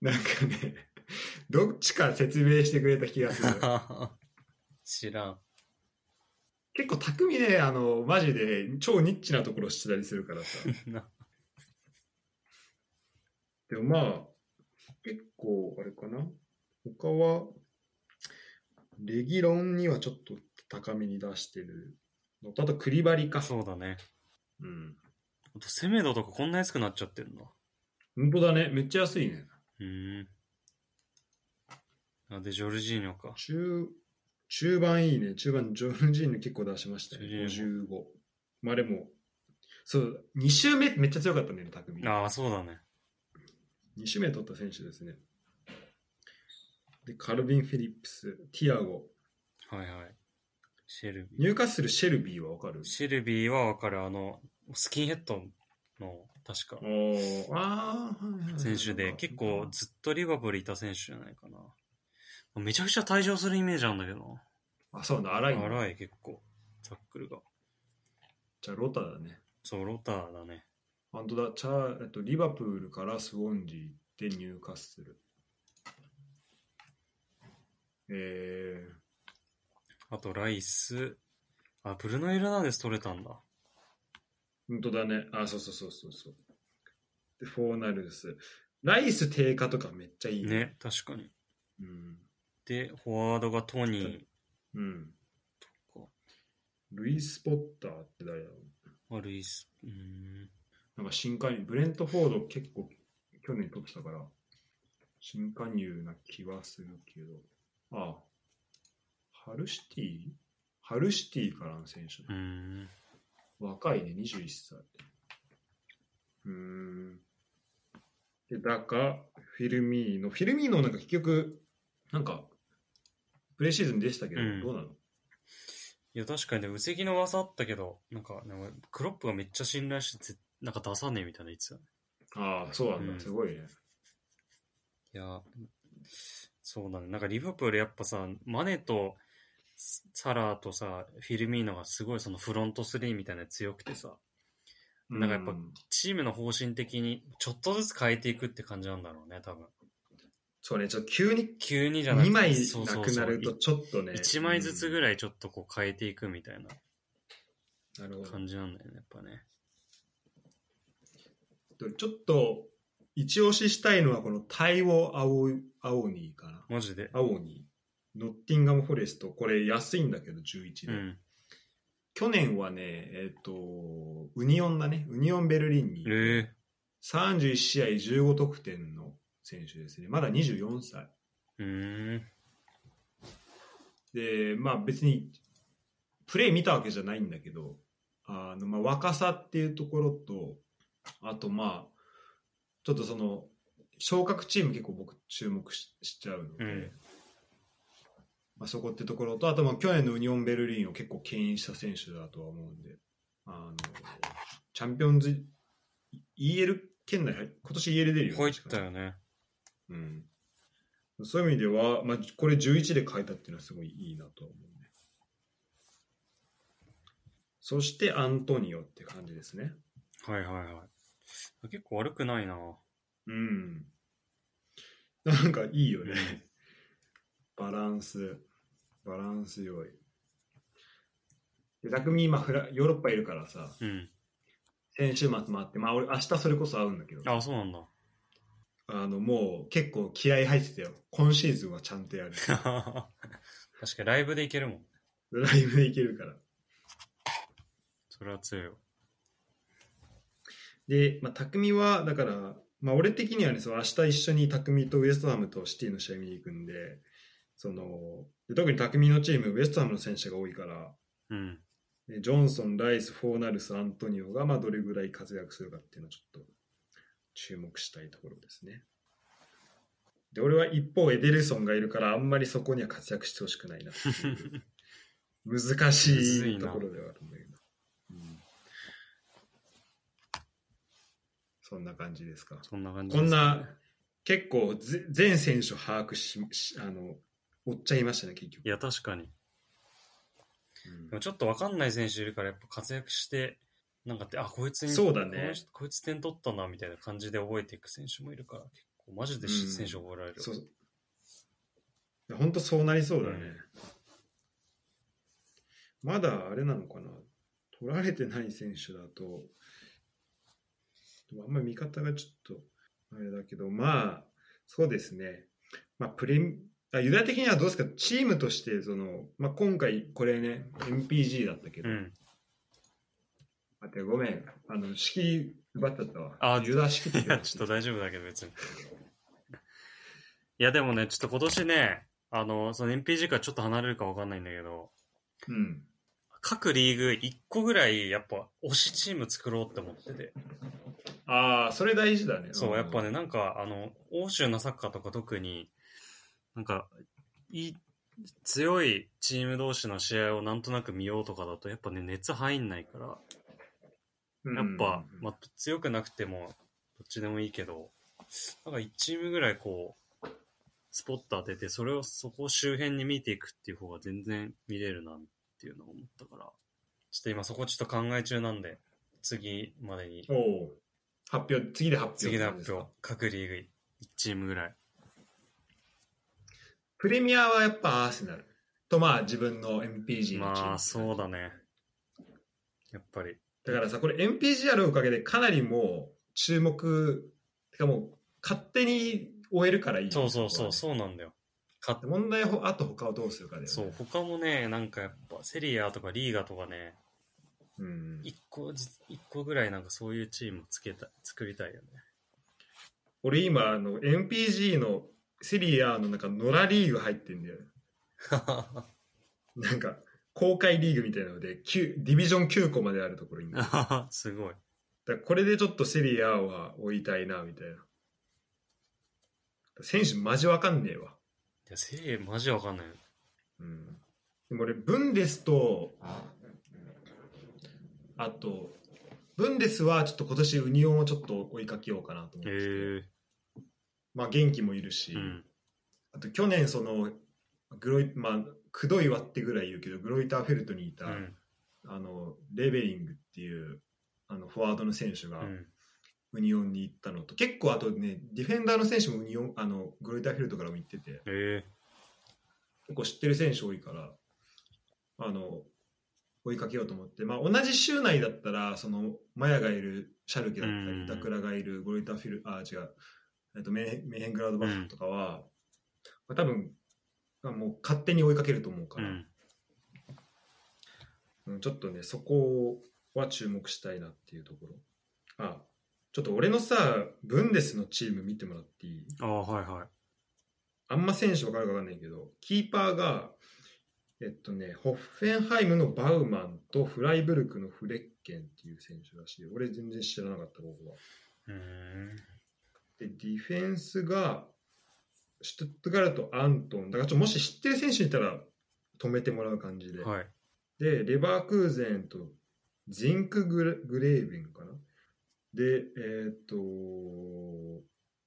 B: なんかね、どっちか説明してくれた気がする。
A: 知らん。
B: 結構匠ね、あの、マジで超ニッチなところしてたりするからさ。 でもまあ、結構、あれかな。他は、レギロンにはちょっと高めに出してるのと、あとクリバリか。
A: そうだね。
B: うん。
A: あと、セメドとかこんな安くなっちゃってんの
B: 本当だね。めっちゃ安いね。
A: うーん。あ、で、ジョルジーニョか。
B: 中、中盤いいね。中盤、ジョルジーヌ結構出しましたね。
A: ジョルジ
B: 55。まあでも、そう、2周目めっちゃ強かったね、匠。
A: ああ、そうだね。
B: 2周目取った選手ですね。で、カルビン・フィリップス、ティアゴ、
A: はいはい。シェルビ
B: ニューカッスル・シェルビーはわかる
A: ー。シェルビーはわかる。あの、スキンヘッドの、確か
B: お、ーあーはいはいはい
A: 選手で、結構ずっとリバプールいた選手じゃないかな。めちゃくちゃ退場するイメージなんだけど
B: あ、そうなんだ、荒いん
A: な。
B: だ
A: 荒い、結構。タックルが。
B: じゃあ、ロタだね。
A: そう、ロターだね。
B: 本当だ、チャー、えっと、リバプールからスウォンジーでニューカッスル。え
A: あと、ライス。あ、ブルノ・エルナンデス取れたんだ。
B: ー、本当だね。あ、そうそうそうそうそう。で、フォーナルス。ライス低下とかめっちゃいいね。
A: ね、確かに。
B: うん。
A: で、フォワードがトニー
B: うん。
A: とか、
B: ルイス・ポッターって誰だろう
A: まあ、ルイス、うーん、
B: なんか新加入、ブレントフォード結構去年取ってたから、新加入な気はするけど、ああ、ハルシティハルシティからの選手
A: うー。ん、
B: 若いね、21歳。うーん。で、だか、フィルミーノ。フィルミーノなんか結局、なんか、プレシーズンでしたけど、
A: うん
B: どうなの
A: いや、確かにね、うせぎの噂あったけど、なんか、なんかクロップがめっちゃ信頼してぜ、なんか出さねえみたいな言ってたね。
B: ああ、そうなんだ、
A: うん
B: すごいね。
A: いや、そうだね。なんかリバプールやっぱさ、マネとササラーとさ、フィルミーノがすごいそのフロントスリーみたいなの強くてさ、なんかやっぱ
B: う
A: チームの方針的にちょっとずつ変えていくって感じなんだろうね、多分。
B: そうね、ちょっと急に
A: 急にじゃなく
B: 2枚
A: そう
B: な
A: そう
B: く
A: そう
B: なるとちょっとね。
A: 1枚ずつぐ
B: らい。
A: らいちょっとこう変えていくみたい
B: なるほ
A: な感じなんだよね、やっぱね。
B: ど。ちょっと、一押ししたいのはこのタイオ・アオアオニーかな。
A: マジで。
B: アオニー。ノッティンガム・フォレスト。これ安いんだけど、11
A: う
B: で。
A: ん。
B: 去年はね、えっ、と、ウニオンだね。ウニオン・ベルリンに
A: えー、
B: 31試合15得点の選手ですね。まだ24歳。
A: うーん。
B: で、まあ別に、プレー見たわけじゃないんだけど、あの、まあ若さっていうところと、あとまあ、ちょっとその、昇格チーム結構僕注目ししちゃうので、
A: うん
B: まあそこってところと、あとまあ去年のウニオンベルリンを結構牽引した選手だとは思うんで、あの、チャンピオンズ、EL 圏内入、今年 EL 出るよね
A: 入ったよね。
B: うん、そういう意味では、まあ、これ11で変えたっていうのはすごいいいなとは思うね。そしてアントニオって感じですね。
A: はいはいはい。結構悪くないな。
B: うん。なんかいいよね
A: う。
B: バランス、バランス良い。で、匠今フラ、ヨーロッパいるからさ、
A: うん。
B: 先週末もあって、まあ俺明日それこそ会うんだけど、
A: あ、そうなんだ。
B: あのもう結構気合入ってたよ。今シーズンはちゃんとやる。
A: 確かにライブでいけるもん。
B: ライブでいけるから。
A: それは強いよ。
B: で、まあ、匠は、だから、まあ、俺的にはね、その明日一緒に匠とウエストハムとシティの試合見に行くんで、その、で特に匠のチーム、ウエストハムの選手が多いから、
A: うん。
B: でジョンソン、ライス、フォーナルス、アントニオが、まあ、どれぐらい活躍するかっていうのはちょっと注目したいところですね。で、俺は一方、エデルソンがいるから、あんまりそこには活躍してほしくないなって いう難しいところではあるんだけど。うんそんな感じですか。
A: そんな感じ
B: こ
A: です
B: んな、結構ぜ、全選手を把握し、しあの、追っちゃいましたね、結局
A: い。や、確かに。
B: うん
A: でもちょっとわかんない選手いるから、やっぱ活躍して、なんかって、あ、こいつに、
B: そうだね
A: この人こいつ点取ったな、みたいな感じで覚えていく選手もいるから、結構、マジでし
B: うん
A: 選手覚えられる。
B: そうや本当そうなりそうだね。
A: うん
B: まだあれなのかな、取られてない選手だと、でもあんまり見方がちょっとあれだけど、まあ、そうですね、まあ、プレミあユダ的にはどうですか、チームとしてその、まあ、今回、これね、MPG だったけど、
A: うん。
B: 待ってごめん、あの、式奪っちゃったわ。
A: あ
B: ユダ式って
A: いや、ちょっと大丈夫だけど別に。いや、でもね、ちょっと今年ね、あの、その NPG からちょっと離れるかわかんないんだけど、
B: うん。
A: 各リーグ1個ぐらいやっぱ推しチーム作ろうって思ってて。
B: ああ、それ大事だね。
A: そう、やっぱね、なんか、あの、欧州のサッカーとか特に、なんか、いい、強いチーム同士の試合をなんとなく見ようとかだと、やっぱね、熱入んないから、
B: うん、
A: やっぱ、まあ、強くなくても、どっちでもいいけど、なんか1チームぐらいこう、スポット当てて、それをそこ周辺に見ていくっていう方が全然見れるなっていうのを思ったから、ちょっと今そこちょっと考え中なんで、次までに、
B: おおう発表、次で発表。
A: 次の発表、各リーグ1チームぐらい。
B: プレミアはやっぱアーセナルとまあ自分の MPG のチーム
A: まあ、そうだね。やっぱり。
B: だからさこれ MPG あるおかげでかなりもう注目てかもう勝手に終えるからいい
A: そうそうそう、
B: う
A: そうなんだよ。か
B: 問題はあと他をどうするかだよね
A: そう、他もね、なんかやっぱ、セリアとかリーガとかね、
B: うん、
A: 一個ずつ、一個ぐらいなんかそういうチームをつけた、作りた いよね。
B: 俺今あの MPG のセリアのなんか野良リーグ入ってんだよなんか公開リーグみたいなので9ディビジョン9個まであるところにだか
A: すごい。
B: らこれでちょっとセリアは追いたいなみたいな選手マジわかんねえわ
A: いや、セリアマジわかんない。
B: うんでも俺ブンデスとあとブンデスはちょっと今年ウニオンをちょっと追いかけようかなと思って
A: へえ
B: て、まあ元気もいるし、
A: うん。
B: あと去年そのグロイまあくどいわってぐらい言うけどグロイターフェルトにいた、
A: うん。
B: あのレベリングっていうあのフォワードの選手が
A: うん。
B: ウニオンに行ったのと、結構あとねディフェンダーの選手もウニオンあのグロイターフェルトからも行ってて、
A: へえ
B: 結構知ってる選手多いからあの追いかけようと思って、まあ、同じ州内だったらそのマヤがいるシャルケだった
A: うん
B: り板倉がいるゴロイタフィルあ違う、えっと、メーメーヘングラードバッフとかは、まあ、多分まあもう勝手に追いかけると思うか
A: う
B: ら、
A: ん。
B: うんちょっとねそこは注目したいなっていうところあちょっと俺のさブンデスのチーム見てもらっていい
A: ああ、はいはい。
B: あんま選手わかるかわかんないけど、キーパーが、えっとね、ホッフェンハイムのバウマンとフライブルクのフレッケンっていう選手らしい。俺全然知らなかった、ここは。
A: うーん。
B: で、ディフェンスが、シュトゥットガルト、アントン。だからちょっともし知ってる選手いたら止めてもらう感じで。
A: はい。
B: で、レバークーゼンとジンクグレグレーベンかな。で、えっ、と、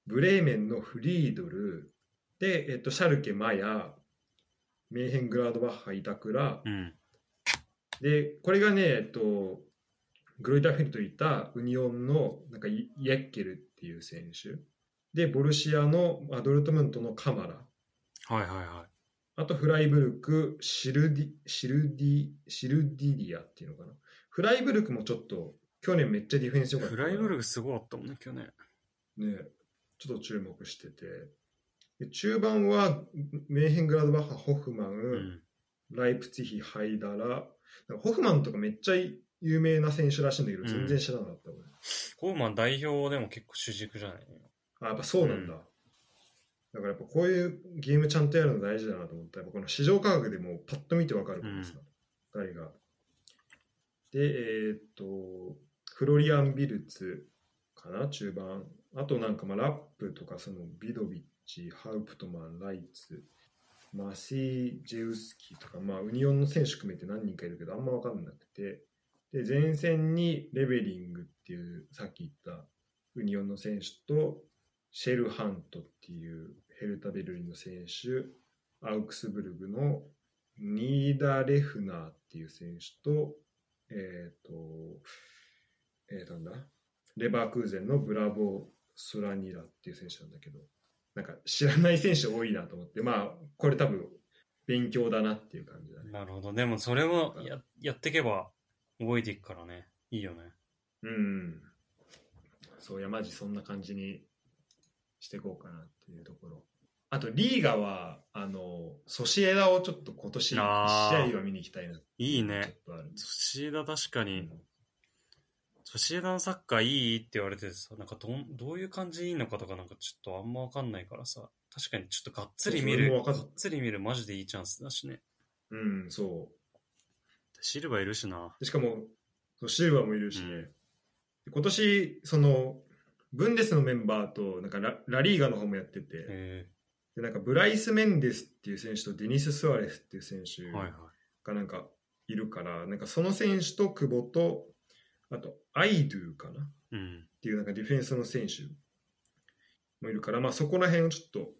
B: ブレーメンのフリードル、で、えっ、と、シャルケ、マヤ、メーヘングラードバッハ、板倉、
A: うん。
B: で、これがね、えっ、と、グロイターフェルトいたウニオンのなんかイヤッケルっていう選手、で、ボルシアのアドルトムントのカマラ、
A: はいはいは
B: あとフライブルク、シルディ、シルディ、シルディリアっていうのかな。フライブルクもちょっと、去年めっちゃディフェンス
A: い。
B: 良かった
A: フ
B: から。
A: ライブルグすごかったもんね、去年。
B: ね、ちょっと注目してて。で中盤は、メーヘングラードバッハ、ホフマン、
A: うん。
B: ライプツィヒ、ハイダラ。なんかホフマンとかめっちゃ有名な選手らしいんだけど、
A: うん
B: 全然知らなかった、俺
A: コーマン代表でも結構主軸じゃない
B: あ、やっぱそうなんだ。
A: うん
B: だからやっぱこういうゲームちゃんとやるの大事だなと思った。やっぱこの市場価格でもうパッと見てわかるからさ、誰が。で、えーっと、フロリアン・ビルツかな、中盤。あとなんかまあラップとか、そのビドビッチ、ハウプトマン、ライツ、マシー・ジェウスキーとか、まあウニオンの選手含めて何人かいるけど、あんまわかんなくて。で、前線にレベリングっていう、さっき言ったウニオンの選手と、シェルハントっていうヘルタ・ベルリンの選手、アウクスブルグのニーダ・レフナーっていう選手と、えっ、と、えー、なんだ、レバークーゼンのブラボー・スラニラっていう選手なんだけど、なんか知らない選手多いなと思って、まあ、これ多分、勉強だなっていう感じだね。
A: なるほど。でもそれをややっていけば覚えていくからね。いいよね。
B: うん。そう、山地そんな感じにしていこうかなっていうところ。あと、リーガは、あの、ソシエダをちょっと今年、1試合
A: あー
B: は見に行きたいなって
A: いい
B: ちょ
A: ね
B: っ。とある。
A: ソシエダ確かに、ソシエダのサッカーいいって言われてさ、なんかどんどういう感じいいのかとかなんかちょっとあんまわかんないからさ、確かにちょっとがっつり見
B: そうそれ
A: る、
B: もわ
A: が
B: かん
A: っつり見るマジでいいチャンスだしね。
B: うん、うん、そう。
A: シルバいるしな。
B: でしかも、そうシルバーもいるしね、
A: うん
B: で今年、その、ブンデスのメンバーと、なんかララリーガの方もやってて、
A: へ
B: で、なんかブライス・メンデスっていう選手とデニス・スアレスっていう選手
A: えはいはい。
B: がなんかいるから、なんかその選手と久保と、あと、アイドゥかなっ
A: うん。
B: ていうなんかディフェンスの選手もいるから、まあそこら辺をちょっと、だか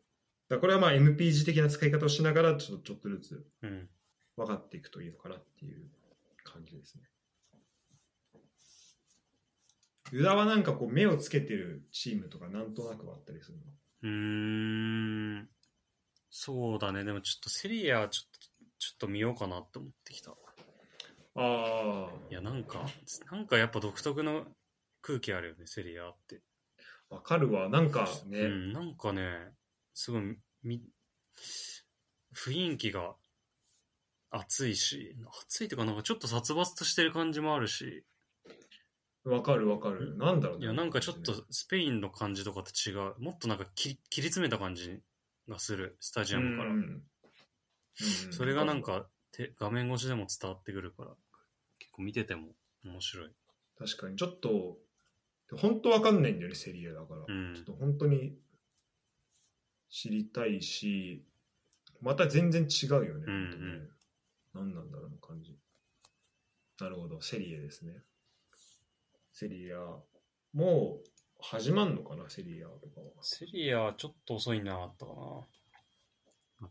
B: らこれはまあ MPG 的な使い方をしながら、ちょっとちょっとずつ
A: うん。
B: 分かっていくといいのかなっていう感じですね。宇田はなんかこう目をつけてるチームとかなんとなくはあったりするの
A: うーん。そうだね。でもちょっとセリアちょっと、ちょっと見ようかなって思ってきた。
B: あ
A: いや、なんか、なんかやっぱ独特の空気あるよね、セリアって。
B: あ、わかるわ。なんかね、
A: うん、なんかね、すごい、み、雰囲気が熱いし、熱いというか、なんかちょっと殺伐としてる感じもあるし、
B: わかるわかる。なんだろう
A: い
B: ね
A: や、なんかちょっとスペインの感じとかと違う、もっとなんか切り切り詰めた感じがする、スタジアムから。
B: うんうんうん
A: それがなんか、て画面越しでも伝わってくるから、結構見てても面白い。
B: 確かにちょっと本当わかんないんだよねセリエだから、
A: うん
B: ちょっと本当に知りたいしまた全然違うよ
A: う
B: ね,、
A: んうん
B: 本当ね何なんだろうあの感じなるほどセリエですねセリアもう始まんのかなセリアとか
A: セリアはちょっと遅いなあったか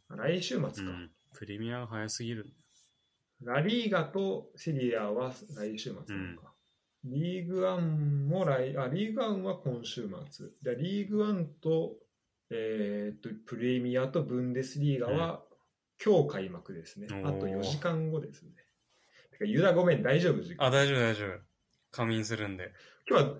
B: は来週末
A: な。う
B: か、
A: ん。プレミアが早すぎる。
B: ラリーガとセリアは来週末なのか。リーグワンも来、あ、リーグワンは今週末。でリーグワンと、えーっと、プレミアとブンデスリーガは、今日開幕ですね。
A: おー
B: あと4時間後ですね。てか、ユダごめん、大丈夫時間
A: あ、大丈夫大丈夫。仮眠するんで。
B: 今日は、今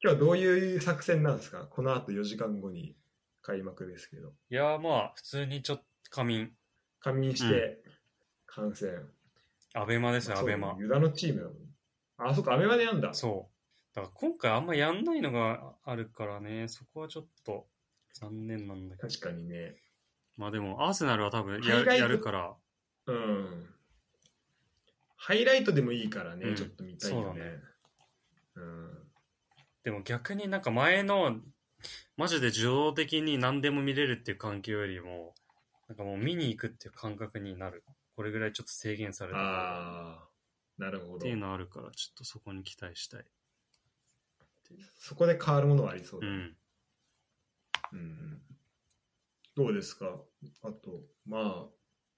B: 日はどういう作戦なんですかこの後4時間後に開幕ですけど。
A: いやーまあ、普通にちょっと仮眠。
B: 仮眠して、観戦。
A: アベマですよ、
B: まあ
A: ア
B: そう
A: ベ
B: だね
A: マ。
B: ユダのチームだもん。あ、そっか、アベマでやんだ。
A: そう。だから今回あんまやんないのがあるからね、そこはちょっと残念なんだけど。
B: 確かにね。
A: まあでも、アーセナルは多分や
B: 海外
A: やるから、
B: うんハイライトでもいいからね、
A: うん
B: ちょっと見たいよね。
A: でも逆になんか前の、マジで受動的に何でも見れるっていう環境よりも、なんかもう見に行くっていう感覚になる。これぐらいちょっと制限され
B: うん、
A: てるっ
B: ああ、なるほど
A: てい。うのあるから、ちょっとそこに期待したい。
B: そこで変わるものはありそう
A: う
B: だ、
A: ん。
B: うんどうですかあと、まあ、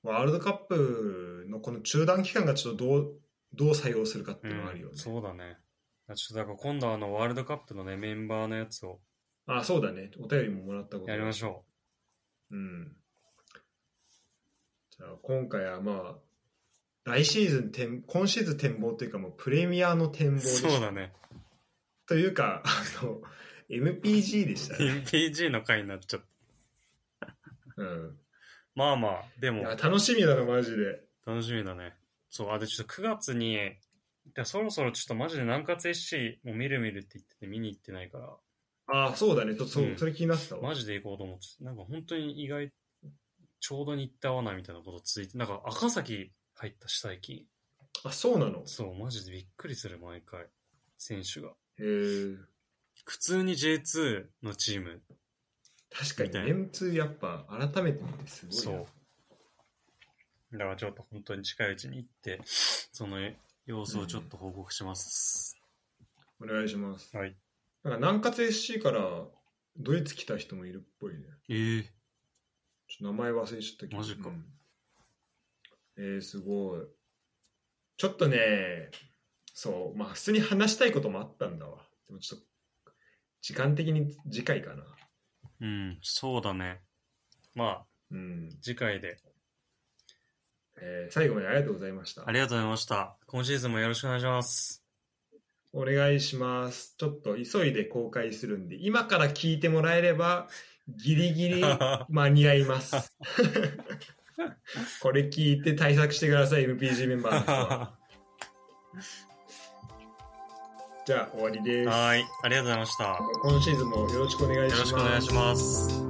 B: ワールドカップのこの中断期間がちょっとどう、どう採用するかっていうのはあるよね
A: うん。そうだね。ちょっとだから今度はあのワールドカップのね、メンバーのやつを
B: あ、そうだね。お便りももらったこと
A: やりましょ
B: う。うん。じゃあ、今回はまあ、来シーズン展、今シーズン展望というかもうプレミアの展望
A: う。
B: でした
A: そうだね。
B: というか、あの、MPG でしたね。
A: PG の回になっちゃった。
B: うん。
A: まあまあ、で
B: い
A: も
B: や、楽しみだな、マジで。
A: 楽しみだね。そう、あ、で、ちょっと9月に、でそろそろちょっとマジで南葛 SC もう見る見るって言ってて見に行ってないから、
B: ああ、そうだね。ちょっとそう、
A: うん
B: それ気になってたわ。
A: マジで行こうと思ってて、なんか本当に意外、ちょうどに行ったわなみたいなことついて、なんか赤崎入ったし最近。
B: あ、そうなの。
A: そう、マジでびっくりする毎回、選手が。
B: へえ。
A: 普通に J2 のチーム
B: 確
A: み
B: か
A: たい
B: に、
A: な
B: メンツやっぱ改めて見てすごいな。
A: そう。だからちょっと本当に近いうちに行って、その様子をちょっと報告します。
B: お願いします。
A: はい。
B: なんか、南葛 SC からドイツ来た人もいるっぽいね。
A: ええ
B: ちょっと名前忘れちゃったけど。
A: マジか
B: うんえー、すごい。ちょっとね、そう、まあ、普通に話したいこともあったんだわ。でもちょっと、時間的に次回かな。
A: うん、そうだね。まあ、
B: うん
A: 次回で。
B: えー最後までありがとうございました
A: あ。りがとうございました。今シーズンもよろしくお願いし ます。
B: お願いします。ちょっと急いで公開するんで、今から聞いてもらえれば、ギリ ギリ間に合います。 これ聞いて対策してください、MPG メンバーの人は。
A: は
B: じゃあ終わりです。
A: ーい、ありがとうございました。よ
B: 今シーズンもよろしくお願いし
A: ろ
B: ま
A: し
B: す。
A: くお願いします。